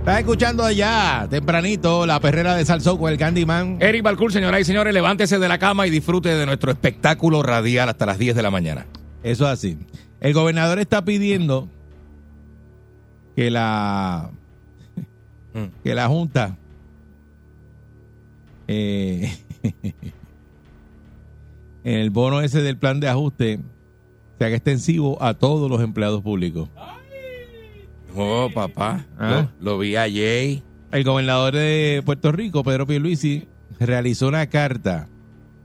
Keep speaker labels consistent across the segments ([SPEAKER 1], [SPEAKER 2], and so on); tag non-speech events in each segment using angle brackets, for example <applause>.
[SPEAKER 1] Estás escuchando allá, tempranito, la perrera de Salsó con el Candyman.
[SPEAKER 2] Eric Balcour, señoras y señores, levántese de la cama y disfrute de nuestro espectáculo radial hasta las 10 de la mañana.
[SPEAKER 1] Eso es así. El gobernador está pidiendo que la
[SPEAKER 2] Mm.
[SPEAKER 1] que la Junta eh, <laughs> en el bono ese del plan de ajuste se haga extensivo a todos los empleados públicos.
[SPEAKER 2] Oh, papá.
[SPEAKER 1] Ah.
[SPEAKER 2] Lo, lo vi ayer.
[SPEAKER 1] El gobernador de Puerto Rico, Pedro Pierluisi, realizó una carta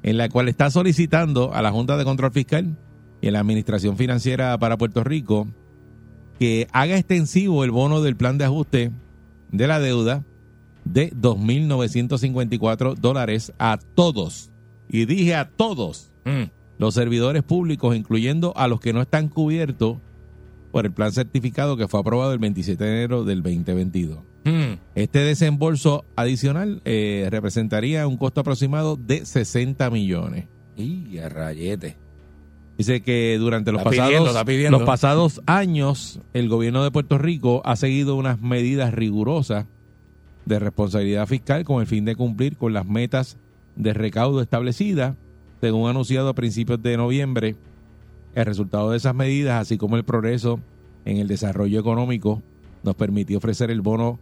[SPEAKER 1] en la cual está solicitando a la Junta de Control Fiscal y a la Administración Financiera para Puerto Rico que haga extensivo el bono del plan de ajuste de la deuda de 2.954 dólares a todos, y dije a todos,
[SPEAKER 2] Mm.
[SPEAKER 1] los servidores públicos, incluyendo a los que no están cubiertos por el plan certificado que fue aprobado el 27 de enero del 2022.
[SPEAKER 2] Mm.
[SPEAKER 1] Este desembolso adicional eh, representaría un costo aproximado de 60 millones.
[SPEAKER 2] Y a rayete.
[SPEAKER 1] Dice que durante los
[SPEAKER 2] Está pidiendo,
[SPEAKER 1] pasados,
[SPEAKER 2] está pidiendo.
[SPEAKER 1] los pasados años el gobierno de Puerto Rico ha seguido unas medidas rigurosas de responsabilidad fiscal con el fin de cumplir con las metas de recaudo establecidas, según anunciado a principios de noviembre. El resultado de esas medidas, así como el progreso en el desarrollo económico, nos permitió ofrecer el bono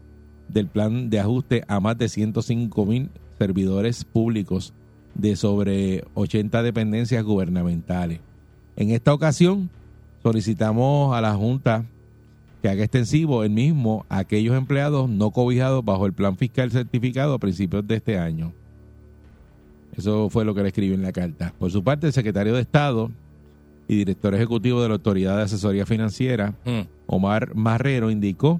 [SPEAKER 1] del plan de ajuste a más de 105 mil servidores públicos de sobre 80 dependencias gubernamentales. En esta ocasión solicitamos a la Junta que haga extensivo el mismo a aquellos empleados no cobijados bajo el plan fiscal certificado a principios de este año. Eso fue lo que le escribió en la carta. Por su parte, el secretario de Estado y director ejecutivo de la Autoridad de Asesoría Financiera,
[SPEAKER 2] Mm.
[SPEAKER 1] Omar Marrero indicó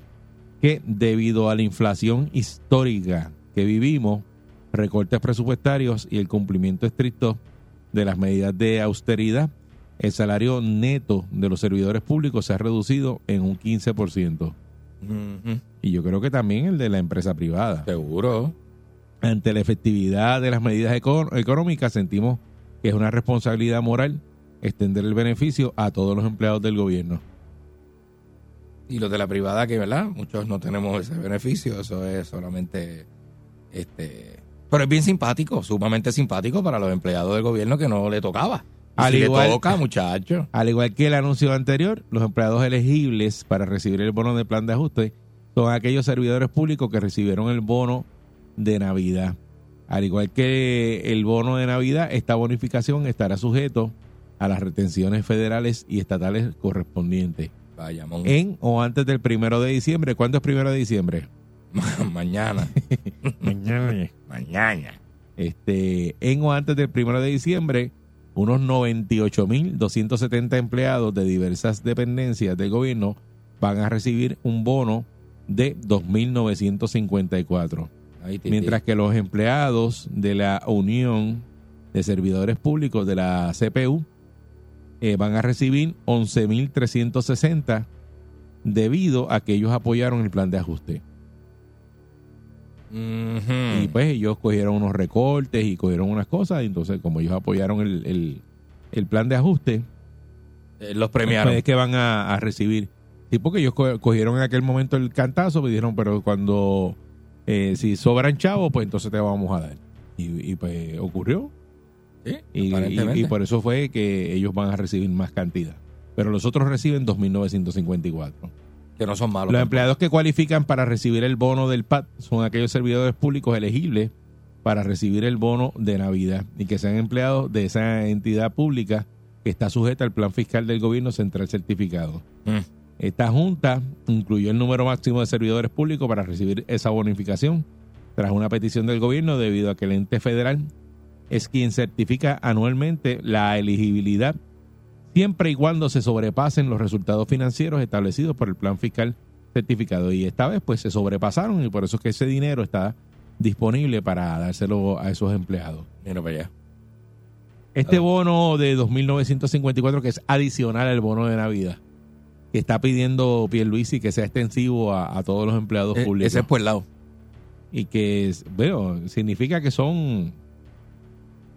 [SPEAKER 1] que debido a la inflación histórica que vivimos, recortes presupuestarios y el cumplimiento estricto de las medidas de austeridad, el salario neto de los servidores públicos se ha reducido en un 15%.
[SPEAKER 2] Mhm.
[SPEAKER 1] Y yo creo que también el de la empresa privada.
[SPEAKER 2] Seguro.
[SPEAKER 1] Ante la efectividad de las medidas eco- económicas, sentimos que es una responsabilidad moral extender el beneficio a todos los empleados del gobierno.
[SPEAKER 2] Y los de la privada, que, ¿verdad? Muchos no tenemos ese beneficio. Eso es solamente. este Pero es bien simpático, sumamente simpático para los empleados del gobierno que no le tocaba. Y
[SPEAKER 1] Al
[SPEAKER 2] si
[SPEAKER 1] igual-
[SPEAKER 2] le toca, muchacho.
[SPEAKER 1] Al igual que el anuncio anterior, los empleados elegibles para recibir el bono de plan de ajuste son aquellos servidores públicos que recibieron el bono de Navidad. Al igual que el bono de Navidad, esta bonificación estará sujeto a las retenciones federales y estatales correspondientes
[SPEAKER 2] Vaya, mon-
[SPEAKER 1] en o antes del primero de diciembre. ¿Cuándo es primero de diciembre?
[SPEAKER 2] <laughs> mañana. mañana.
[SPEAKER 1] este, en o antes del 1 de diciembre, unos 98.270 empleados de diversas dependencias del gobierno van a recibir un bono de 2.954,
[SPEAKER 2] Ahí, titi.
[SPEAKER 1] mientras que los empleados de la Unión de Servidores Públicos de la CPU eh, van a recibir 11.360 debido a que ellos apoyaron el plan de ajuste.
[SPEAKER 2] Mhm.
[SPEAKER 1] Y pues ellos cogieron unos recortes y cogieron unas cosas. Y entonces, como ellos apoyaron el, el- el plan de ajuste,
[SPEAKER 2] Eh, los
[SPEAKER 1] pues
[SPEAKER 2] premiaron.
[SPEAKER 1] es que van a, a recibir. Sí, porque ellos co- cogieron en aquel momento el cantazo, me dijeron, pero cuando eh, si sobran chavos, pues entonces te vamos a dar. Y, y, pues ocurrió.
[SPEAKER 2] Sí,
[SPEAKER 1] Y,
[SPEAKER 2] aparentemente.
[SPEAKER 1] y- y por eso fue que ellos van a recibir más cantidad. Pero los otros reciben 2.954.
[SPEAKER 2] que no son malos.
[SPEAKER 1] Los empleados que cualifican para recibir el bono del PAT son aquellos servidores públicos elegibles para recibir el bono de Navidad y que sean empleados de esa entidad pública que está sujeta al plan fiscal del gobierno central certificado.
[SPEAKER 2] Mm.
[SPEAKER 1] Esta junta incluyó el número máximo de servidores públicos para recibir esa bonificación tras una petición del gobierno debido a que el ente federal es quien certifica anualmente la elegibilidad siempre y cuando se sobrepasen los resultados financieros establecidos por el plan fiscal certificado y esta vez pues se sobrepasaron y por eso es que ese dinero está disponible para dárselo a esos empleados.
[SPEAKER 2] Mira para allá.
[SPEAKER 1] Este bono de 2.954 que es adicional al bono de Navidad que está pidiendo Pierluisi que sea extensivo a, a todos los empleados
[SPEAKER 2] Eh,
[SPEAKER 1] públicos
[SPEAKER 2] ese es por el lado.
[SPEAKER 1] y que es- veo significa que son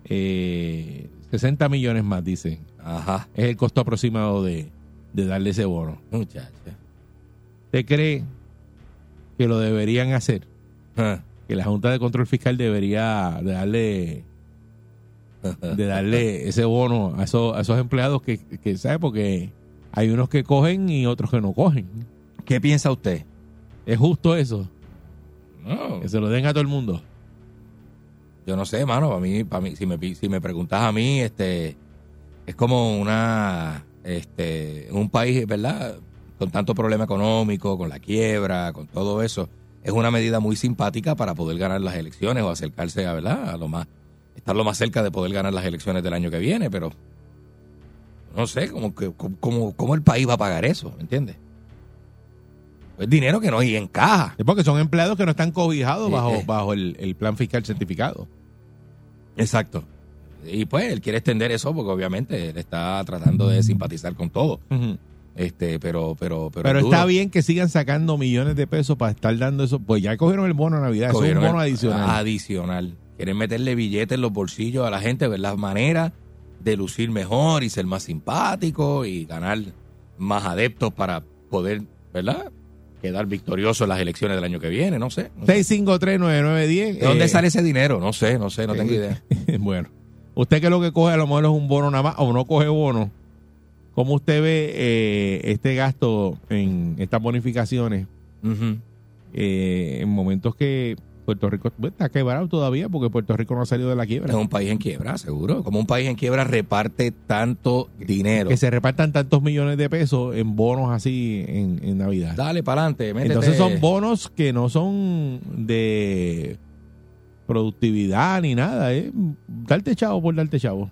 [SPEAKER 1] eh, 60 millones más dice
[SPEAKER 2] Ajá,
[SPEAKER 1] es el costo aproximado de, de darle ese bono
[SPEAKER 2] muchacha.
[SPEAKER 1] ¿usted cree que lo deberían hacer? que la Junta de Control Fiscal debería de darle de darle ese bono a esos, a esos empleados que, que sabe porque hay unos que cogen y otros que no cogen
[SPEAKER 2] <laughs> ¿Qué piensa usted?
[SPEAKER 1] es justo eso
[SPEAKER 2] No,
[SPEAKER 1] que se lo den a todo el mundo
[SPEAKER 2] yo no sé, mano. Para mí, para mí, si me, pi- si me preguntas a mí, este, es como una, este, un país, ¿verdad? Con tanto problema económico, con la quiebra, con todo eso, es una medida muy simpática para poder ganar las elecciones o acercarse a, ¿verdad? A lo más, estar lo más cerca de poder ganar las elecciones del año que viene, pero no sé cómo, que- cómo, cómo- cómo el país va a pagar eso, ¿me entiendes? Es dinero que no hay en caja.
[SPEAKER 1] es porque son empleados que no están cobijados
[SPEAKER 2] Sí,
[SPEAKER 1] bajo,
[SPEAKER 2] eh.
[SPEAKER 1] bajo el, el plan fiscal certificado
[SPEAKER 2] Exacto. Y pues él quiere extender eso porque obviamente él está tratando
[SPEAKER 1] Mm.
[SPEAKER 2] de simpatizar con todo. Este, pero, pero, pero.
[SPEAKER 1] pero
[SPEAKER 2] es
[SPEAKER 1] está
[SPEAKER 2] duro.
[SPEAKER 1] bien que sigan sacando millones de pesos para estar dando eso pues ya cogieron Ah, el bono de navidad eso es
[SPEAKER 2] Cogieron
[SPEAKER 1] un bono
[SPEAKER 2] el-
[SPEAKER 1] adicional
[SPEAKER 2] Adicional. Quieren meterle billetes en los bolsillos a la gente, ver las maneras de lucir mejor y ser más simpático y ganar más adeptos para poder, ¿verdad? Quedar victorioso en las elecciones del año que viene, no sé. No sé.
[SPEAKER 1] 6539910
[SPEAKER 2] ¿De dónde
[SPEAKER 1] eh,
[SPEAKER 2] sale ese dinero? No sé, no sé, no tengo
[SPEAKER 1] <laughs>
[SPEAKER 2] idea.
[SPEAKER 1] bueno, usted que lo que coge a lo mejor es un bono nada más o no coge bono. ¿Cómo usted ve eh, este gasto en estas bonificaciones
[SPEAKER 2] Ujú.
[SPEAKER 1] eh, en momentos que Puerto Rico bueno, está quebrado todavía porque Puerto Rico no ha salido de la
[SPEAKER 2] Es
[SPEAKER 1] quiebra?
[SPEAKER 2] un país en quiebra, seguro. Como un país en quiebra reparte tanto dinero.
[SPEAKER 1] Que se repartan tantos millones de pesos en bonos así en, en Navidad.
[SPEAKER 2] Dale para adelante, métete.
[SPEAKER 1] Entonces son bonos que no son de productividad ni nada, ¿eh? Darte chavo por darte chavo.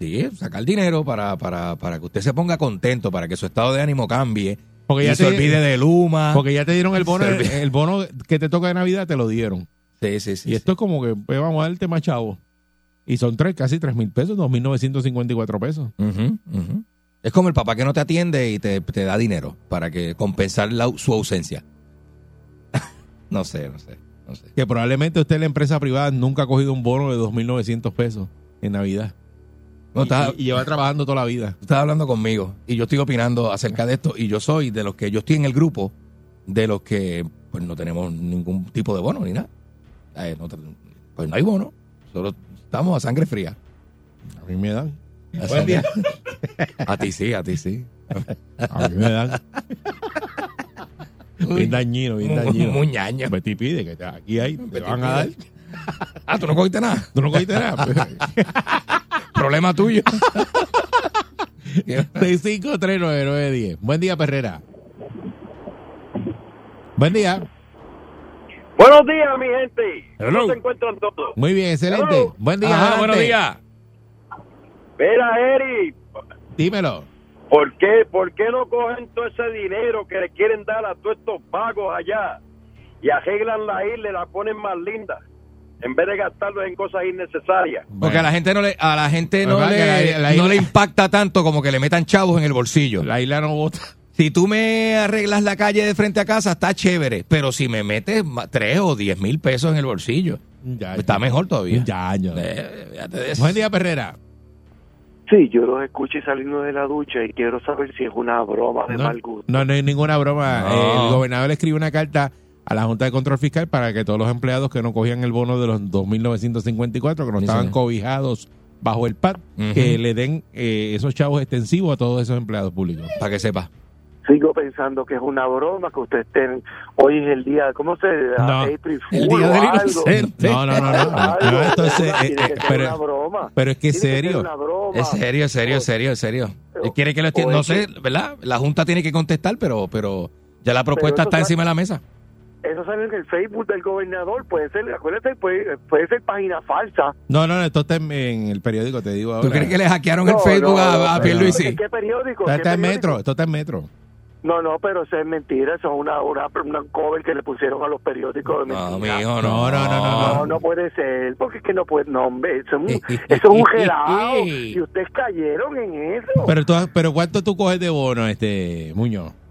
[SPEAKER 2] Sí, sacar dinero para, para, para que usted se ponga contento, para que su estado de ánimo cambie.
[SPEAKER 1] Porque
[SPEAKER 2] y
[SPEAKER 1] ya
[SPEAKER 2] se
[SPEAKER 1] te-
[SPEAKER 2] olvide de Luma.
[SPEAKER 1] Porque ya te dieron el bono, el,
[SPEAKER 2] Ah. Servicio.
[SPEAKER 1] el bono que te toca de Navidad, te lo dieron.
[SPEAKER 2] Sí, sí, sí.
[SPEAKER 1] y esto es como que pues, vamos a darte más chavo. Y son tres, casi tres mil pesos, dos mil novecientos cincuenta y cuatro pesos.
[SPEAKER 2] sí. Ujú, ujú. Es como el papá que no te atiende y te, te da dinero para que compensar la- su ausencia. <laughs> no sé, no sé, no sé.
[SPEAKER 1] Que probablemente usted, la empresa privada, nunca ha cogido un bono de dos mil novecientos pesos en Navidad.
[SPEAKER 2] No,
[SPEAKER 1] Y-
[SPEAKER 2] estás,
[SPEAKER 1] y, y lleva trabajando toda la vida.
[SPEAKER 2] estás hablando conmigo y yo estoy opinando acerca de esto y yo soy de los que yo estoy en el grupo de los que pues no tenemos ningún tipo de bono ni nada. Eh, no te- pues no hay bono, solo estamos a sangre fría.
[SPEAKER 1] A mí me dan.
[SPEAKER 2] A
[SPEAKER 1] Buen día.
[SPEAKER 2] <laughs> A ti sí, a ti sí.
[SPEAKER 1] A mí me <laughs> dan.
[SPEAKER 2] Uy.
[SPEAKER 1] bien dañino, bien dañino.
[SPEAKER 2] Muy ñaña.
[SPEAKER 1] Pues te pide que te- aquí hay, te
[SPEAKER 2] Pues te
[SPEAKER 1] van a dar.
[SPEAKER 2] Ah, tú no cogiste nada.
[SPEAKER 1] Tú no cogiste nada. <laughs>
[SPEAKER 2] Problema <laughs> tuyo.
[SPEAKER 1] Seis, cinco, tres, nueve, nueve, diez. Buen día, Perrera. Buen día.
[SPEAKER 3] Buenos días, mi gente.
[SPEAKER 2] Hello.
[SPEAKER 3] ¿Cómo se encuentran todos?
[SPEAKER 1] Muy bien, excelente.
[SPEAKER 3] Hello.
[SPEAKER 1] Buen día.
[SPEAKER 2] Ajá,
[SPEAKER 1] adelante.
[SPEAKER 2] buenos días.
[SPEAKER 3] Mira, Eri,
[SPEAKER 1] Dímelo.
[SPEAKER 3] ¿por qué, ¿por qué no cogen todo ese dinero que le quieren dar a todos estos vagos allá y arreglan la isla y la ponen más linda en vez de gastarlo en cosas innecesarias?
[SPEAKER 2] Porque a la gente no le, a la gente no
[SPEAKER 1] Verdad Pues que
[SPEAKER 2] le,
[SPEAKER 1] la- la
[SPEAKER 2] no
[SPEAKER 1] isla-
[SPEAKER 2] le impacta tanto como que le metan chavos en el bolsillo.
[SPEAKER 1] La isla no vota.
[SPEAKER 2] Si tú me arreglas la calle de frente a casa, está chévere. Pero si me metes ma- tres o diez mil pesos en el bolsillo,
[SPEAKER 1] Ya,
[SPEAKER 2] está mejor todavía.
[SPEAKER 1] Ya, ya.
[SPEAKER 2] Eh, ya te des-
[SPEAKER 1] Buen día, Perrera.
[SPEAKER 4] Sí, yo los escucho y saliendo de la ducha y quiero saber si es una broma de
[SPEAKER 1] No,
[SPEAKER 4] mal gusto.
[SPEAKER 1] no, no hay ninguna broma.
[SPEAKER 2] No.
[SPEAKER 1] Eh, el gobernador le escribió una carta a la Junta de Control Fiscal para que todos los empleados que no cogían el bono de los 2.954, que no
[SPEAKER 2] Sí,
[SPEAKER 1] estaban
[SPEAKER 2] señor.
[SPEAKER 1] cobijados bajo el PAD,
[SPEAKER 2] Ujú.
[SPEAKER 1] que le den eh, esos chavos extensivos a todos esos empleados públicos.
[SPEAKER 2] Para que sepa.
[SPEAKER 4] Sigo pensando que es una broma que ustedes estén. Hoy es el día, ¿cómo se
[SPEAKER 1] No,
[SPEAKER 4] April
[SPEAKER 2] el
[SPEAKER 4] Fool
[SPEAKER 2] día
[SPEAKER 4] o
[SPEAKER 2] del
[SPEAKER 4] algo.
[SPEAKER 2] inocente.
[SPEAKER 1] No, no, no, no. no.
[SPEAKER 4] Algo.
[SPEAKER 1] No, entonces, eh,
[SPEAKER 4] Tiene
[SPEAKER 1] eh,
[SPEAKER 4] que ser una
[SPEAKER 1] pero,
[SPEAKER 4] broma.
[SPEAKER 1] pero es que es
[SPEAKER 4] Tiene que ser
[SPEAKER 1] serio.
[SPEAKER 4] una broma.
[SPEAKER 2] Es serio, es serio, es serio, es serio.
[SPEAKER 4] Claro.
[SPEAKER 2] Quiere que lo esté-
[SPEAKER 4] O
[SPEAKER 2] no
[SPEAKER 4] es que-
[SPEAKER 2] sé, ¿verdad? La Junta tiene que contestar, pero, pero ya la propuesta
[SPEAKER 4] eso
[SPEAKER 2] está
[SPEAKER 4] está-
[SPEAKER 2] encima de la mesa.
[SPEAKER 4] Eso sale en el Facebook del gobernador, puede ser, acuérdate, puede, puede ser página falsa.
[SPEAKER 1] No, no, no, esto está en, en el periódico, te digo
[SPEAKER 2] ¿Tú
[SPEAKER 1] ahora.
[SPEAKER 2] crees que le hackearon
[SPEAKER 4] No,
[SPEAKER 2] el Facebook
[SPEAKER 4] no, no,
[SPEAKER 2] a, a
[SPEAKER 4] no,
[SPEAKER 2] Pierluisi?
[SPEAKER 4] ¿en ¿Qué periódico?
[SPEAKER 1] Esto
[SPEAKER 4] ¿Qué
[SPEAKER 1] ah, está en
[SPEAKER 4] periódico?
[SPEAKER 1] metro, esto está en metro.
[SPEAKER 4] No, no, pero eso es mentira, eso es una, una, una cover que le pusieron a los periódicos de
[SPEAKER 2] No,
[SPEAKER 4] mentira.
[SPEAKER 2] mijo,
[SPEAKER 1] No, no, no, no,
[SPEAKER 4] No, no puede ser, porque es que no puede, no, hombre, eso es un, eso es un gelado, y ustedes cayeron en eso.
[SPEAKER 1] Pero, tú, pero ¿cuánto tú coges de bono, este Muñoz? <laughs>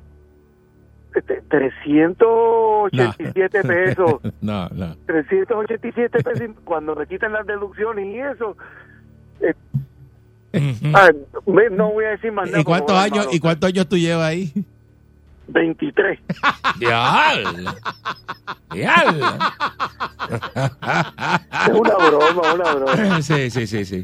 [SPEAKER 4] Este, 387 pesos,
[SPEAKER 1] no, <laughs> no.
[SPEAKER 4] 387 pesos, y cuando me quitan las deducciones y eso, eh,
[SPEAKER 2] Ujú.
[SPEAKER 4] ah, me- no voy a decir más nada.
[SPEAKER 1] ¿Y cuántos
[SPEAKER 4] porque voy a
[SPEAKER 1] años, ¿Y
[SPEAKER 4] dar malo.
[SPEAKER 1] cuántos años tú llevas ahí? <laughs>
[SPEAKER 4] 23.
[SPEAKER 2] Diablo. Diablo.
[SPEAKER 4] Es una broma, una broma.
[SPEAKER 2] Sí, sí, sí, sí.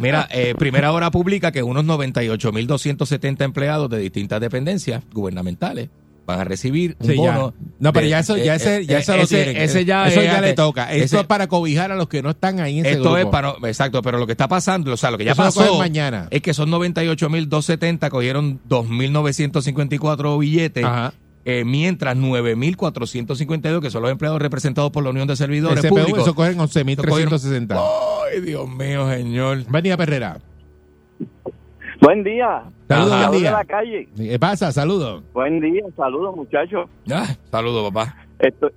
[SPEAKER 2] Mira, eh, primera hora pública que unos 98.270 empleados de distintas dependencias gubernamentales van a recibir un
[SPEAKER 1] Sí, ya.
[SPEAKER 2] bono.
[SPEAKER 1] No, pero
[SPEAKER 2] de-
[SPEAKER 1] ya eso,
[SPEAKER 2] eh,
[SPEAKER 1] ya ese,
[SPEAKER 2] eh,
[SPEAKER 1] ya eso
[SPEAKER 2] eh,
[SPEAKER 1] lo
[SPEAKER 2] ese-
[SPEAKER 1] tienen.
[SPEAKER 2] ese ya
[SPEAKER 1] eso
[SPEAKER 2] es-
[SPEAKER 1] ya le
[SPEAKER 2] eh,
[SPEAKER 1] toca.
[SPEAKER 2] ese-
[SPEAKER 1] Eso es para cobijar a los que no están ahí en ese
[SPEAKER 2] Esto
[SPEAKER 1] grupo.
[SPEAKER 2] es para, no- exacto, pero lo que está pasando, o sea, lo que ya
[SPEAKER 1] Eso lo
[SPEAKER 2] pasó
[SPEAKER 1] cogen mañana.
[SPEAKER 2] es que son 98.270, cogieron 2.954 billetes,
[SPEAKER 1] Ajá.
[SPEAKER 2] eh, mientras 9.452, que son los empleados representados por la Unión de Servidores
[SPEAKER 1] SPU,
[SPEAKER 2] Públicos.
[SPEAKER 1] eso
[SPEAKER 2] Eso
[SPEAKER 1] cogen 11.360.
[SPEAKER 2] Ay, Dios mío, señor.
[SPEAKER 1] Venía Perrera.
[SPEAKER 5] Buen día.
[SPEAKER 1] Saludos,
[SPEAKER 2] Ajá.
[SPEAKER 1] buen
[SPEAKER 5] Saludos de
[SPEAKER 1] día.
[SPEAKER 5] la calle.
[SPEAKER 1] ¿Qué pasa? Saludos.
[SPEAKER 5] Buen día, saludos muchachos.
[SPEAKER 2] Ah, saludo, papá.
[SPEAKER 5] Esto,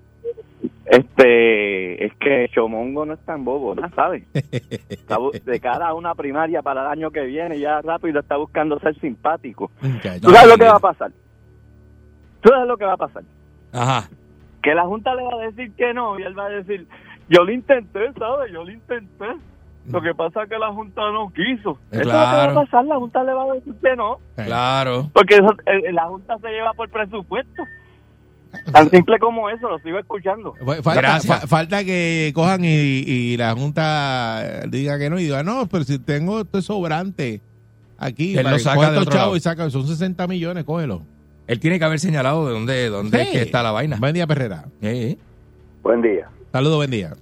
[SPEAKER 5] este, es que Chomongo no es tan bobo, ¿no sabes? Está bu- De cara a una primaria para el año que viene, ya rápido está buscando ser simpático.
[SPEAKER 1] Muchacho.
[SPEAKER 5] ¿Tú sabes lo que va a pasar? ¿Tú sabes lo que va a pasar?
[SPEAKER 2] Ajá.
[SPEAKER 5] Que la Junta le va a decir que no y él va a decir, yo lo intenté, ¿sabes? Yo lo intenté. Lo que pasa es que la Junta no quiso. Eso es lo que va
[SPEAKER 2] Claro.
[SPEAKER 5] a pasar, la Junta le va a decir que no.
[SPEAKER 1] Eh,
[SPEAKER 2] Claro.
[SPEAKER 5] Porque eso- eh, la Junta se lleva por presupuesto. Tan simple como eso, lo sigo escuchando.
[SPEAKER 1] Fue- Falta,
[SPEAKER 2] Gracias.
[SPEAKER 1] fa- falta que cojan y, y la Junta diga que no y diga, no, pero si tengo esto es sobrante aquí,
[SPEAKER 2] Él
[SPEAKER 1] para
[SPEAKER 2] lo
[SPEAKER 1] que
[SPEAKER 2] saca
[SPEAKER 1] coja
[SPEAKER 2] de
[SPEAKER 1] estos
[SPEAKER 2] otro
[SPEAKER 1] chavos
[SPEAKER 2] lado.
[SPEAKER 1] y saca, son 60 millones, cógelo.
[SPEAKER 2] Él tiene que haber señalado de dónde, dónde es
[SPEAKER 1] Sí.
[SPEAKER 2] que está la vaina.
[SPEAKER 1] Buen día, Perrera.
[SPEAKER 2] Eh, eh.
[SPEAKER 6] Buen día.
[SPEAKER 1] Saludos, buen día.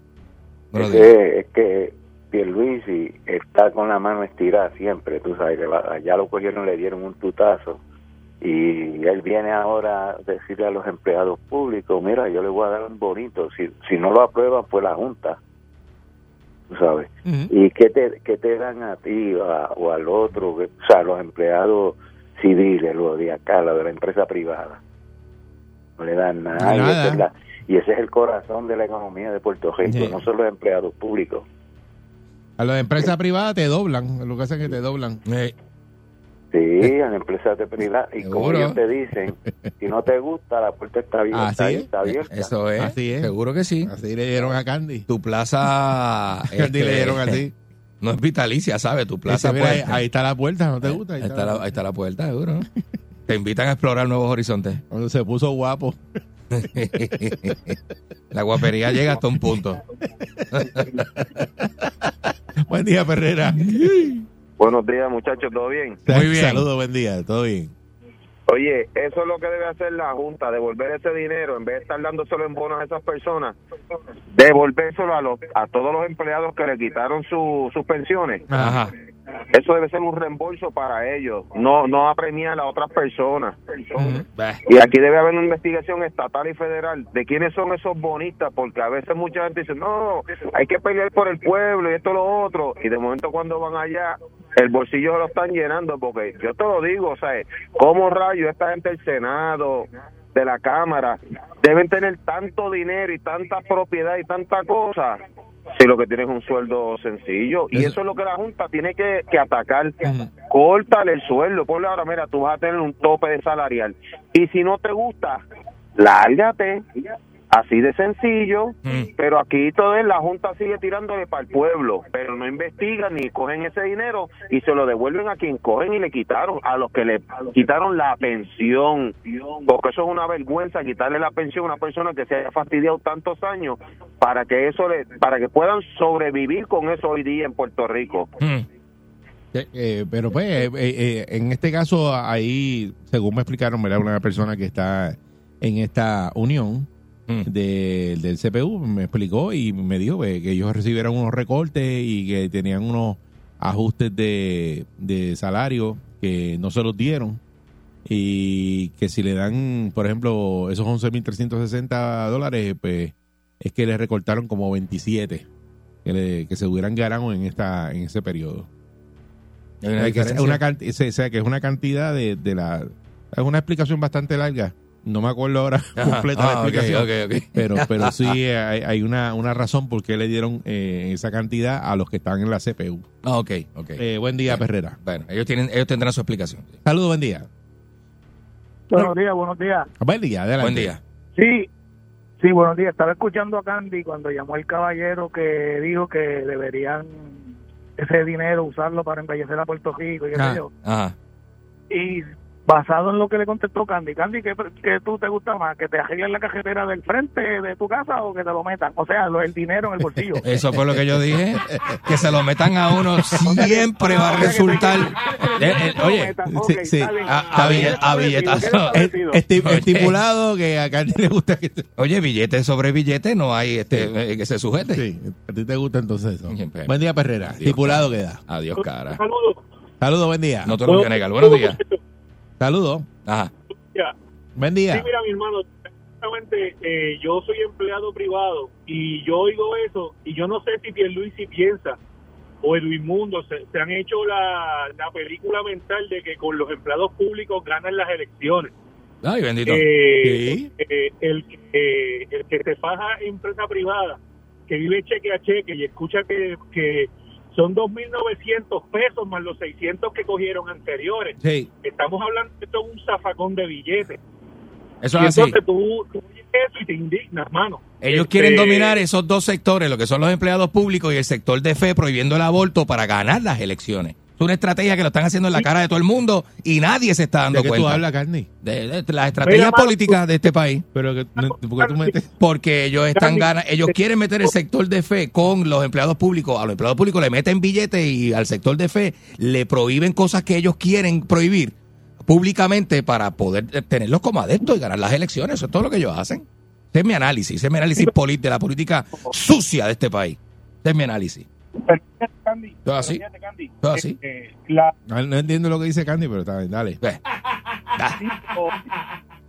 [SPEAKER 2] Buenos
[SPEAKER 6] es,
[SPEAKER 2] días.
[SPEAKER 6] Que, es que Pierluisi está con la mano estirada siempre, tú sabes, que va- ya lo cogieron, le dieron un tutazo. Y él viene ahora a decirle a los empleados públicos, mira, yo le voy a dar un bonito, si, si no lo aprueban, pues la Junta, tú sabes. ¿Y qué te, qué te dan a ti a- o al otro? O sea, los empleados civiles, los de acá, los de la empresa privada. No le dan nada. Y,
[SPEAKER 1] Nada.
[SPEAKER 6] esa es la- y ese es el corazón de la economía de Puerto Rico,
[SPEAKER 1] Sí.
[SPEAKER 6] no son los empleados públicos.
[SPEAKER 1] A las empresas privadas te doblan, lo que hacen es que te doblan.
[SPEAKER 2] Eh,
[SPEAKER 1] Eh.
[SPEAKER 6] Sí, a la empresa de privada. Y como
[SPEAKER 2] Seguro.
[SPEAKER 6] ellos te dicen, si no te gusta, la puerta está abierta.
[SPEAKER 1] Así
[SPEAKER 6] ahí
[SPEAKER 1] es. Eh,
[SPEAKER 6] está abierta.
[SPEAKER 2] Eso es.
[SPEAKER 1] Así es.
[SPEAKER 2] Seguro que sí.
[SPEAKER 1] Así le dieron a Candy.
[SPEAKER 2] Tu
[SPEAKER 1] <laughs>
[SPEAKER 2] plaza.
[SPEAKER 1] Candy
[SPEAKER 2] este,
[SPEAKER 1] le dieron <laughs> así.
[SPEAKER 2] No es vitalicia, ¿sabes? Tu plaza.
[SPEAKER 1] Dice, mira, ahí,
[SPEAKER 2] puerta.
[SPEAKER 1] ahí está la puerta, ¿no te gusta?
[SPEAKER 2] Ahí está la, ahí está la puerta, seguro. ¿no?
[SPEAKER 1] <laughs>
[SPEAKER 2] Te invitan a explorar nuevos horizontes.
[SPEAKER 1] Cuando se puso guapo. <laughs>
[SPEAKER 2] La guapería llega hasta un punto.
[SPEAKER 1] Buen día, Perrera.
[SPEAKER 7] <laughs> Buenos días, muchachos, ¿todo
[SPEAKER 1] <laughs>
[SPEAKER 7] bien?
[SPEAKER 2] Muy bien.
[SPEAKER 1] Saludos, buen día. Todo bien.
[SPEAKER 7] Oye, eso es lo que debe hacer la Junta, devolver ese dinero, en vez de estar dándoselo en bonos a esas personas, devolvérselo a, los, a todos los empleados que le quitaron su- sus pensiones.
[SPEAKER 1] Ah.
[SPEAKER 2] Ajá.
[SPEAKER 7] Eso debe ser un reembolso para ellos, no, no apremiar a otras personas.
[SPEAKER 2] Bah.
[SPEAKER 7] Y aquí debe haber una investigación estatal y federal de quiénes son esos bonistas, porque a veces mucha gente dice, no, hay que pelear por el pueblo y esto lo otro, y de momento cuando van allá, el bolsillo se lo están llenando, porque yo te lo digo, o sea, ¿cómo rayo esta gente del Senado, de la Cámara, deben tener tanto dinero y tanta propiedad y tanta cosa? Si lo que tienen es un sueldo sencillo, y
[SPEAKER 1] Eso-
[SPEAKER 7] eso es lo que la Junta tiene que, que atacar córtale el sueldo, ponle ahora, mira, tú vas a tener un tope de salarial. Y si no te gusta, lárgate. Así de sencillo,
[SPEAKER 2] Mm.
[SPEAKER 7] pero aquí todo es, la Junta sigue tirándole para el pueblo, pero no investigan ni cogen ese dinero y se lo devuelven a quien cogen y le quitaron, a los que le quitaron la pensión, porque eso es una vergüenza quitarle la pensión a una persona que se haya fastidiado tantos años para que eso le, para que puedan sobrevivir con eso hoy día en Puerto Rico.
[SPEAKER 2] Mm.
[SPEAKER 1] Eh, eh, pero pues, eh, eh, en este caso, ahí, según me explicaron, ¿verdad? una persona que está en esta unión
[SPEAKER 2] Mm.
[SPEAKER 1] <laughs> de- del pues, CPU me explicó y me dijo eh, que ellos recibieron unos recortes y que tenían unos ajustes de, de salario que no se los dieron y que si le dan, por ejemplo, esos 11.360 dólares, pues es que le recortaron como 27 que, le- que se hubieran ganado en esta en ese periodo.
[SPEAKER 2] Hay
[SPEAKER 1] O sea, que es
[SPEAKER 2] diferencia.
[SPEAKER 1] una canti- se- o sea, que es una cantidad de, de la... Es una explicación bastante larga. No me acuerdo ahora
[SPEAKER 2] Ajá.
[SPEAKER 1] <laughs> completa la
[SPEAKER 2] Ah, ok,
[SPEAKER 1] explicación.
[SPEAKER 2] ok, ok.
[SPEAKER 1] Pero, pero sí hay, hay una, una razón por qué le dieron eh, esa cantidad a los que están en la CPU.
[SPEAKER 2] Ah, ok, ok.
[SPEAKER 1] Eh, buen día, Perrera.
[SPEAKER 2] Bueno, ellos, tienen, ellos tendrán su explicación.
[SPEAKER 1] Saludos, buen día.
[SPEAKER 8] Buenos días, buenos días.
[SPEAKER 1] Buen día, adelante.
[SPEAKER 2] Buen día.
[SPEAKER 8] Sí, sí, buenos días. Estaba escuchando a Candy cuando llamó el caballero que dijo que deberían ese dinero usarlo para embellecer a Puerto Rico y qué sé
[SPEAKER 2] Ah,
[SPEAKER 8] yo.
[SPEAKER 2] ajá.
[SPEAKER 8] Y basado en lo que le contestó Candy, Candy, ¿qué, pre- qué tú te gusta más? ¿Que te arreglen la cajetera del frente de tu casa o que te lo metan? O sea, lo- el dinero en el bolsillo.
[SPEAKER 2] Eso fue lo que yo <laughs> dije. Que se lo metan a <laughs> uno siempre va a resultar. Eh, eh, oye,
[SPEAKER 1] Sí, sí.
[SPEAKER 2] a, a billet- a billetazo.
[SPEAKER 1] Es- esti-
[SPEAKER 2] Oye.
[SPEAKER 1] Estipulado que a Candy le gusta que... se-
[SPEAKER 2] Eh, Oye, billete sobre billete no hay este, eh, que se sujete.
[SPEAKER 1] Sí, <laughs> a ti te gusta entonces eso.
[SPEAKER 2] Bien, pues.
[SPEAKER 1] Buen día, Perrera. Estipulado queda.
[SPEAKER 2] Adiós, cara.
[SPEAKER 5] <laughs> Saludos.
[SPEAKER 1] Saludos, buen día.
[SPEAKER 2] No te lo voy a negar. Buenos días.
[SPEAKER 1] Saludos.
[SPEAKER 2] Ajá.
[SPEAKER 5] Ya.
[SPEAKER 1] Buen día.
[SPEAKER 5] Sí, mira, mi hermano, exactamente, eh, yo soy empleado privado y yo oigo eso y yo no sé si Pierluisi piensa o el Mundo se, se han hecho la, la película mental de que con los empleados públicos ganan las elecciones.
[SPEAKER 2] Ay, bendito.
[SPEAKER 5] Eh,
[SPEAKER 1] Sí.
[SPEAKER 5] eh, el, que- el que se faja en empresa privada, que vive cheque a cheque y escucha que, que son 2.900 pesos más los 600 que cogieron anteriores.
[SPEAKER 1] Sí.
[SPEAKER 5] Estamos hablando de esto es un zafacón de billetes.
[SPEAKER 2] Eso
[SPEAKER 5] Y
[SPEAKER 2] es así.
[SPEAKER 5] entonces tú, tú oyes eso y te indignas, mano.
[SPEAKER 2] Ellos
[SPEAKER 5] Este,
[SPEAKER 2] quieren dominar esos dos sectores, lo que son los empleados públicos y el sector de fe, prohibiendo el aborto para ganar las elecciones. Es una estrategia que lo están haciendo en la cara de todo el mundo y nadie se está dando
[SPEAKER 1] ¿De qué tú
[SPEAKER 2] cuenta.
[SPEAKER 1] hablas, Candy?
[SPEAKER 2] De, de- de las estrategias
[SPEAKER 5] Mira, Marco,
[SPEAKER 2] políticas de este país.
[SPEAKER 1] Pero que, no- ¿por qué tú metes?
[SPEAKER 2] Porque ellos están
[SPEAKER 5] Candy,
[SPEAKER 2] gana, ellos quieren meter el sector de fe con los empleados públicos. A los empleados públicos le meten billetes y al sector de fe le prohíben cosas que ellos quieren prohibir públicamente para poder eh, tenerlos como adeptos y ganar las elecciones. Eso es todo lo que ellos hacen. Ese es mi análisis, ese es mi análisis poli- de la política sucia de este país. Ese es mi análisis.
[SPEAKER 5] pero fíjate, Candy,
[SPEAKER 2] ¿Todo así?
[SPEAKER 5] pero fíjate, Candy,
[SPEAKER 2] ¿Todo así?
[SPEAKER 5] eh, la-
[SPEAKER 1] <laughs> No, no entiendo lo que dice Candy, pero está bien, dale.
[SPEAKER 2] Ve.
[SPEAKER 5] o-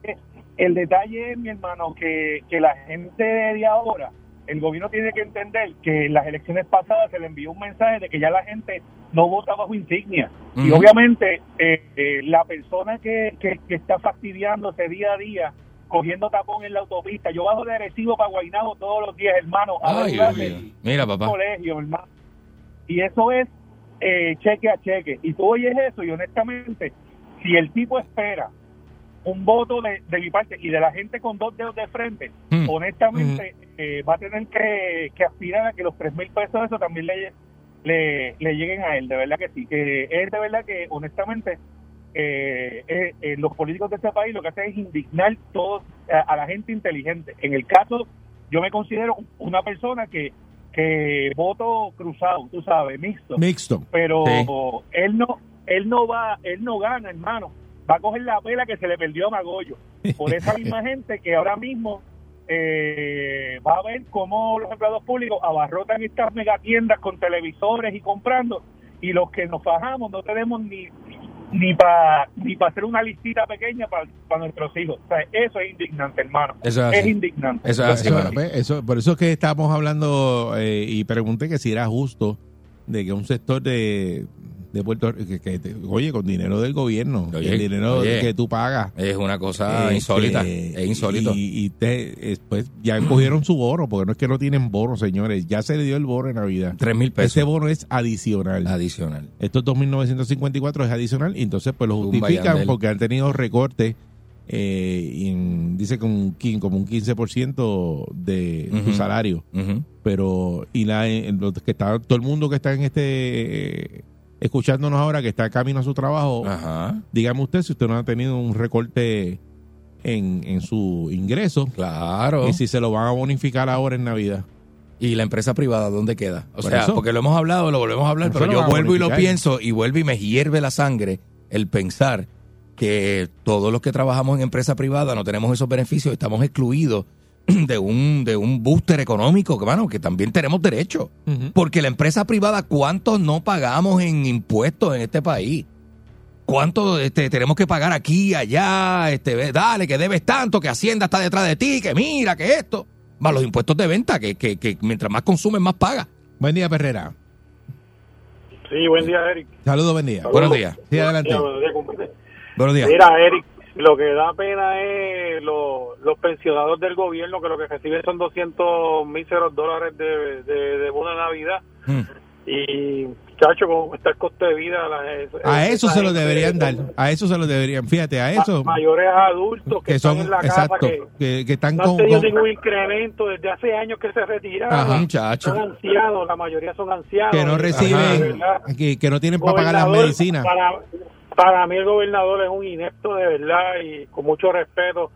[SPEAKER 5] eh, el detalle es, mi hermano, que, que la gente de ahora, el gobierno tiene que entender que en las elecciones pasadas se le envió un mensaje de que ya la gente no vota bajo insignia. Y
[SPEAKER 2] Ujú.
[SPEAKER 5] obviamente eh, eh, la persona que, que, que está fastidiándose día a día, cogiendo tapón en la autopista, yo bajo de Arecibo para Guaynabo todos los días, hermano, a
[SPEAKER 2] Ay,
[SPEAKER 5] ayudarme.
[SPEAKER 2] Dios mío. Mira, papá.
[SPEAKER 5] colegio, hermano. Y eso es eh, cheque a cheque. Y tú oyes eso y honestamente, si el tipo espera un voto de, de mi parte y de la gente con dos dedos de frente,
[SPEAKER 2] Mm.
[SPEAKER 5] honestamente eh, va a tener que, que aspirar a que los tres mil pesos de eso también le, le, le lleguen a él. De verdad que sí. Que es de verdad que honestamente... eh, eh, eh, los políticos de este país lo que hacen es indignar todos a, a la gente inteligente. En el caso, yo me considero una persona que que voto cruzado, tú sabes, mixto.
[SPEAKER 1] Mixto.
[SPEAKER 5] Pero
[SPEAKER 2] Sí.
[SPEAKER 5] él no él no va, él no gana, hermano. Va a coger la pela que se le perdió a Magollo. Por
[SPEAKER 2] <laughs>
[SPEAKER 5] esa misma gente que ahora mismo eh, va a ver cómo los empleados públicos abarrotan estas megatiendas con televisores y comprando y los que nos fajamos no tenemos ni ni para ni para hacer una listita pequeña para nuestros hijos. O sea, eso es indignante, hermano.
[SPEAKER 2] Eso es
[SPEAKER 5] es
[SPEAKER 2] así.
[SPEAKER 5] indignante.
[SPEAKER 2] Eso es así,
[SPEAKER 1] Eso,
[SPEAKER 2] mano.
[SPEAKER 1] pues, eso- por eso es que estábamos hablando eh, y pregunté que si era justo de que un sector de, de Puerto Rico, que, que- oye, con dinero del gobierno,
[SPEAKER 2] Oye,
[SPEAKER 1] el dinero
[SPEAKER 2] oye.
[SPEAKER 1] que tú pagas.
[SPEAKER 2] Es una cosa
[SPEAKER 1] este,
[SPEAKER 2] insólita. Es insólito.
[SPEAKER 1] Y, y te- es- pues, ya cogieron su bono, porque no es que no tienen bono, señores. Ya se le dio el bono en Navidad.
[SPEAKER 2] Tres mil
[SPEAKER 1] Ese
[SPEAKER 2] pesos
[SPEAKER 1] bono es adicional.
[SPEAKER 2] adicional.
[SPEAKER 1] Estos 2.954 es adicional y entonces pues lo
[SPEAKER 2] Zumba,
[SPEAKER 1] justifican
[SPEAKER 2] Yandel.
[SPEAKER 1] porque han tenido recortes, eh, y en- dice con un, quin- como un 15% de
[SPEAKER 2] Ujú.
[SPEAKER 1] su salario.
[SPEAKER 2] Ujú.
[SPEAKER 1] Pero, y la, eh, en los que está, todo el mundo que está en este, eh, escuchándonos ahora, que está camino a su trabajo,
[SPEAKER 2] Ajá.
[SPEAKER 1] dígame usted si usted no ha tenido un recorte en, en su ingreso
[SPEAKER 2] Claro.
[SPEAKER 1] y si se lo van a bonificar ahora en Navidad.
[SPEAKER 2] ¿Y la empresa privada dónde queda? O
[SPEAKER 1] Por
[SPEAKER 2] sea,
[SPEAKER 1] eso.
[SPEAKER 2] porque lo hemos hablado, lo volvemos a hablar,
[SPEAKER 1] Eso
[SPEAKER 2] pero
[SPEAKER 1] lo
[SPEAKER 2] yo
[SPEAKER 1] van a
[SPEAKER 2] vuelvo y lo
[SPEAKER 1] bonificar.
[SPEAKER 2] pienso y vuelvo y me hierve la sangre el pensar que todos los que trabajamos en empresa privada no tenemos esos beneficios, estamos excluidos <clears throat> de un, de un booster económico, que, mano, que también tenemos derecho.
[SPEAKER 1] Ujú.
[SPEAKER 2] Porque la empresa privada, ¿cuántos no pagamos en impuestos en este país? ¿Cuánto este, tenemos que pagar aquí, allá? Este, ve- dale, que debes tanto, que Hacienda está detrás de ti, que mira, que esto. Más los impuestos de venta, que, que, que mientras más consumes, más pagas.
[SPEAKER 1] Buen día, Perrera.
[SPEAKER 9] Sí, buen día, Eric.
[SPEAKER 1] Saludos, buen día.
[SPEAKER 2] Buenos días.
[SPEAKER 1] Sí, adelante.
[SPEAKER 9] Buenos días, compadre.
[SPEAKER 1] Buenos días.
[SPEAKER 9] Mira, Eric, lo que da pena es lo- los pensionados del gobierno que lo que reciben son 200 míseros dólares de, de, de bono de Navidad.
[SPEAKER 1] Mm.
[SPEAKER 9] Y, chacho, como está el coste de vida. la-
[SPEAKER 1] A
[SPEAKER 9] esa
[SPEAKER 1] eso se lo
[SPEAKER 9] gente,
[SPEAKER 1] deberían dar. A eso se lo deberían. Fíjate, a
[SPEAKER 9] Ah, ma-
[SPEAKER 1] eso.
[SPEAKER 9] Mayores adultos que,
[SPEAKER 1] Que
[SPEAKER 9] están
[SPEAKER 1] son,
[SPEAKER 9] en la casa
[SPEAKER 1] exacto,
[SPEAKER 9] que
[SPEAKER 1] que, que están
[SPEAKER 9] no han
[SPEAKER 1] con,
[SPEAKER 9] tenido
[SPEAKER 1] con-
[SPEAKER 9] ningún incremento desde hace años que se retiraron.
[SPEAKER 1] Ajá, muchacho.
[SPEAKER 9] Son ancianos, la mayoría son ancianos.
[SPEAKER 1] que no reciben,
[SPEAKER 9] ¿Verdad?
[SPEAKER 1] que, que no tienen para pagar las
[SPEAKER 9] Gobernador,
[SPEAKER 1] medicinas.
[SPEAKER 9] Para, para mí el gobernador es un inepto de verdad y con mucho respeto.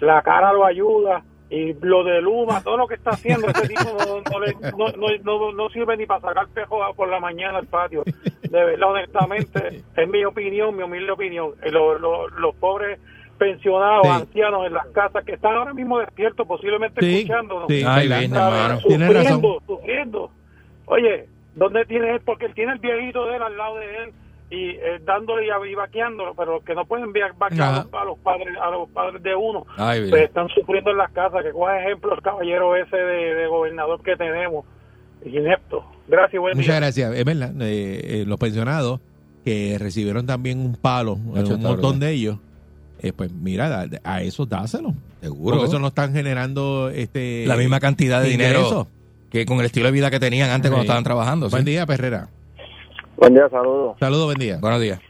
[SPEAKER 9] La cara lo ayuda y lo de Luma, todo lo que está haciendo ese tipo no, no le-
[SPEAKER 5] <laughs>
[SPEAKER 9] no- no- no- no sirve ni para sacar pejo por la mañana al patio. De
[SPEAKER 1] <laughs>
[SPEAKER 9] verdad, honestamente, es mi opinión, mi humilde opinión. Eh, lo- lo- los pobres pensionados,
[SPEAKER 1] Sí.
[SPEAKER 9] ancianos en las casas que están ahora mismo despiertos, posiblemente
[SPEAKER 1] Sí,
[SPEAKER 9] escuchándonos.
[SPEAKER 1] sí,
[SPEAKER 2] Ay,
[SPEAKER 1] ¿verdad?
[SPEAKER 2] bien,
[SPEAKER 9] ¿sabes?
[SPEAKER 2] hermano.
[SPEAKER 1] Tienes razón.
[SPEAKER 9] Sufriendo, sufriendo. Oye, ¿dónde tiene él? Porque él tiene el viejito de él al lado de él y eh, dándole y ab- y vaqueándolo, pero los que no pueden via- vaquear a
[SPEAKER 1] Ajá.
[SPEAKER 9] los, a los padres a los padres de uno,
[SPEAKER 2] Ay, bien.
[SPEAKER 9] pues están sufriendo en las casas. Que coja ejemplo el caballero ese de, de gobernador que tenemos, inepto. Gracias, buen
[SPEAKER 1] Muchas
[SPEAKER 9] día.
[SPEAKER 1] gracias. Es verdad, eh, eh, los pensionados que recibieron también un palo, eh,
[SPEAKER 2] está
[SPEAKER 1] un montón
[SPEAKER 2] brutal.
[SPEAKER 1] de ellos, eh, pues mira, da- a eso dáselo.
[SPEAKER 2] Seguro.
[SPEAKER 1] Porque eso no están generando este
[SPEAKER 2] la misma cantidad de
[SPEAKER 1] ingresos.
[SPEAKER 2] dinero que con el estilo de vida que tenían antes cuando
[SPEAKER 1] Sí.
[SPEAKER 2] estaban trabajando. sí.
[SPEAKER 1] Buen día, Perrera.
[SPEAKER 4] Buen día, saludos.
[SPEAKER 1] Saludos, buen día.
[SPEAKER 2] Buenos días.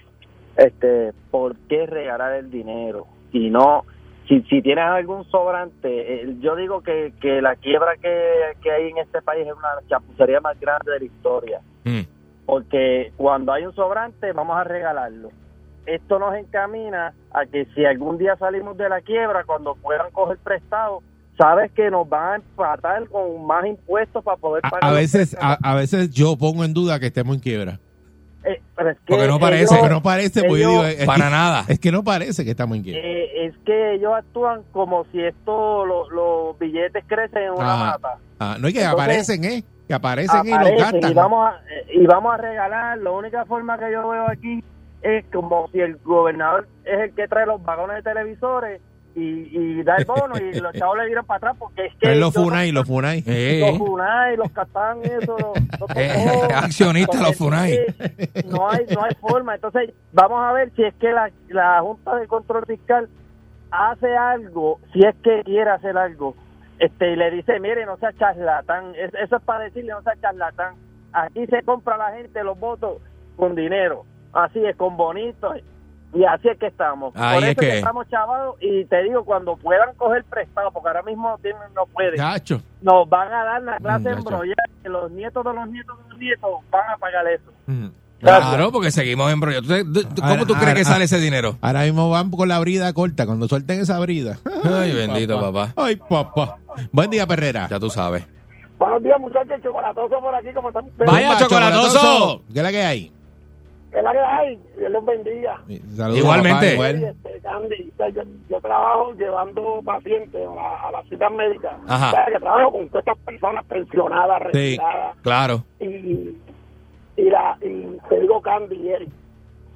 [SPEAKER 4] Este, ¿por qué regalar el dinero? Y no, si, si tienes algún sobrante, eh, yo digo que, que la quiebra que, que hay en este país es una chapucería más grande de la historia.
[SPEAKER 1] Eh,
[SPEAKER 2] Mm.
[SPEAKER 4] porque cuando hay un sobrante vamos a regalarlo. Esto nos encamina a que si algún día salimos de la quiebra, cuando puedan coger prestado, sabes que nos van a empatar con más impuestos para poder
[SPEAKER 1] A,
[SPEAKER 4] pagar.
[SPEAKER 1] a
[SPEAKER 4] los
[SPEAKER 1] veces, a,
[SPEAKER 4] préstamos.
[SPEAKER 1] a veces yo pongo en duda que estemos en quiebra.
[SPEAKER 4] Eh, pero es que
[SPEAKER 2] Porque no parece,
[SPEAKER 4] ellos-
[SPEAKER 1] Porque no parece, porque yo
[SPEAKER 4] ellos-
[SPEAKER 1] digo, eh,
[SPEAKER 2] Para nada.
[SPEAKER 1] es que no parece que estamos en quiebra.
[SPEAKER 4] eh, es que ellos actúan como si esto, lo- los billetes crecen en una
[SPEAKER 1] Ajá.
[SPEAKER 4] mata.
[SPEAKER 1] Ah, no es que
[SPEAKER 4] entonces,
[SPEAKER 1] aparecen, ¿eh? Que aparecen y lo
[SPEAKER 4] Aparecen
[SPEAKER 1] gastan.
[SPEAKER 4] y vamos a, eh, y vamos a regalar. La única forma que yo veo aquí es como si el gobernador es el que trae los vagones de televisores y, y da el bono
[SPEAKER 1] <laughs>
[SPEAKER 4] y los chavos le dieron para atrás porque es que
[SPEAKER 1] Traen los
[SPEAKER 4] ellos-
[SPEAKER 1] Funai, los Funai.
[SPEAKER 2] Eh,
[SPEAKER 4] los Funai, los Catán, eso, los, los
[SPEAKER 2] <laughs> Eh,
[SPEAKER 4] Cocoy.
[SPEAKER 2] accionistas, los Funai.
[SPEAKER 4] Entonces, No hay, no hay forma. Entonces, vamos a ver si es que la, la Junta de Control Fiscal hace algo, si es que quiere hacer algo. Este, y le dice, mire, no sea charlatán. Es- eso es para decirle, no sea charlatán. Aquí se compra la gente los votos con dinero. Así es, con bonitos. Y así es que estamos.
[SPEAKER 2] Ahí
[SPEAKER 4] Por
[SPEAKER 2] es
[SPEAKER 4] eso es que
[SPEAKER 2] que-
[SPEAKER 4] estamos chavados. Y te digo, cuando puedan coger prestado, porque ahora mismo no tienen- no pueden
[SPEAKER 1] Chacho.
[SPEAKER 4] nos van a dar la clase
[SPEAKER 1] Mm, ya,
[SPEAKER 4] embrollada que los nietos de los nietos de los nietos van a pagar eso.
[SPEAKER 1] Mm.
[SPEAKER 2] claro, porque seguimos en brollo. ¿Tú- tú- tú- ¿Cómo
[SPEAKER 1] Ahora-
[SPEAKER 2] tú crees que
[SPEAKER 1] ahora-
[SPEAKER 2] sale ese dinero?
[SPEAKER 1] Ahora mismo van con la brida corta. Cuando suelten esa brida.
[SPEAKER 2] Ay, bendito papá.
[SPEAKER 1] Ay, <laughs> papá. Buen día, Perrera.
[SPEAKER 2] Ya tú sabes.
[SPEAKER 9] Buenos días, muchachos, chocolatoso por aquí, como están ustedes.
[SPEAKER 2] Vaya, chocolatoso.
[SPEAKER 1] ¿Qué es la que hay?
[SPEAKER 9] Que la que hay, Dios los bendiga.
[SPEAKER 1] Saludos,
[SPEAKER 2] Igualmente.
[SPEAKER 1] papá, igual.
[SPEAKER 9] Este, Candy, o sea, yo, yo trabajo llevando pacientes a, la- a las citas médicas.
[SPEAKER 2] Ajá.
[SPEAKER 9] O sea, que trabajo con todas estas personas pensionadas,
[SPEAKER 1] Sí.
[SPEAKER 9] retiradas.
[SPEAKER 2] Claro.
[SPEAKER 9] Y, y, la, y te digo, Candy, Eric,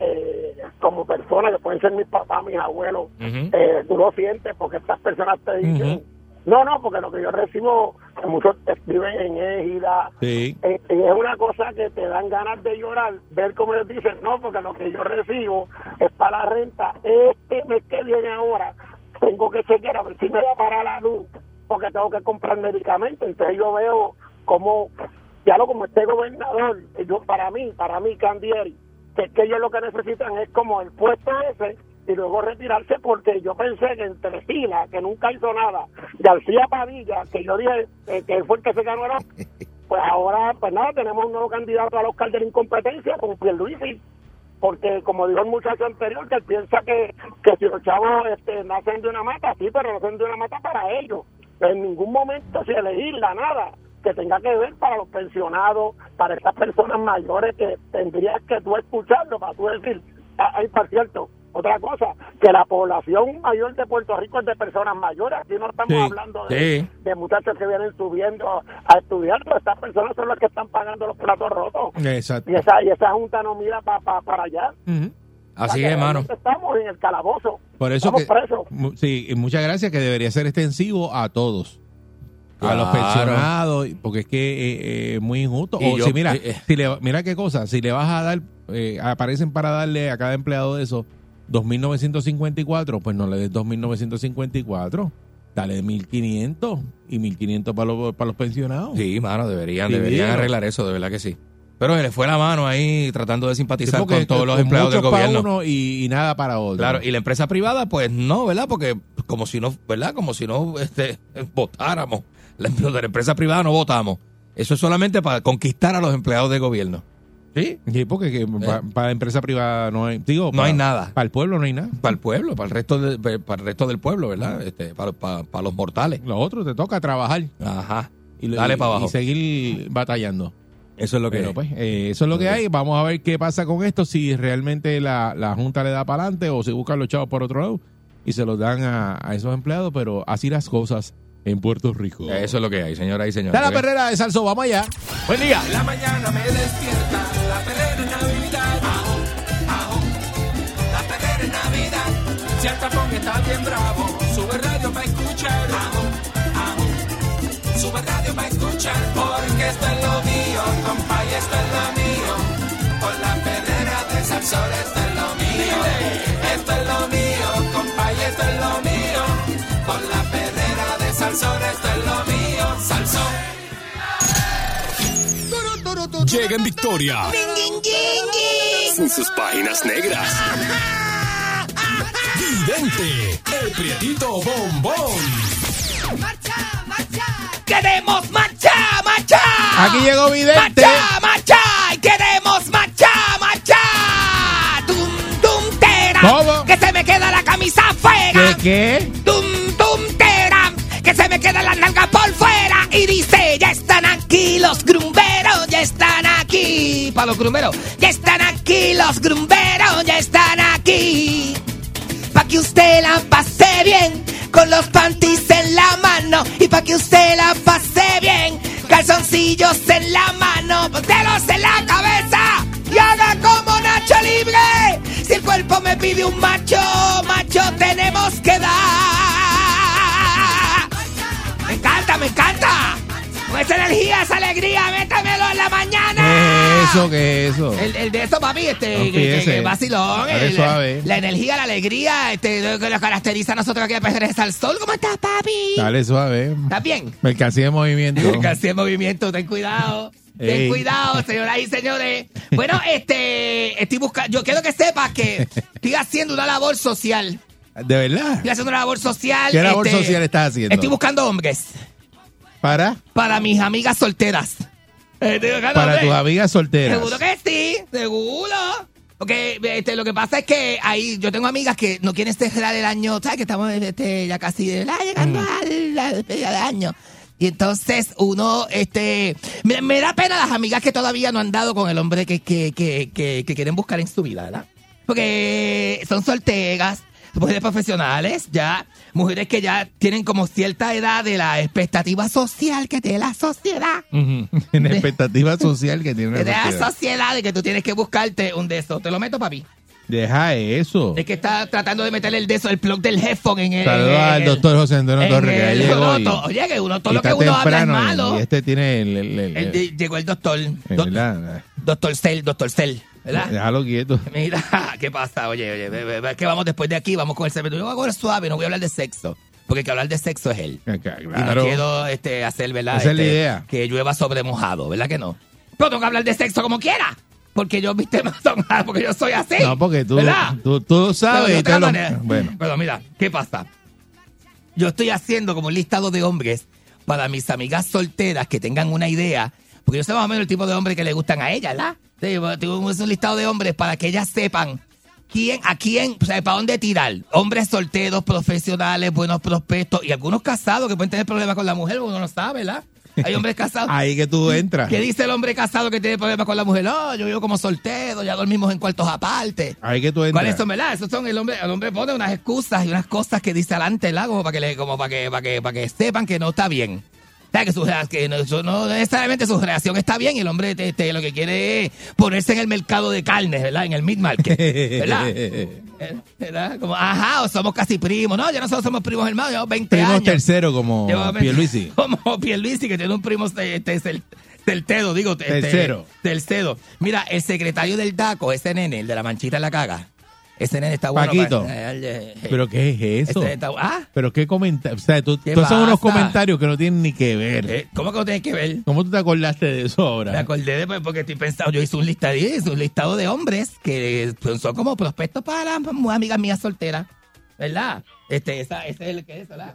[SPEAKER 9] eh, como personas que pueden ser mis papás, mis abuelos,
[SPEAKER 2] Ujú.
[SPEAKER 9] eh, tú lo sientes porque estas personas te dicen,
[SPEAKER 1] Ujú.
[SPEAKER 9] no, no, porque lo que yo recibo, que muchos te escriben en égida,
[SPEAKER 1] Sí.
[SPEAKER 9] eh, y es una cosa que te dan ganas de llorar, ver cómo ellos dicen, no, porque lo que yo recibo es para la renta, este mes que viene ahora, tengo que chequear a ver si me va para la luz, porque tengo que comprar medicamentos, entonces yo veo como, ya lo como este gobernador, yo, para mí, para mí, Candieri, que es que ellos lo que necesitan es como el puesto ese y luego retirarse porque yo pensé que entre Sila, que nunca hizo nada, García Padilla, que yo dije eh, que fue el que se ganó el Oscar, pues ahora, pues nada, tenemos un nuevo candidato al Oscar de la incompetencia con Pierluisi, porque como dijo el muchacho anterior, que él piensa que, que si los chavos este, nacen de una mata, sí, pero nacen de una mata para ellos. En ningún momento se elegirla, nada, que tenga que ver para los pensionados, para esas personas mayores que tendrías que tú escucharlo para tú decir, "Ah, ay, por cierto, Otra cosa, que la población mayor de Puerto Rico es de personas mayores. Aquí no estamos
[SPEAKER 2] Sí,
[SPEAKER 9] hablando de,
[SPEAKER 2] sí.
[SPEAKER 9] de muchachos que vienen subiendo a estudiar. pero Estas personas son las que están pagando los platos rotos.
[SPEAKER 1] Exacto.
[SPEAKER 9] Y esa, y esa junta no mira pa- pa- para allá. O sea,
[SPEAKER 2] Así
[SPEAKER 9] que
[SPEAKER 2] es, hermano.
[SPEAKER 9] realmente Estamos en el calabozo.
[SPEAKER 1] Por eso
[SPEAKER 9] estamos
[SPEAKER 1] que,
[SPEAKER 9] presos.
[SPEAKER 1] mu- sí, y muchas gracias, que debería ser extensivo a todos. A los
[SPEAKER 2] Claro.
[SPEAKER 1] pensionados, porque es que eh, eh, es muy injusto.
[SPEAKER 2] Y
[SPEAKER 1] o
[SPEAKER 2] yo-
[SPEAKER 1] si mira,
[SPEAKER 2] eh, eh.
[SPEAKER 1] si le, mira qué cosa, si le vas a dar, eh, aparecen para darle a cada empleado de eso 2.954, pues no le des 2.954, dale 1.500 y 1.500 para los, para los pensionados.
[SPEAKER 2] Sí, mano, deberían,
[SPEAKER 1] Sí,
[SPEAKER 2] deberían
[SPEAKER 1] digo.
[SPEAKER 2] arreglar eso, de verdad que sí. Pero se le fue la mano ahí tratando de
[SPEAKER 1] Sí,
[SPEAKER 2] simpatizar
[SPEAKER 1] porque
[SPEAKER 2] con todos los
[SPEAKER 1] con
[SPEAKER 2] empleados del
[SPEAKER 1] muchos para
[SPEAKER 2] gobierno.
[SPEAKER 1] uno y, y nada para otro.
[SPEAKER 2] Claro, y la empresa privada, pues no, ¿verdad? Porque como si no, ¿verdad? Como si no este, <laughs> votáramos. La, em- los de la empresa privada no votamos. Eso es solamente para conquistar a los empleados del gobierno. ¿Sí?
[SPEAKER 1] Sí, porque que pa- para la empresa privada no hay, digo,
[SPEAKER 2] Eh. No hay
[SPEAKER 1] pa-
[SPEAKER 2] nada.
[SPEAKER 1] Para el pueblo no hay nada.
[SPEAKER 2] Para el pueblo, para el resto, de- pe- para el resto del pueblo, ¿verdad? Este, para, para- para los mortales.
[SPEAKER 1] Lo otro te toca trabajar
[SPEAKER 2] Ajá.
[SPEAKER 1] y,
[SPEAKER 2] Dale
[SPEAKER 1] y-
[SPEAKER 2] para abajo.
[SPEAKER 1] y seguir batallando.
[SPEAKER 2] Eso es lo
[SPEAKER 1] Pero pues, eh, eso es lo que hay. Vamos a ver qué pasa con esto, si realmente la, la Junta le da para adelante o si buscan los chavos por otro lado y se los dan a, a esos empleados, pero así las cosas en Puerto Rico.
[SPEAKER 2] Eso es lo que hay, señora y señores.
[SPEAKER 1] Está la perrera de Salso, vamos allá. Buen día.
[SPEAKER 10] La mañana me despierta, la perrera en Navidad. Ajo, ajo, la perrera en Navidad. Si el tapón está bien bravo, sube el radio para escuchar. Ajo, ajo, sube el radio para escuchar. Porque esto es lo mío, compa, y esto es lo mío. Con la perrera de Salsor, esto es lo mío. Esto es lo mío, compa, y esto es lo mío. Con la perrera de Salsor, esto es lo mío. Salsón.
[SPEAKER 11] Llega en victoria. Con sus páginas negras. Vidente, el prietito bombón.
[SPEAKER 10] ¡Queremos marcha, marcha!
[SPEAKER 1] Aquí llegó Vidente.
[SPEAKER 10] ¡Marcha, marcha! ¡Y queremos marcha, marcha! ¡Tum, tum, teram!
[SPEAKER 1] ¿Cómo?
[SPEAKER 10] ¡Que se me queda la camisa
[SPEAKER 1] ¿Qué
[SPEAKER 10] fuera!
[SPEAKER 1] qué?
[SPEAKER 10] ¡Tum, tum, teram! ¡Que se me queda la nalga por fuera! Y dice, ya están aquí los grumberos, ya están aquí. Para los grumberos, ya están aquí los grumberos, ya están aquí pa' que usted la pase bien, con los panties en la mano, y pa' que usted la pase bien, calzoncillos en la mano, telos en la cabeza, y haga como Nacho Libre, si el cuerpo me pide un macho, macho tenemos que dar. Me encanta, me encanta, con esa energía, esa alegría, métamelo en la mañana.
[SPEAKER 1] Eso, que eso.
[SPEAKER 10] El, el de eso, papi, este,
[SPEAKER 1] No
[SPEAKER 10] que- que-
[SPEAKER 1] fíjese.
[SPEAKER 10] que vacilón.
[SPEAKER 1] Dale
[SPEAKER 10] el-
[SPEAKER 1] suave.
[SPEAKER 10] La energía, la alegría, este, lo que nos caracteriza a nosotros aquí de Pejeres al Sol. ¿Cómo estás, papi?
[SPEAKER 1] Dale suave.
[SPEAKER 10] ¿Estás bien?
[SPEAKER 1] Mercancía en movimiento.
[SPEAKER 10] Casi en movimiento, ten cuidado. Ten
[SPEAKER 1] Ey.
[SPEAKER 10] cuidado, señoras y señores.
[SPEAKER 1] <laughs>
[SPEAKER 10] Bueno, este, estoy buscando, yo quiero que sepas que estoy haciendo una labor social.
[SPEAKER 1] ¿De verdad?
[SPEAKER 10] Estoy haciendo una labor social. este,
[SPEAKER 1] ¿Qué labor social estás haciendo?
[SPEAKER 10] Estoy buscando hombres
[SPEAKER 1] ¿Para?
[SPEAKER 10] para mis amigas solteras. Estoy buscando
[SPEAKER 1] Para
[SPEAKER 10] hombres.
[SPEAKER 1] tus amigas solteras.
[SPEAKER 10] Seguro que sí, seguro. Porque este, lo que pasa es que ahí yo tengo amigas que no quieren cerrar el año, ¿sabes? Que estamos este, ya casi ¿verdad? llegando al- a la despedida de año. Y entonces uno, este, me, me da pena las amigas que todavía no han dado con el hombre que, que, que, que, que quieren buscar en su vida, ¿verdad? Porque son solteras, mujeres profesionales, ya, mujeres que ya tienen como cierta edad de la expectativa social que tiene la sociedad. <laughs>
[SPEAKER 1] en expectativa social que tiene una
[SPEAKER 10] De la
[SPEAKER 1] sociedad.
[SPEAKER 10] sociedad de que tú tienes que buscarte un de esos. Te lo meto, papi.
[SPEAKER 1] Deja eso.
[SPEAKER 10] Es que está tratando de meterle el de esos, el plug del headphone en el.
[SPEAKER 1] Saludos
[SPEAKER 10] en
[SPEAKER 1] al
[SPEAKER 10] el-
[SPEAKER 1] doctor José Antonio
[SPEAKER 10] en
[SPEAKER 1] Torres, que ya
[SPEAKER 10] el-
[SPEAKER 1] llegó. y-
[SPEAKER 10] no, to- oye, que uno, todo
[SPEAKER 1] y
[SPEAKER 10] lo que
[SPEAKER 1] está
[SPEAKER 10] uno habla es
[SPEAKER 1] temprano,
[SPEAKER 10] malo.
[SPEAKER 1] Y este tiene el. el, el-
[SPEAKER 10] El de- llegó el doctor.
[SPEAKER 1] el-
[SPEAKER 10] Do-
[SPEAKER 1] ¿verdad?
[SPEAKER 10] doctor Cell, doctor Cell. ¿Verdad?
[SPEAKER 1] Déjalo quieto.
[SPEAKER 10] Mira, <laughs> ¿qué pasa? Oye, oye, ve- ve- ve, es que vamos después de aquí, vamos con el cemento. Yo voy a coger suave, no voy a hablar de sexo. Porque el que hablar de sexo es él.
[SPEAKER 1] Acá,
[SPEAKER 10] Y no
[SPEAKER 1] Claro.
[SPEAKER 10] quiero este, hacer, ¿verdad?
[SPEAKER 1] Esa es la
[SPEAKER 10] Este,
[SPEAKER 1] idea.
[SPEAKER 10] Que llueva sobre mojado, ¿verdad que no? Pero tengo que hablar de sexo como quiera. Porque yo mis temas son <laughs> porque yo soy así.
[SPEAKER 1] No, porque tú,
[SPEAKER 10] ¿Verdad?
[SPEAKER 1] tú, tú lo sabes.
[SPEAKER 10] Pero de
[SPEAKER 1] y
[SPEAKER 10] otra
[SPEAKER 1] te lo-
[SPEAKER 10] manera.
[SPEAKER 1] Bueno,
[SPEAKER 10] ¿eh? Pero mira, ¿qué pasa? Yo estoy haciendo como un listado de hombres para mis amigas solteras que tengan una idea, porque yo sé más o menos el tipo de hombres que le gustan a ellas, ¿la? Sí, bueno, tengo un es un listado de hombres para que ellas sepan quién, a quién, o sea, para dónde tirar. Hombres solteros, profesionales, buenos prospectos y algunos casados que pueden tener problemas con la mujer, uno no sabe, ¿la? Hay hombres
[SPEAKER 1] <laughs>
[SPEAKER 10] casados.
[SPEAKER 1] Ahí que tú entras.
[SPEAKER 10] ¿Qué dice el hombre casado que tiene problemas con la mujer? No, yo vivo como soltero, ya dormimos en cuartos aparte.
[SPEAKER 1] Ahí que tú entras.
[SPEAKER 10] ¿Cuáles son, verdad? Esos son el hombre, el hombre pone unas excusas y unas cosas que dice adelante el lago para que le, como para que, para que, para que sepan que no está bien. O sea, que, su, rea- que no, su- no necesariamente su reacción está bien y el hombre este, este, lo que quiere es ponerse en el mercado de carnes, ¿verdad? En el meat
[SPEAKER 1] <laughs>
[SPEAKER 10] market, ¿verdad? Eh, ¿Verdad? Como, ajá, o somos casi primos. No, ya nosotros somos primos hermanos, llevamos 20
[SPEAKER 1] Primos
[SPEAKER 10] años.
[SPEAKER 1] tercero como
[SPEAKER 10] Llevaba-
[SPEAKER 1] Pierluisi.
[SPEAKER 10] <laughs> Como Pierluisi, que tiene un primo este, este, cel- Celtedo, digo. este,
[SPEAKER 1] Tercero.
[SPEAKER 10] Tercero. Mira, el secretario del DACO, ese nene, el de la manchita en la caga. Ese nene está bueno.
[SPEAKER 1] Paquito,
[SPEAKER 10] pa- eh, eh, eh,
[SPEAKER 1] ¿Pero qué es eso?
[SPEAKER 10] ese está- ah,
[SPEAKER 1] ¿Pero qué comentario? O sea, tú,
[SPEAKER 10] ¿Qué
[SPEAKER 1] tú haces unos
[SPEAKER 10] pasa?
[SPEAKER 1] comentarios que no tienen ni que ver.
[SPEAKER 10] eh, ¿Cómo que no tiene que ver?
[SPEAKER 1] ¿Cómo tú te acordaste de eso
[SPEAKER 10] Me
[SPEAKER 1] ahora?
[SPEAKER 10] acordé después porque estoy pensando, yo hice un listado, hice un listado de hombres que son como prospectos para mu- amigas mías solteras, ¿verdad? Este, esa, ese es el que es, ¿verdad?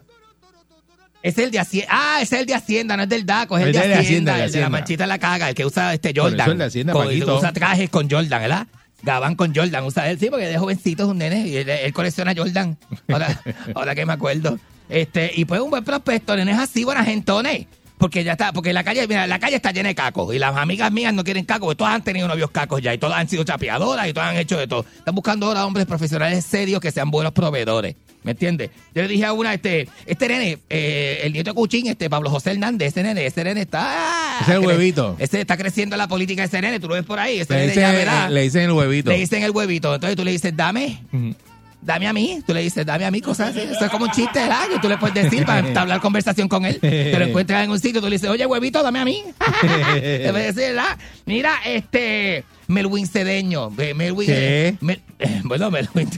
[SPEAKER 10] Es el de Hacienda. Ah, ese es el de Hacienda, no es del DACO, es el de Hacienda.
[SPEAKER 1] el de
[SPEAKER 10] el de la
[SPEAKER 1] Hacienda.
[SPEAKER 10] manchita en la caga, el que usa este
[SPEAKER 1] Por
[SPEAKER 10] Jordan.
[SPEAKER 1] eso el de Hacienda,
[SPEAKER 10] Con-
[SPEAKER 1] Paquito.
[SPEAKER 10] Usa trajes con Jordan, ¿verdad? Gabán con Jordan, usa él, sí, porque de jovencito es un nene y él, él colecciona Jordan.
[SPEAKER 1] <laughs>
[SPEAKER 10] Ahora, ahora que me acuerdo. Este, y pues un buen prospecto, nenes así, buenas gentones. Porque ya está, porque la calle, mira, la calle está llena de cacos y las amigas mías no quieren cacos, porque todas han tenido novios cacos ya y todas han sido chapeadoras y todas han hecho de todo. Están buscando ahora hombres profesionales serios que sean buenos proveedores. ¿Me entiendes? Yo le dije a una, este, este nene, eh, el nieto de Cuchín, este Pablo José Hernández, ese nene, ese nene está.
[SPEAKER 1] Ese es el
[SPEAKER 10] cre-
[SPEAKER 1] huevito.
[SPEAKER 10] Ese Este, está creciendo la política de ese nene, tú lo ves por ahí, ese
[SPEAKER 1] Le
[SPEAKER 10] nene ya verá.
[SPEAKER 1] dicen, eh, le dicen el huevito.
[SPEAKER 10] Le dicen el huevito. Entonces tú le dices, dame. Dame a mí, tú le dices, dame a mí cosas así. Eso es como un chiste del año, tú le puedes
[SPEAKER 1] <laughs>
[SPEAKER 10] decir para entablar conversación con él. Te lo encuentras en un sitio, tú le dices, oye, huevito, dame a mí. <laughs> Te voy a decir, ¿verdad? Mira, este, Melwin Cedeño. eh, Melwin,
[SPEAKER 1] ¿Qué?
[SPEAKER 10] eh, Mel- eh, bueno, Melwin,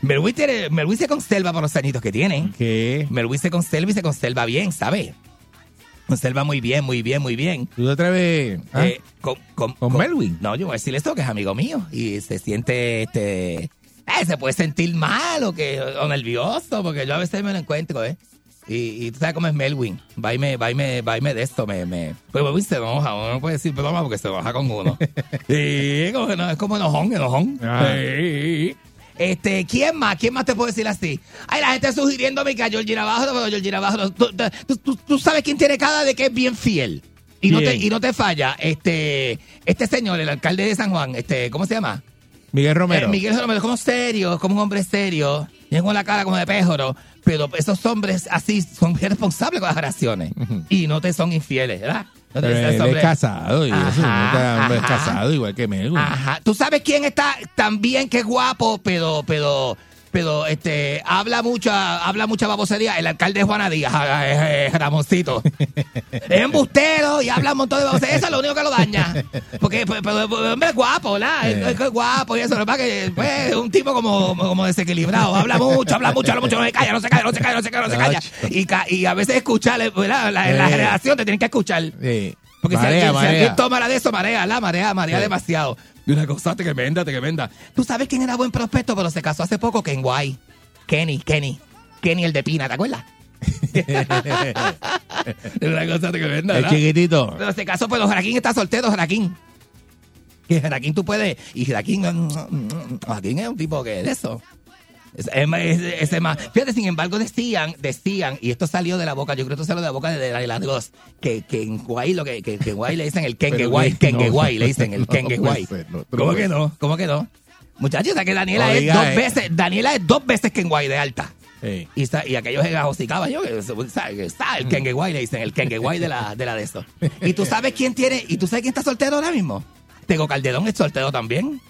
[SPEAKER 10] Melwin, tiene- Melwin se conserva por los añitos que tiene.
[SPEAKER 1] ¿Qué?
[SPEAKER 10] Melwin se conserva y se conserva bien, ¿sabes? Conserva muy bien, muy bien, muy bien.
[SPEAKER 1] ¿Tú te atreves? ah?
[SPEAKER 10] Eh, con, con-
[SPEAKER 1] ¿Con
[SPEAKER 10] con-
[SPEAKER 1] Melvin?
[SPEAKER 10] No, yo voy a decirle esto que es amigo mío y se siente, este, eh, se puede sentir mal o que o nervioso porque yo a veces me lo encuentro, ¿eh? Y, y tú sabes cómo es Melwin. Va y me, va y me, va y me de esto, me, me. Pues Melwin se enoja, uno no puede decir broma porque se enoja
[SPEAKER 1] <laughs>
[SPEAKER 10] con uno. sí, como que no, es como enojón, enojón.
[SPEAKER 1] Ah.
[SPEAKER 10] Sí. Este, ¿quién más? ¿Quién más te puedo decir así? Ay, la gente sugiriéndome que a Georgina Bajro, pero Georgina Bajro, tú, tú- tú- tú sabes quién tiene cada de que es bien fiel. Y no, te,
[SPEAKER 1] ¿Quién?
[SPEAKER 10] y no te falla, este, este señor, el alcalde de San Juan, este, ¿cómo se llama?
[SPEAKER 1] Miguel Romero.
[SPEAKER 10] Eh, Miguel Romero, como serio, como un hombre serio, tiene con la cara como de péjoro, pero esos hombres así son <laughs> bien responsables con las oraciones y no te son infieles, ¿verdad? No te
[SPEAKER 1] Pero
[SPEAKER 10] son
[SPEAKER 1] él es
[SPEAKER 10] hombres-
[SPEAKER 1] casado y eso.
[SPEAKER 10] Ajá,
[SPEAKER 1] no está- hombre, es
[SPEAKER 10] ajá.
[SPEAKER 1] casado igual que Melwin.
[SPEAKER 10] Ajá. ¿Tú sabes quién está también que es guapo, pero, pero, pero, este, habla mucha, habla mucha babosería? El alcalde de Juana Díaz, ah, eh, eh, Ramoncito. es embustero y habla un montón de babosería. Eso es lo único que lo daña. Porque, pero, pero, pero, hombre, es guapo, ¿verdad? Es, es guapo y eso. Lo que pasa es que, pues, es un tipo como, como- como desequilibrado. Habla mucho, habla mucho, habla mucho, no se calla, no se calla, no se calla, no se calla, no se calla. Y, ca- y a veces escucharle, ¿verdad? La, la
[SPEAKER 1] Eh.
[SPEAKER 10] generación te tienen que escuchar.
[SPEAKER 1] Sí.
[SPEAKER 10] Porque si,
[SPEAKER 1] Marea,
[SPEAKER 10] alguien, si
[SPEAKER 1] marea.
[SPEAKER 10] alguien toma la de eso, marea, la marea, marea
[SPEAKER 1] Sí.
[SPEAKER 10] demasiado. Y una cosa tremenda, tremenda. Tú sabes quién era buen prospecto, pero se casó hace poco, Ken Guay. Kenny, Kenny. Kenny el de Pina,
[SPEAKER 1] <laughs>
[SPEAKER 10] ¿te acuerdas? <laughs> Es una cosa tremenda,
[SPEAKER 1] El
[SPEAKER 10] ¿verdad?
[SPEAKER 1] chiquitito.
[SPEAKER 10] Pero este se casó, pero Jaraquín pues, está soltero, Jaraquín. Que Jaraquín tú puedes. Y Jaraquín, mm, mm, Jaraquín es un tipo que es de eso. Es- es más- es- es más. Fíjate, sin embargo, decían, decían, y esto salió de la boca, yo creo que esto salió de la boca de, de las dos, que, que en Guay lo que, que, que en Guay le dicen el Kengue
[SPEAKER 1] Pero
[SPEAKER 10] Guay,
[SPEAKER 1] que-
[SPEAKER 10] Kengue
[SPEAKER 1] no.
[SPEAKER 10] Guay, le dicen el
[SPEAKER 1] No
[SPEAKER 10] Kengue Guay.
[SPEAKER 1] puede ser, no, no
[SPEAKER 10] ¿Cómo
[SPEAKER 1] puede
[SPEAKER 10] que
[SPEAKER 1] ser.
[SPEAKER 10] no? ¿Cómo que no? Muchachos, o sea que Daniela
[SPEAKER 1] Oiga,
[SPEAKER 10] es dos
[SPEAKER 1] eh.
[SPEAKER 10] veces, Daniela es dos veces Kenguay de alta.
[SPEAKER 1] Sí.
[SPEAKER 10] Y, sa- y aquellos egajosicaban yo, que se- sabe, que está el Kengue Guay, le dicen, el Kengue Guay de la, de la
[SPEAKER 1] <laughs>
[SPEAKER 10] de eso. Y tú sabes quién tiene, y tú sabes quién está soltero ahora mismo. Tego Calderón es soltero también.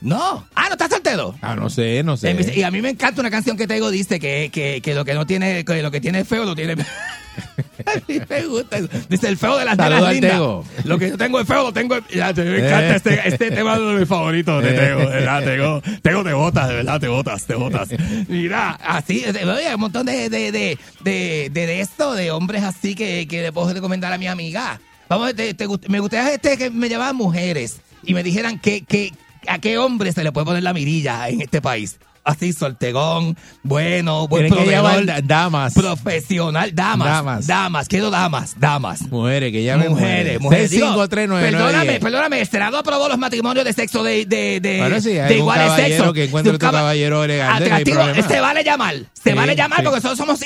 [SPEAKER 10] No. Ah, no está soltero.
[SPEAKER 1] Ah, no sé, no sé.
[SPEAKER 10] Eh, Y a mí me encanta una canción que Tego dice que, que, que lo que no tiene, que lo que tiene feo lo tiene. <laughs> A mí me gusta eso. Dice el feo de las
[SPEAKER 1] Saluda
[SPEAKER 10] nenas
[SPEAKER 1] al
[SPEAKER 10] lindas.
[SPEAKER 1] Tego.
[SPEAKER 10] Lo que yo tengo es feo, lo tengo. en- Ya, te-
[SPEAKER 1] Eh.
[SPEAKER 10] me encanta este, este tema es uno de mis favoritos de Tego, de verdad, Tego. Tego te botas, de verdad, te botas, te botas. Mira, así, eh, oye, hay un montón de, de, de, de, de, de esto, de hombres así que, que le puedo recomendar a mi amiga. Vamos, te, te gust- me gustaría este que me llamaban mujeres y me dijeran que, que, a qué hombre se le puede poner la mirilla en este país. así soltegón, bueno, buen
[SPEAKER 1] Tienen que
[SPEAKER 10] proveedor,
[SPEAKER 1] llevar damas.
[SPEAKER 10] profesional, damas,
[SPEAKER 1] Damas.
[SPEAKER 10] damas, quiero damas, damas.
[SPEAKER 1] Mujeres, que llamen
[SPEAKER 10] mujeres,
[SPEAKER 1] mujeres.
[SPEAKER 10] mujeres. Digo,
[SPEAKER 1] 6539910.
[SPEAKER 10] perdóname, perdóname, el Senado aprobó los matrimonios de sexo de, de, de,
[SPEAKER 1] Bueno, sí, hay
[SPEAKER 10] de
[SPEAKER 1] un
[SPEAKER 10] iguales
[SPEAKER 1] caballero
[SPEAKER 10] sexos.
[SPEAKER 1] que encuentre
[SPEAKER 10] De un
[SPEAKER 1] otro
[SPEAKER 10] caba-
[SPEAKER 1] caballero elegante, no hay
[SPEAKER 10] Atractivo,
[SPEAKER 1] problema.
[SPEAKER 10] se vale llamar, se
[SPEAKER 1] Sí,
[SPEAKER 10] vale llamar
[SPEAKER 1] sí.
[SPEAKER 10] porque nosotros somos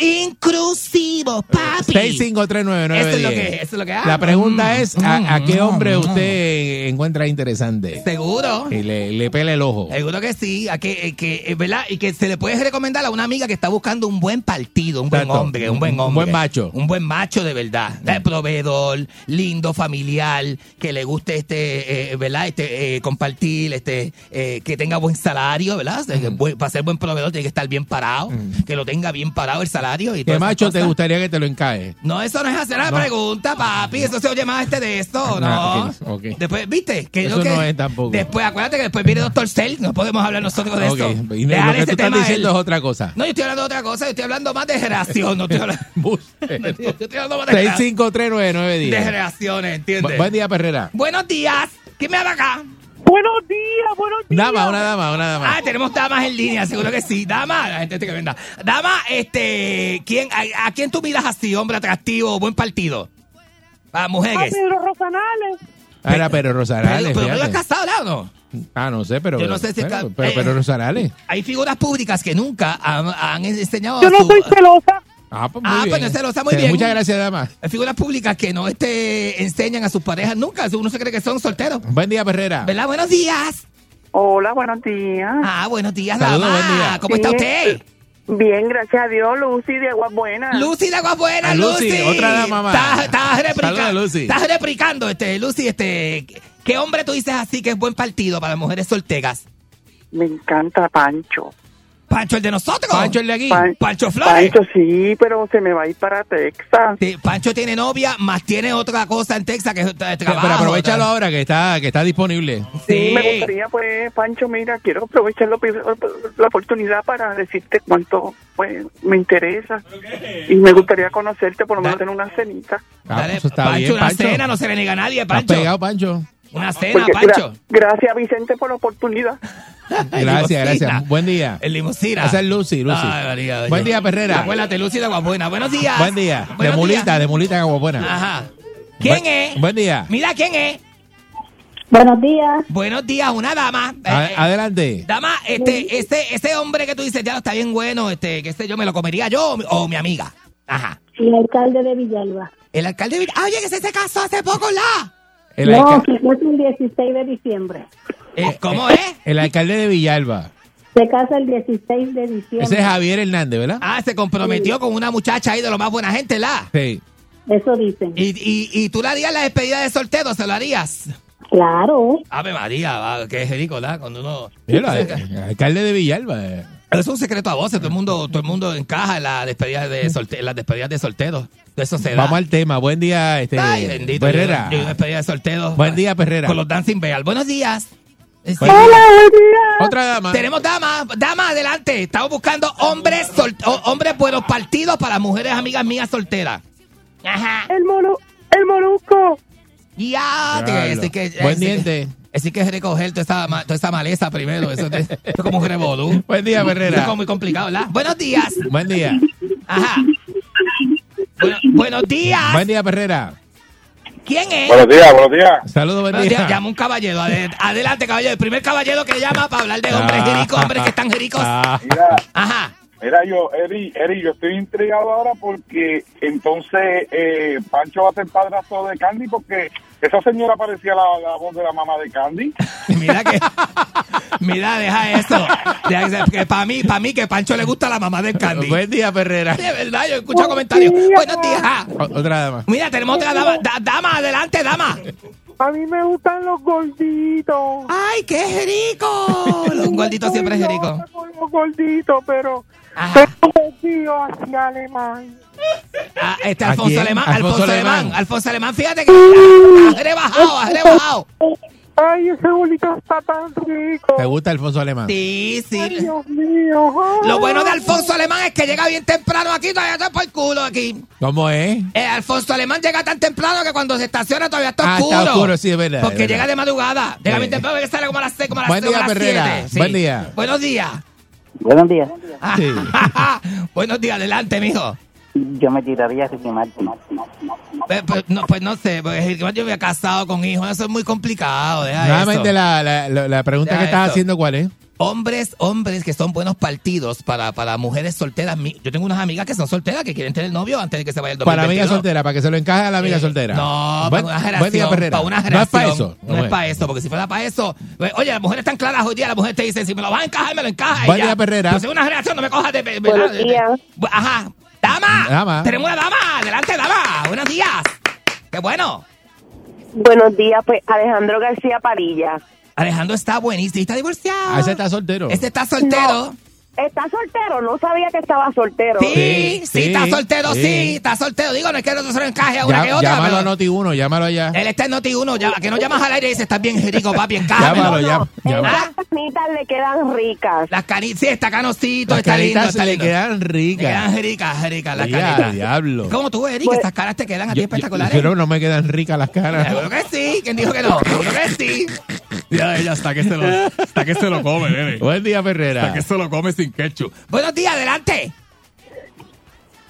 [SPEAKER 10] inclusivos, papi.
[SPEAKER 1] 6539910.
[SPEAKER 10] Eso es lo que, eso es lo que
[SPEAKER 1] La
[SPEAKER 10] ah,
[SPEAKER 1] pregunta
[SPEAKER 10] mm,
[SPEAKER 1] es, ¿a, a
[SPEAKER 10] mm,
[SPEAKER 1] qué hombre
[SPEAKER 10] mm,
[SPEAKER 1] usted encuentra interesante?
[SPEAKER 10] Seguro.
[SPEAKER 1] Y le, le pela el ojo.
[SPEAKER 10] Seguro que sí, a que, eh, que, eh, ¿verdad? Y que se le puede recomendar a una amiga que está buscando un buen partido, un buen
[SPEAKER 1] Exacto.
[SPEAKER 10] hombre, un buen
[SPEAKER 1] Un
[SPEAKER 10] hombre.
[SPEAKER 1] buen macho. Mm.
[SPEAKER 10] Un buen macho de verdad. Eh, proveedor, lindo, familiar, que le guste este, eh, ¿verdad? Este, eh, compartir, este, eh, que tenga buen salario, ¿verdad? Eh, que
[SPEAKER 1] Mm.
[SPEAKER 10] buen- Para ser buen proveedor tiene que estar bien parado, que lo tenga bien parado el salario y
[SPEAKER 1] ¿Qué
[SPEAKER 10] todas esas
[SPEAKER 1] Mm. macho te
[SPEAKER 10] cosas.
[SPEAKER 1] gustaría que te lo encaje?
[SPEAKER 10] No, eso no es hacer la
[SPEAKER 1] No.
[SPEAKER 10] pregunta, papi. Eso se oye más este de esto, ¿no?
[SPEAKER 1] Ah, ok, ok.
[SPEAKER 10] Después, ¿viste? Que
[SPEAKER 1] Eso
[SPEAKER 10] lo que-
[SPEAKER 1] no es tampoco.
[SPEAKER 10] Después, acuérdate que después viene Doctor Cell. No podemos hablar nosotros de
[SPEAKER 1] Ok,
[SPEAKER 10] eso.
[SPEAKER 1] y no-
[SPEAKER 10] Dejar
[SPEAKER 1] lo que
[SPEAKER 10] ese
[SPEAKER 1] tú estás
[SPEAKER 10] tema a él.
[SPEAKER 1] diciendo es otra cosa.
[SPEAKER 10] No, yo estoy hablando de otra cosa. Yo estoy hablando más de generación. <laughs> No
[SPEAKER 1] <laughs>
[SPEAKER 10] estoy hablando, no estoy- yo estoy hablando más de, genera-
[SPEAKER 1] 6539910.
[SPEAKER 10] de generaciones, ¿entiendes?
[SPEAKER 1] Bu- Buen día, Perrera.
[SPEAKER 10] Buenos días. ¿Quién me habla acá?
[SPEAKER 8] Buenos días, buenos días.
[SPEAKER 1] Dama, una dama, una dama.
[SPEAKER 10] Ah, tenemos damas en línea, seguro que sí. Dama, la gente que venda. Dama, este, ¿quién, a, a quién tú miras así, hombre atractivo, buen partido? Para
[SPEAKER 8] A
[SPEAKER 10] mujeres.
[SPEAKER 8] Pedro Rosanales.
[SPEAKER 1] Ah, era Pedro Rosarales.
[SPEAKER 10] Pero, pero tú
[SPEAKER 1] fíjate.
[SPEAKER 10] estás casado, ¿verdad o no?
[SPEAKER 1] Ah, no sé, pero.
[SPEAKER 10] Yo no sé si
[SPEAKER 1] pero,
[SPEAKER 10] está-
[SPEAKER 1] pero,
[SPEAKER 10] eh.
[SPEAKER 1] pero Rosarales.
[SPEAKER 10] Hay figuras públicas que nunca han, han este, enseñado
[SPEAKER 8] Yo no
[SPEAKER 10] su-
[SPEAKER 8] soy celosa.
[SPEAKER 1] Ah, pues muy
[SPEAKER 10] Ah,
[SPEAKER 1] bien.
[SPEAKER 10] pues no se lo está muy
[SPEAKER 1] Sí,
[SPEAKER 10] bien.
[SPEAKER 1] Muchas gracias, dama.
[SPEAKER 10] Hay figuras públicas que no este, enseñan a sus parejas nunca. Uno se cree que son solteros.
[SPEAKER 1] Buen día, Perrera.
[SPEAKER 10] ¿Verdad? Buenos días.
[SPEAKER 8] Hola, buenos días.
[SPEAKER 10] Ah, buenos días,
[SPEAKER 1] Saludos,
[SPEAKER 10] dama.
[SPEAKER 1] buen día.
[SPEAKER 10] ¿Cómo está
[SPEAKER 8] Sí.
[SPEAKER 10] usted?
[SPEAKER 8] Bien, gracias a Dios, Lucy de Aguas Buenas.
[SPEAKER 10] Lucy de Aguas Buenas,
[SPEAKER 1] A Lucy,
[SPEAKER 10] Lucy,
[SPEAKER 1] otra dama más.
[SPEAKER 10] Estás- Estás
[SPEAKER 1] Saluda,
[SPEAKER 10] replicando.
[SPEAKER 1] Lucy.
[SPEAKER 10] Estás replicando, este, Lucy, este. ¿Qué hombre tú dices así que es buen partido para mujeres solteras?
[SPEAKER 8] Me encanta Pancho.
[SPEAKER 10] ¿Pancho el de nosotros?
[SPEAKER 1] Pancho, el de aquí.
[SPEAKER 8] Pan-
[SPEAKER 10] Pancho Flores.
[SPEAKER 8] Pancho sí, pero se me va a ir para Texas.
[SPEAKER 10] Sí, Pancho tiene novia, más tiene otra cosa en Texas que es tra-
[SPEAKER 1] Pero
[SPEAKER 10] trabajo.
[SPEAKER 1] aprovechalo ahora que está, que está disponible.
[SPEAKER 10] Sí.
[SPEAKER 8] Me gustaría, pues, Pancho, mira, quiero aprovechar la opi- la oportunidad para decirte cuánto pues, me interesa. Y me gustaría conocerte, por lo menos
[SPEAKER 10] Da-
[SPEAKER 8] en una cenita.
[SPEAKER 1] Ah,
[SPEAKER 10] Dale,
[SPEAKER 1] pues está
[SPEAKER 10] Pancho,
[SPEAKER 1] bien,
[SPEAKER 10] una
[SPEAKER 1] Pancho.
[SPEAKER 10] cena, no se le niega a nadie,
[SPEAKER 1] Estás
[SPEAKER 10] Pancho.
[SPEAKER 1] pegado, Pancho.
[SPEAKER 10] Una cena,
[SPEAKER 8] Porque gra-
[SPEAKER 10] Pancho.
[SPEAKER 8] gracias, Vicente, por la oportunidad.
[SPEAKER 1] Gracias, gracias. Buen día.
[SPEAKER 10] El limusina.
[SPEAKER 1] Esa es Lucy, Lucy.
[SPEAKER 10] Ay, María, oye.
[SPEAKER 1] Buen día, Perrera.
[SPEAKER 10] Acuérdate, Lucy de Aguabuena. Buenos días.
[SPEAKER 1] Buen día. De
[SPEAKER 10] Ah, Buenos
[SPEAKER 1] mulita,
[SPEAKER 10] días. Ah.
[SPEAKER 1] de mulita, agua buena.
[SPEAKER 10] Ajá. ¿Quién
[SPEAKER 1] Buen-
[SPEAKER 10] es?
[SPEAKER 1] Buen día.
[SPEAKER 10] Mira quién es.
[SPEAKER 12] Buenos días.
[SPEAKER 10] Buenos días, una dama. Eh,
[SPEAKER 1] A-
[SPEAKER 10] eh,
[SPEAKER 1] adelante.
[SPEAKER 10] dama, este, este, ese hombre que tú dices, ya está bien bueno, este, que sé yo, me lo comería yo o mi- o mi amiga. Ajá.
[SPEAKER 12] El alcalde de Villalba.
[SPEAKER 10] El alcalde. de Vil- Ah, Oye, que se se casó hace poco, la.
[SPEAKER 1] El,
[SPEAKER 12] no,
[SPEAKER 1] alca-
[SPEAKER 12] se casa el 16 de diciembre.
[SPEAKER 10] Eh, ¿Cómo es?
[SPEAKER 1] el alcalde de Villalba.
[SPEAKER 12] Se casa el 16 de diciembre.
[SPEAKER 1] Ese es Javier Hernández, ¿verdad?
[SPEAKER 10] Ah, se comprometió con una muchacha ahí de lo más buena gente, la.
[SPEAKER 1] Sí.
[SPEAKER 12] Eso dicen.
[SPEAKER 10] Y, y, y tú le harías la despedida de soltero, se lo harías.
[SPEAKER 12] Claro.
[SPEAKER 10] Ave María, va, qué rico, ¿verdad? Cuando uno.
[SPEAKER 1] Mira, eh. el alcalde de Villalba. eh.
[SPEAKER 10] Es un secreto a voces, todo el mundo, todo el mundo encaja en las despedidas de solte- en las despedidas de solteros. De eso se da.
[SPEAKER 1] Vamos al tema. Buen día, este.
[SPEAKER 10] Ay, bendito.
[SPEAKER 1] Perrera.
[SPEAKER 10] Yo, yo despedida de solteros.
[SPEAKER 1] Buen día, Perrera.
[SPEAKER 10] Con los dancing bears. Buenos días. Eh,
[SPEAKER 1] Buen
[SPEAKER 10] sí.
[SPEAKER 1] día.
[SPEAKER 8] Buen día.
[SPEAKER 1] Otra dama.
[SPEAKER 10] Tenemos damas, damas adelante. Estamos buscando hombres sol- ho- hombres buenos partidos para mujeres amigas mías solteras. Ajá.
[SPEAKER 8] El, molu el molusco.
[SPEAKER 10] Ya, tío,
[SPEAKER 1] Diablo.
[SPEAKER 10] así que,
[SPEAKER 1] Buen
[SPEAKER 10] así que-
[SPEAKER 1] diente.
[SPEAKER 10] Así que es recoger toda esa, ma- toda esa maleza primero. Eso te- eso es como un revolú.
[SPEAKER 1] <laughs> Buen día,
[SPEAKER 10] Eso es como
[SPEAKER 1] Perrera.
[SPEAKER 10] muy complicado, ¿verdad? Buenos días.
[SPEAKER 1] Buen día.
[SPEAKER 10] Ajá. Bueno, buenos días.
[SPEAKER 1] Buen día, Perrera.
[SPEAKER 10] ¿Quién es?
[SPEAKER 13] Buenos días, buenos días.
[SPEAKER 1] Saludos, buen
[SPEAKER 10] Buenos días.
[SPEAKER 1] día.
[SPEAKER 10] Llama un caballero. Ade- Adelante, caballero. El primer caballero que llama para hablar de hombres
[SPEAKER 1] Ah.
[SPEAKER 10] ricos, hombres que están ricos.
[SPEAKER 1] Ah,
[SPEAKER 13] Mira,
[SPEAKER 10] Ajá.
[SPEAKER 13] mira yo, Eri, Eri, yo estoy intrigado ahora porque entonces eh, Pancho va a ser padrastro de Candy porque esa señora parecía la, la voz de la mamá de Candy.
[SPEAKER 10] Mira que. Mira, deja eso. Deja que- que para mí, para mí, que Pancho le gusta la mamá del Candy.
[SPEAKER 1] buen día, Perrera.
[SPEAKER 10] De verdad, yo escucho comentarios. Buenos días. Ah,
[SPEAKER 1] O- Otra dama.
[SPEAKER 10] Mira, tenemos otra dama. Da- dama, adelante, dama.
[SPEAKER 8] A mí me gustan los gorditos.
[SPEAKER 10] ¡Ay, qué rico! Un gordito siempre es rico.
[SPEAKER 8] Los gorditos, pero...
[SPEAKER 10] Ajá.
[SPEAKER 8] Tío, hacia Alemán.
[SPEAKER 10] Ah, este
[SPEAKER 1] ¿A
[SPEAKER 10] Alfonso
[SPEAKER 1] quién?
[SPEAKER 10] Alemán,
[SPEAKER 1] Alfonso
[SPEAKER 10] Alfonso
[SPEAKER 1] Alemán.
[SPEAKER 10] Alemán, Alfonso Alemán, fíjate que has rebajado, has rebajado.
[SPEAKER 8] Ay, ese bolito está tan rico.
[SPEAKER 1] ¿Te gusta Alfonso Alemán?
[SPEAKER 10] Sí,
[SPEAKER 8] Ay,
[SPEAKER 10] sí.
[SPEAKER 8] Dios mío. Ay.
[SPEAKER 10] Lo bueno de Alfonso Alemán es que llega bien temprano aquí, todavía está por culo aquí.
[SPEAKER 1] ¿Cómo es?
[SPEAKER 10] Eh, Alfonso Alemán llega tan temprano que cuando se estaciona todavía está
[SPEAKER 1] Ah, está
[SPEAKER 10] oscuro.
[SPEAKER 1] oscuro, sí, es verdad, es
[SPEAKER 10] Porque
[SPEAKER 1] verdad.
[SPEAKER 10] llega de madrugada. Llega
[SPEAKER 1] Sí.
[SPEAKER 10] bien temprano que sale como a las seis, como a las
[SPEAKER 1] Buen
[SPEAKER 10] seis, como
[SPEAKER 1] día,
[SPEAKER 10] a las
[SPEAKER 1] Perrera.
[SPEAKER 10] siete, sí.
[SPEAKER 1] Buen día.
[SPEAKER 10] Buenos días.
[SPEAKER 14] Buenos días.
[SPEAKER 10] <laughs> Buenos días, adelante, mijo.
[SPEAKER 14] Yo me tiraría a Ricky Martin.
[SPEAKER 10] Pues, pues, no, pues no sé, porque yo me he casado con hijos, eso es muy complicado. deja
[SPEAKER 1] Nuevamente
[SPEAKER 10] eso.
[SPEAKER 1] la, la- la- la pregunta
[SPEAKER 10] Deja
[SPEAKER 1] que estás
[SPEAKER 10] eso.
[SPEAKER 1] haciendo, ¿cuál es?
[SPEAKER 10] Hombres, hombres que son buenos partidos para, para mujeres solteras. Mi- Yo tengo unas amigas que son solteras que quieren tener novio antes de que se vaya el
[SPEAKER 1] Para amiga
[SPEAKER 10] 2021.
[SPEAKER 1] soltera, para que se lo encaje a la amiga
[SPEAKER 10] Eh,
[SPEAKER 1] soltera.
[SPEAKER 10] No,
[SPEAKER 1] Buen-
[SPEAKER 10] para una generación.
[SPEAKER 1] buen día, Perrera.
[SPEAKER 10] Para una
[SPEAKER 1] No es para
[SPEAKER 10] generación.
[SPEAKER 1] eso.
[SPEAKER 10] No, es para eso, porque si fuera para eso. pues, Oye, las mujeres están claras hoy día, las mujeres te dicen, si me lo vas a encajar, me lo encaja.
[SPEAKER 1] Buen
[SPEAKER 10] y ya.
[SPEAKER 1] día, Perrera.
[SPEAKER 10] Pues es una generación, no me cojas de. de-
[SPEAKER 15] Buenos
[SPEAKER 10] de- de-
[SPEAKER 15] días.
[SPEAKER 10] Ajá. Dama.
[SPEAKER 1] Dama.
[SPEAKER 10] Tenemos una dama. Adelante, dama. Buenos días. Qué bueno.
[SPEAKER 15] Buenos días, pues Alejandro García Parilla.
[SPEAKER 10] Alejandro está buenísimo. Está divorciado.
[SPEAKER 1] Ah, ese está soltero.
[SPEAKER 10] Este está soltero.
[SPEAKER 15] ¿Está soltero? No sabía que estaba soltero.
[SPEAKER 10] Sí, sí,
[SPEAKER 1] sí,
[SPEAKER 10] está soltero, sí.
[SPEAKER 1] sí.
[SPEAKER 10] está soltero. Digo, no es que no se lo encaje a una que
[SPEAKER 1] Ya-
[SPEAKER 10] otra.
[SPEAKER 1] Llámalo
[SPEAKER 10] pero-
[SPEAKER 1] a Noti1, llámalo allá.
[SPEAKER 10] Él está en Noti1, ya, que no llamas al aire y dices, estás bien
[SPEAKER 1] <laughs>
[SPEAKER 10] rico, papi, encájame.
[SPEAKER 1] Llámalo, llá- llámalo.
[SPEAKER 15] Las canitas le quedan ricas.
[SPEAKER 10] Las canitas, sí, está canosito,
[SPEAKER 1] Las
[SPEAKER 10] está lindo,
[SPEAKER 1] caritas
[SPEAKER 10] está
[SPEAKER 1] se le
[SPEAKER 10] lindo.
[SPEAKER 1] quedan
[SPEAKER 10] Le quedan
[SPEAKER 1] ricas.
[SPEAKER 10] ricas, ricas las
[SPEAKER 1] Ya,
[SPEAKER 10] canitas.
[SPEAKER 1] diablo.
[SPEAKER 10] ¿Cómo tú, Eric?
[SPEAKER 15] Pues-
[SPEAKER 10] Estas caras te quedan a ti
[SPEAKER 1] Yo- yo-
[SPEAKER 10] espectaculares.
[SPEAKER 1] yo no- no me quedan ricas las caras.
[SPEAKER 10] Seguro que sí, ¿quién dijo que no? Seguro que sí.
[SPEAKER 16] Ya, ya, hasta que se lo, hasta que se lo come, nene.
[SPEAKER 1] <laughs> Buen día, Ferrera.
[SPEAKER 16] Hasta que se lo come sin ketchup.
[SPEAKER 10] Buenos días, adelante.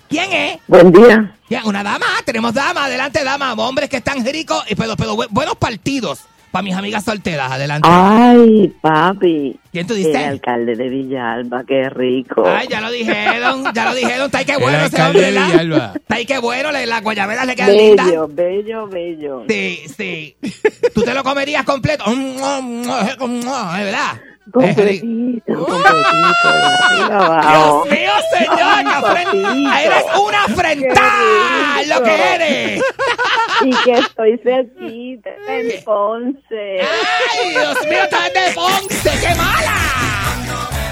[SPEAKER 10] ¿Quién es?
[SPEAKER 12] Buen día.
[SPEAKER 10] Ya, Una dama, tenemos dama, adelante dama, hombres que están ricos, y pero, pero bu- buenos partidos para mis amigas solteras, adelante.
[SPEAKER 9] Ah.
[SPEAKER 12] Ay, papi.
[SPEAKER 10] ¿Quién tú dices?
[SPEAKER 12] El alcalde de Villalba, qué rico.
[SPEAKER 10] Ay, ya lo dijeron, ya lo dijeron, está ahí que
[SPEAKER 12] El
[SPEAKER 10] bueno ese
[SPEAKER 12] alcalde
[SPEAKER 10] hombre,
[SPEAKER 12] de
[SPEAKER 10] ¿verdad?
[SPEAKER 12] Villalba.
[SPEAKER 10] Está ahí que bueno, le- las guayaberas le quedan lindas.
[SPEAKER 12] Bello, bello, bello.
[SPEAKER 10] Sí, sí. ¿Tú te lo comerías completo?
[SPEAKER 16] Ah, mm,
[SPEAKER 10] Eh, ¿Es verdad?
[SPEAKER 12] Completito, completito, de arriba abajo.
[SPEAKER 10] Dios mío, señor, que afren- eres una afrentada, lo que eres.
[SPEAKER 12] Y que estoy cerquita, en Ponce.
[SPEAKER 10] Ay, Dios mío, estás de Ponce, qué mala.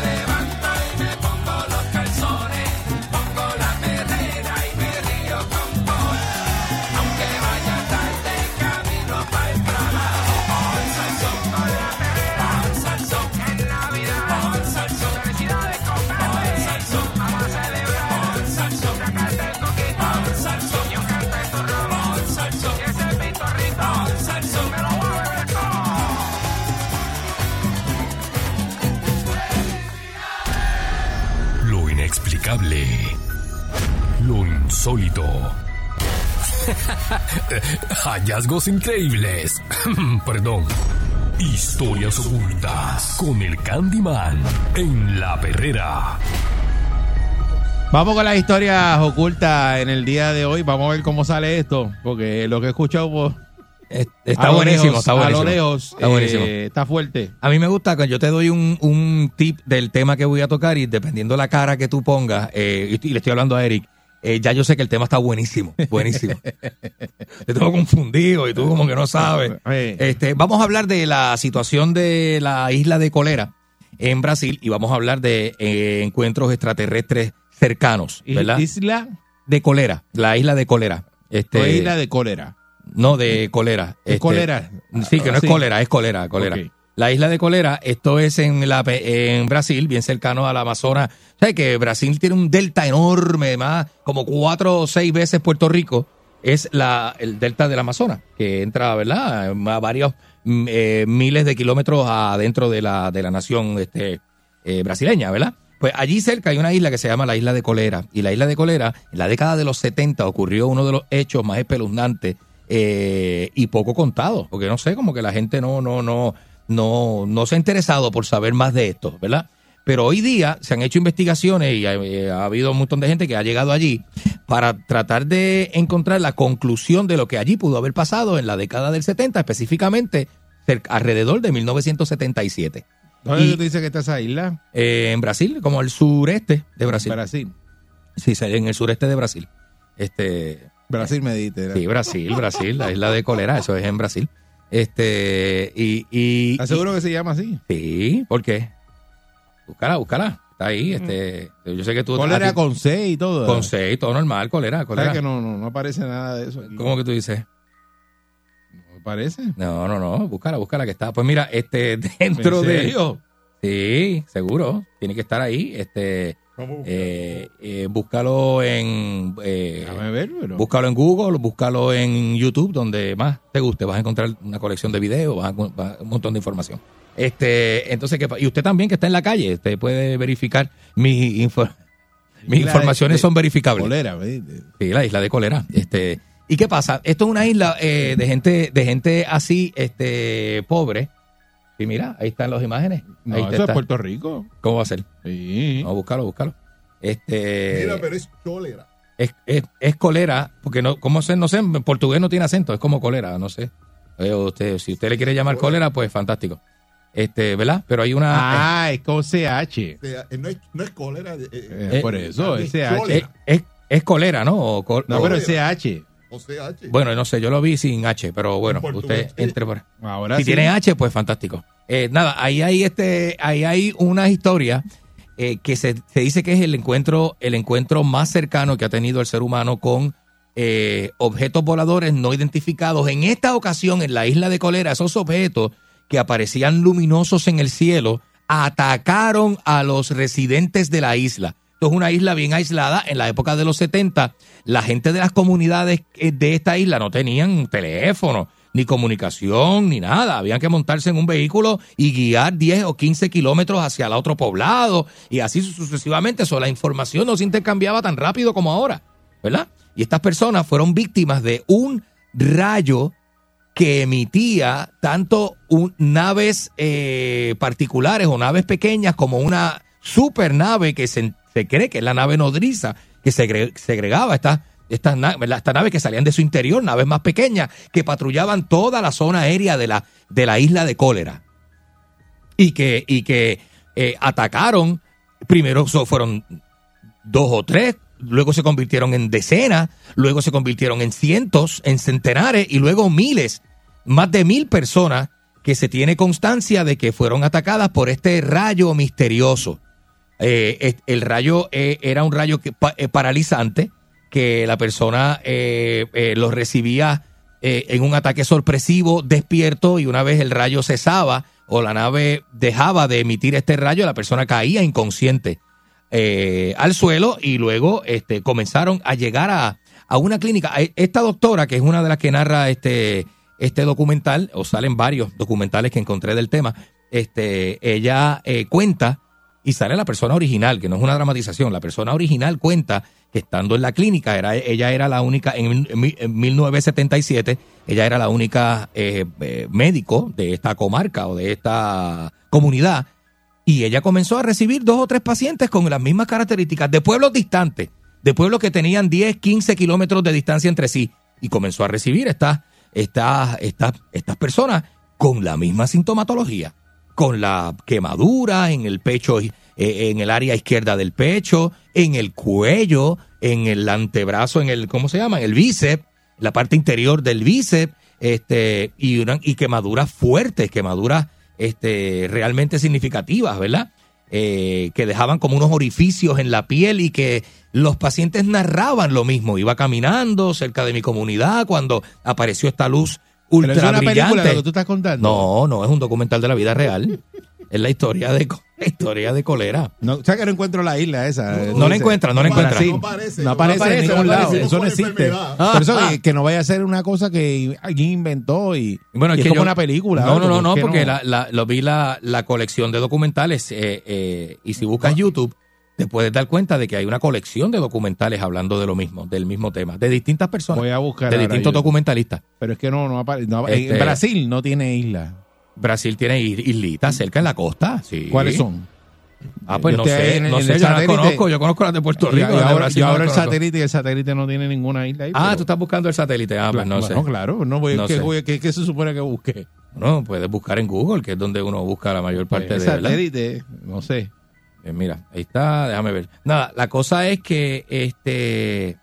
[SPEAKER 11] Lo inexplicable. Lo insólito. <laughs> Hallazgos increíbles. <laughs> Perdón. Historias ocultas con el Candyman en la perrera.
[SPEAKER 1] Vamos con las historias ocultas en el día de hoy. Vamos a ver cómo sale esto, porque lo que he escuchado pues,
[SPEAKER 2] Está
[SPEAKER 1] a lo
[SPEAKER 2] buenísimo,
[SPEAKER 1] lejos,
[SPEAKER 2] está buenísimo.
[SPEAKER 1] A lo lejos,
[SPEAKER 2] Está buenísimo.
[SPEAKER 1] eh, está fuerte.
[SPEAKER 2] A mí me gusta que yo te doy un, un tip del tema que voy a tocar y dependiendo la cara que tú pongas, eh, y, estoy- y le estoy hablando a Eric, eh, ya yo sé que el tema está buenísimo,
[SPEAKER 1] <laughs>
[SPEAKER 2] buenísimo. te tengo confundido y tú como que no sabes. Este, vamos a hablar de la situación de la isla de Colera en Brasil y vamos a hablar de eh, encuentros extraterrestres cercanos,
[SPEAKER 1] I-
[SPEAKER 2] ¿verdad?
[SPEAKER 1] Isla
[SPEAKER 2] de Colera, la isla de Colera. Este,
[SPEAKER 1] o isla de cólera.
[SPEAKER 2] no, de cólera. este,
[SPEAKER 1] ¿De cólera?
[SPEAKER 2] Sí, que no
[SPEAKER 1] Sí.
[SPEAKER 2] es cólera, es cólera, cólera.
[SPEAKER 1] Ok.
[SPEAKER 2] La isla de cólera, esto es en, la, pe- en Brasil, bien cercano al Amazonas. ¿Sabes que Brasil tiene un delta enorme, más como cuatro o seis veces Puerto Rico? Es la, el delta del Amazonas, que entra, ¿verdad?, a varios mm, eh, miles de kilómetros adentro de la, de la nación este, eh, brasileña, ¿verdad? Pues allí cerca hay una isla que se llama la isla de Colera. Y la isla de Colera, en la década de los 70, ocurrió uno de los hechos más espeluznantes eh, y poco contados. Porque no sé, como que la gente no, no, no, no, no se ha interesado por saber más de esto, ¿verdad? Pero hoy día se han hecho investigaciones y ha, eh, ha habido un montón de gente que ha llegado allí para tratar de encontrar la conclusión de lo que allí pudo haber pasado en la década del 70, específicamente cerca- alrededor de 1977.
[SPEAKER 1] ¿Dónde
[SPEAKER 2] Y-
[SPEAKER 1] tú dices que está esa isla?
[SPEAKER 2] eh, en Brasil, como el sureste de Brasil.
[SPEAKER 1] Brasil.
[SPEAKER 2] Sí, sí, en el sureste de Brasil. Este,
[SPEAKER 1] Brasil me diste.
[SPEAKER 2] sí, Brasil, Brasil, la isla de Colera, eso es en Brasil. Este, y. y
[SPEAKER 1] ¿Estás seguro que se llama así?
[SPEAKER 2] y- sí, ¿por qué? Búscala, búscala. Está ahí, este. Yo sé que tú.
[SPEAKER 1] Cólera
[SPEAKER 2] a ti-
[SPEAKER 1] con C y todo.
[SPEAKER 2] Con C y todo normal, colera,
[SPEAKER 1] ¿Sabes
[SPEAKER 2] colera.
[SPEAKER 1] que no, no, no aparece nada de eso? aquí?
[SPEAKER 2] ¿Cómo que tú dices?
[SPEAKER 1] ¿Parece?
[SPEAKER 2] No, no, no, búscala, búscala que está. Pues mira, este, <laughs> dentro
[SPEAKER 1] ¿En
[SPEAKER 2] de.
[SPEAKER 1] serio?
[SPEAKER 2] Sí, seguro. Tiene que estar ahí. Este. Eh, eh, búscalo en eh, búscalo en Google, búscalo en YouTube, donde más te guste, vas a encontrar una colección de videos, vas a encon- vas a- un montón de información. Este, entonces que pa- y usted también que está en la calle, usted puede verificar mis info- mis
[SPEAKER 1] Isla
[SPEAKER 2] informaciones
[SPEAKER 1] de-
[SPEAKER 2] son verificables.
[SPEAKER 1] Colera, ¿viste?
[SPEAKER 2] Sí, la isla de cólera. Este, ¿Y qué pasa? Esto es una isla eh, de gente de gente así este pobre. Y mira, ahí están las imágenes.
[SPEAKER 1] No,
[SPEAKER 2] ahí te
[SPEAKER 1] eso
[SPEAKER 2] está.
[SPEAKER 1] es Puerto Rico.
[SPEAKER 2] ¿Cómo va a ser?
[SPEAKER 1] Sí.
[SPEAKER 2] No, búscalo, búscalo. Este,
[SPEAKER 17] Mira, pero es cólera.
[SPEAKER 2] es, es, es colera, porque no, ¿cómo se, no sé, en portugués no tiene acento, es como colera, no sé. Oye, usted, si usted le quiere llamar cólera, pues fantástico. Este, ¿verdad? Pero hay una.
[SPEAKER 1] Ah, es con
[SPEAKER 17] O
[SPEAKER 1] CH.
[SPEAKER 17] sea, eh, no, es, no es cólera. eh, eh,
[SPEAKER 1] Eh, por eso,
[SPEAKER 17] es
[SPEAKER 1] es CH.
[SPEAKER 17] cólera.
[SPEAKER 2] Es, es colera, ¿no? O col-
[SPEAKER 1] No,
[SPEAKER 2] o-
[SPEAKER 1] pero es CH.
[SPEAKER 17] O sea, H.
[SPEAKER 2] Bueno, no sé, yo lo vi sin H, pero bueno,
[SPEAKER 17] portugués.
[SPEAKER 2] usted entre por
[SPEAKER 1] Ahora
[SPEAKER 2] si
[SPEAKER 1] sí.
[SPEAKER 2] tiene H, pues fantástico. Eh, nada, ahí hay este, ahí hay una historia eh, que se, se dice que es el encuentro, el encuentro más cercano que ha tenido el ser humano con eh, objetos voladores no identificados. En esta ocasión, en la isla de Colera, esos objetos que aparecían luminosos en el cielo atacaron a los residentes de la isla. Esto es una isla bien aislada. En la época de los 70, la gente de las comunidades eh, de esta isla no tenían teléfono, ni comunicación, ni nada. Habían que montarse en un vehículo y guiar 10 o 15 kilómetros hacia el otro poblado y así su- sucesivamente. So, la información no se intercambiaba tan rápido como ahora, ¿verdad? Y estas personas fueron víctimas de un rayo que emitía tanto un- naves eh, particulares o naves pequeñas como una supernave que se, se cree que es la nave nodriza que segre- segregaba estas estas na- ¿verdad? estas naves que salían de su interior, naves más pequeñas que patrullaban toda la zona aérea de la de la isla de Cólera y que y que eh, atacaron primero so- fueron dos o tres, luego se convirtieron en decenas, luego se convirtieron en cientos, en centenares y luego miles, más de mil personas que se tiene constancia de que fueron atacadas por este rayo misterioso. Eh, es- el rayo eh, era un rayo que pa- eh, paralizante que la persona eh, eh, lo recibía eh, en un ataque sorpresivo, despierto, y una vez el rayo cesaba o la nave dejaba de emitir este rayo, la persona caía inconsciente eh, al suelo y luego este, comenzaron a llegar a, a una clínica. Eh, Esta doctora, que es una de las que narra este, este documental, o salen varios documentales que encontré del tema, este, ella eh, cuenta y sale la persona original, que no es una dramatización, la persona original cuenta que estando en la clínica, era, ella era la única, en, mil- en mil- en 1977, ella era la única eh, eh, médico de esta comarca o de esta comunidad, y ella comenzó a recibir dos o tres pacientes con las mismas características, de pueblos distantes, de pueblos que tenían 10, 15 kilómetros de distancia entre sí, y comenzó a recibir estas, estas, estas, estas personas con la misma sintomatología con la quemadura en el pecho, eh, en el área izquierda del pecho, en el cuello, en el antebrazo, en el, ¿cómo se llama? En el bíceps, la parte interior del bíceps, este, y, una- y quemaduras fuertes, quemaduras este, realmente significativas, ¿verdad? eh, que dejaban como unos orificios en la piel y que los pacientes narraban lo mismo. Iba caminando cerca de mi comunidad cuando apareció esta luz
[SPEAKER 1] Pero
[SPEAKER 2] ultra
[SPEAKER 1] eso es una
[SPEAKER 2] brillante.
[SPEAKER 1] película lo que tú estás contando.
[SPEAKER 2] No, no, es un documental de la vida real. Es la historia de co- <laughs> la historia de Colera.
[SPEAKER 1] No, o sea que no encuentro la isla esa. eh,
[SPEAKER 2] No la
[SPEAKER 1] dice.
[SPEAKER 2] encuentra, no la encuentra.
[SPEAKER 1] Brasil.
[SPEAKER 2] No
[SPEAKER 1] No
[SPEAKER 2] aparece,
[SPEAKER 1] aparece,
[SPEAKER 2] no aparece,
[SPEAKER 1] en
[SPEAKER 2] no
[SPEAKER 1] ningún lado.
[SPEAKER 2] aparece.
[SPEAKER 1] Eso no
[SPEAKER 2] Por
[SPEAKER 1] existe.
[SPEAKER 2] enfermedad.
[SPEAKER 1] Por eso
[SPEAKER 2] Ah,
[SPEAKER 1] que, que no vaya a ser una cosa que alguien inventó y,
[SPEAKER 2] Bueno, es
[SPEAKER 1] y es
[SPEAKER 2] que
[SPEAKER 1] como
[SPEAKER 2] yo-
[SPEAKER 1] una película.
[SPEAKER 2] No, no,
[SPEAKER 1] algo,
[SPEAKER 2] no, no,
[SPEAKER 1] ¿por qué
[SPEAKER 2] porque la, la- lo vi la, la colección de documentales eh, eh, y si buscas YouTube te puedes dar cuenta de que hay una colección de documentales hablando de lo mismo, del mismo tema, de distintas personas,
[SPEAKER 1] Voy a buscar
[SPEAKER 2] de
[SPEAKER 1] ahora
[SPEAKER 2] distintos
[SPEAKER 1] yo.
[SPEAKER 2] documentalistas.
[SPEAKER 1] Pero es que no, no aparece. no apare-
[SPEAKER 2] Este-
[SPEAKER 1] en Brasil no tiene isla.
[SPEAKER 2] Brasil tiene is- islitas cerca en la costa. sí.
[SPEAKER 1] ¿Cuáles son?
[SPEAKER 2] Ah, pues
[SPEAKER 1] Yo
[SPEAKER 2] no
[SPEAKER 1] estoy
[SPEAKER 2] sé,
[SPEAKER 1] en-
[SPEAKER 2] no
[SPEAKER 1] en
[SPEAKER 2] sé,
[SPEAKER 1] el
[SPEAKER 2] yo las
[SPEAKER 1] satélite.
[SPEAKER 2] conozco, yo conozco las de Puerto
[SPEAKER 1] Y- y
[SPEAKER 2] Rico. las de
[SPEAKER 1] ahora,
[SPEAKER 2] Brasil
[SPEAKER 1] y
[SPEAKER 2] no las
[SPEAKER 1] ahora el
[SPEAKER 2] conozco.
[SPEAKER 1] satélite y el satélite no tiene ninguna isla. ahí,
[SPEAKER 2] Ah,
[SPEAKER 1] pero-
[SPEAKER 2] tú estás buscando el satélite. Ah, pues no
[SPEAKER 1] Claro,
[SPEAKER 2] sé.
[SPEAKER 1] no, claro, no voy
[SPEAKER 2] No
[SPEAKER 1] ¿qué,
[SPEAKER 2] sé.
[SPEAKER 1] voy- qué- qué se supone que busque?
[SPEAKER 2] No, puedes buscar en Google, que es donde uno busca la mayor parte
[SPEAKER 1] El
[SPEAKER 2] de ¿verdad?
[SPEAKER 1] satélite, no sé.
[SPEAKER 2] Eh, mira, ahí está, déjame ver. Nada, la cosa es que este.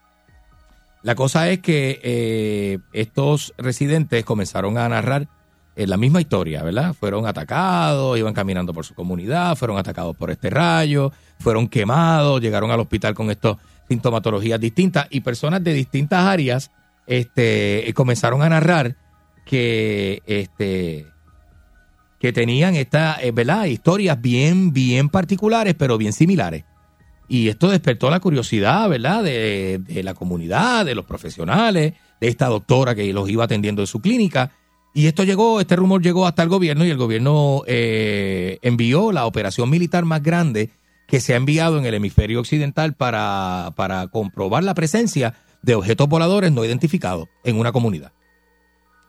[SPEAKER 2] La cosa es que eh, estos residentes comenzaron a narrar eh, la misma historia, ¿verdad? Fueron atacados, iban caminando por su comunidad, fueron atacados por este rayo, fueron quemados, llegaron al hospital con estas sintomatologías distintas y personas de distintas áreas este, eh, comenzaron a narrar que este, que tenían esta, eh, ¿verdad? Historias bien, bien particulares, pero bien similares. Y esto despertó la curiosidad, ¿verdad?, de, de la comunidad, de los profesionales, de esta doctora que los iba atendiendo en su clínica. Y esto llegó, este rumor llegó hasta el gobierno y el gobierno eh, envió la operación militar más grande que se ha enviado en el hemisferio occidental para, para comprobar la presencia de objetos voladores no identificados en una comunidad.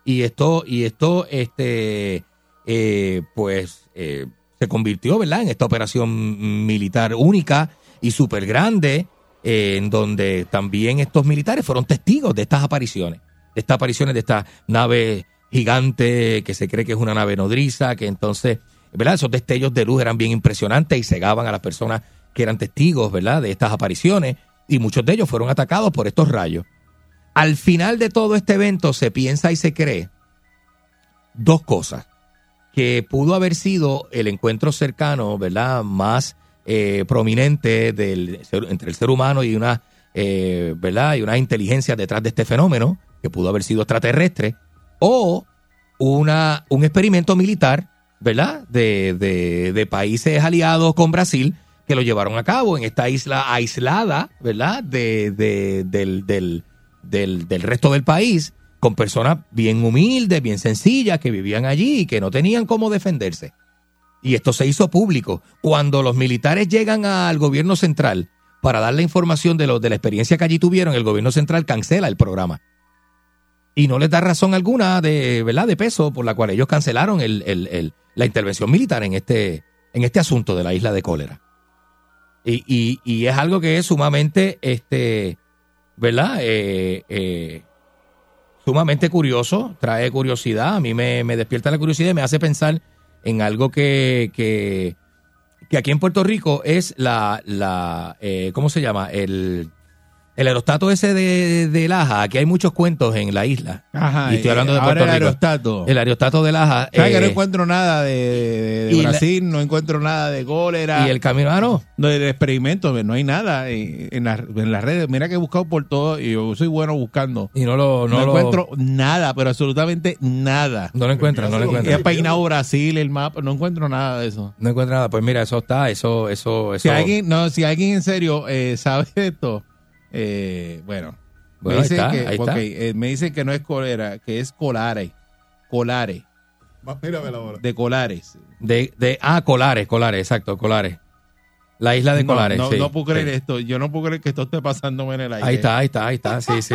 [SPEAKER 2] Y esto, y esto, este, eh, pues, eh, se convirtió, ¿verdad?, en esta operación militar única y súper grande, eh, en donde también estos militares fueron testigos de estas apariciones, de estas apariciones de esta nave gigante que se cree que es una nave nodriza, que entonces, ¿verdad?, esos destellos de luz eran bien impresionantes y cegaban a las personas que eran testigos, ¿verdad?, de estas apariciones, y muchos de ellos fueron atacados por estos rayos. Al final de todo este evento se piensa y se cree dos cosas que pudo haber sido el encuentro cercano, ¿verdad? Más eh, prominente del ser- entre el ser humano y una, eh, ¿verdad? Y una inteligencia detrás de este fenómeno, que pudo haber sido extraterrestre, o una, un experimento militar, ¿verdad? De, de- de países aliados con Brasil que lo llevaron a cabo en esta isla aislada, ¿verdad? De, de- del, del- del- del resto del país, con personas bien humildes, bien sencillas, que vivían allí y que no tenían cómo defenderse. Y esto se hizo público. Cuando los militares llegan al gobierno central para dar la información de, lo, de la experiencia que allí tuvieron, el gobierno central cancela el programa y no les da razón alguna de verdad de peso por la cual ellos cancelaron el- el- el- la intervención militar en este en este asunto de la isla de cólera y, y- y es algo que es sumamente este verdad Eh, eh, sumamente curioso trae curiosidad a mí me, me despierta la curiosidad y me hace pensar en algo que, que que aquí en Puerto Rico es la, la eh, ¿cómo se llama? El, el aerostato ese de, de Laja. Aquí hay muchos cuentos en la isla.
[SPEAKER 1] Ajá,
[SPEAKER 2] Y estoy
[SPEAKER 1] eh,
[SPEAKER 2] hablando de
[SPEAKER 1] ahora
[SPEAKER 2] Puerto
[SPEAKER 1] el
[SPEAKER 2] Rico.
[SPEAKER 1] aerostato.
[SPEAKER 2] El aerostato de Laja.
[SPEAKER 1] ¿Sabes que
[SPEAKER 2] eh,
[SPEAKER 1] no encuentro nada de, de- de
[SPEAKER 2] y la-
[SPEAKER 1] Brasil? no encuentro nada de cólera.
[SPEAKER 2] ¿Y el camino? Ah, no.
[SPEAKER 1] No, el experimento, no hay nada eh, en, las- en las redes. Mira que he buscado por todo y yo soy bueno buscando.
[SPEAKER 2] Y no lo no
[SPEAKER 1] No,
[SPEAKER 2] lo-
[SPEAKER 1] encuentro nada, pero absolutamente nada.
[SPEAKER 2] No lo encuentras, no lo encuentras.
[SPEAKER 1] He peinado Brasil, el mapa, no encuentro nada de eso.
[SPEAKER 2] No encuentro nada. Pues mira, eso está, eso, eso, eso.
[SPEAKER 1] Si alguien, no, si alguien en serio eh, sabe de esto, eh, bueno,
[SPEAKER 2] Bueno, ahí
[SPEAKER 1] dicen
[SPEAKER 2] está,
[SPEAKER 1] que,
[SPEAKER 2] ahí está.
[SPEAKER 1] ok, eh, me dicen que no es colera, que es colare, colare,
[SPEAKER 17] Mírame la hora.
[SPEAKER 1] de colares.
[SPEAKER 2] De, de, ah, Colares, Colares, exacto, Colares. La isla de
[SPEAKER 1] No,
[SPEAKER 2] Colares.
[SPEAKER 1] No,
[SPEAKER 2] sí,
[SPEAKER 1] no puedo
[SPEAKER 2] sí.
[SPEAKER 1] creer esto. Yo no puedo creer que esto esté pasándome en el aire.
[SPEAKER 2] Ahí está, ahí está, ahí está, sí,
[SPEAKER 1] <laughs>
[SPEAKER 2] sí.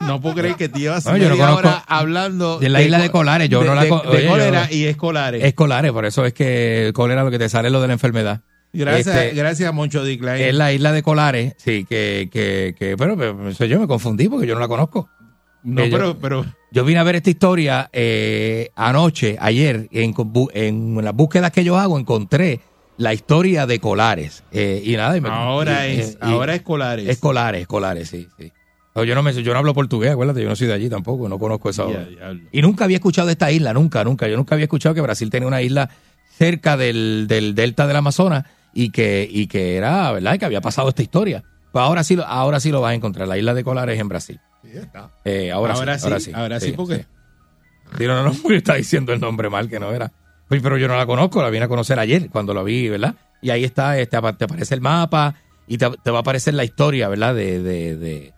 [SPEAKER 1] No puedo creer que te llevas
[SPEAKER 2] No, yo no
[SPEAKER 1] media
[SPEAKER 2] conozco-
[SPEAKER 1] hora hablando
[SPEAKER 2] de la isla de
[SPEAKER 1] co-
[SPEAKER 2] Colares, yo
[SPEAKER 1] de-
[SPEAKER 2] no la
[SPEAKER 1] de-
[SPEAKER 2] co-
[SPEAKER 1] de
[SPEAKER 2] oye, yo-
[SPEAKER 1] cólera y es colares.
[SPEAKER 2] Es Colares, por eso es que cólera lo que te sale es lo de la enfermedad.
[SPEAKER 1] Gracias,
[SPEAKER 2] Este,
[SPEAKER 1] gracias Moncho eh. D. Klein.
[SPEAKER 2] es la isla de Colares, sí, que, que, que pero, pero, eso yo me confundí porque yo no la conozco.
[SPEAKER 1] no,
[SPEAKER 2] que yo-
[SPEAKER 1] pero, pero
[SPEAKER 2] Yo vine a ver esta historia eh, anoche, ayer, en, bu- en las búsquedas que yo hago encontré la historia de Colares. eh, y nada, y me-
[SPEAKER 1] ahora
[SPEAKER 2] y-
[SPEAKER 1] es,
[SPEAKER 2] y-
[SPEAKER 1] ahora es colares.
[SPEAKER 2] es Colares, es Colares, sí, sí. No, yo, no me, yo no hablo portugués, acuérdate, yo no soy de allí tampoco, no conozco esa
[SPEAKER 1] Ya,
[SPEAKER 2] obra.
[SPEAKER 1] diablo.
[SPEAKER 2] Y nunca había escuchado de esta isla, nunca, nunca. Yo nunca había escuchado que Brasil tenía una isla cerca del, del delta del Amazonas y que, y que era, ¿verdad? Que había pasado esta historia. Pues ahora sí, lo- ahora sí lo vas a encontrar, la isla de Colares en Brasil. Eh, ahora,
[SPEAKER 1] Ahora
[SPEAKER 2] sí,
[SPEAKER 1] sí,
[SPEAKER 2] ahora sí.
[SPEAKER 1] ahora sí, porque-
[SPEAKER 2] Sí, no, no, no, porque está diciendo el nombre mal que no era. Pues, pero yo no la conozco, la vine a conocer ayer cuando la vi, ¿verdad? Y ahí está, este, apa- te aparece el mapa y te, te va a aparecer la historia, ¿verdad? De, de, de,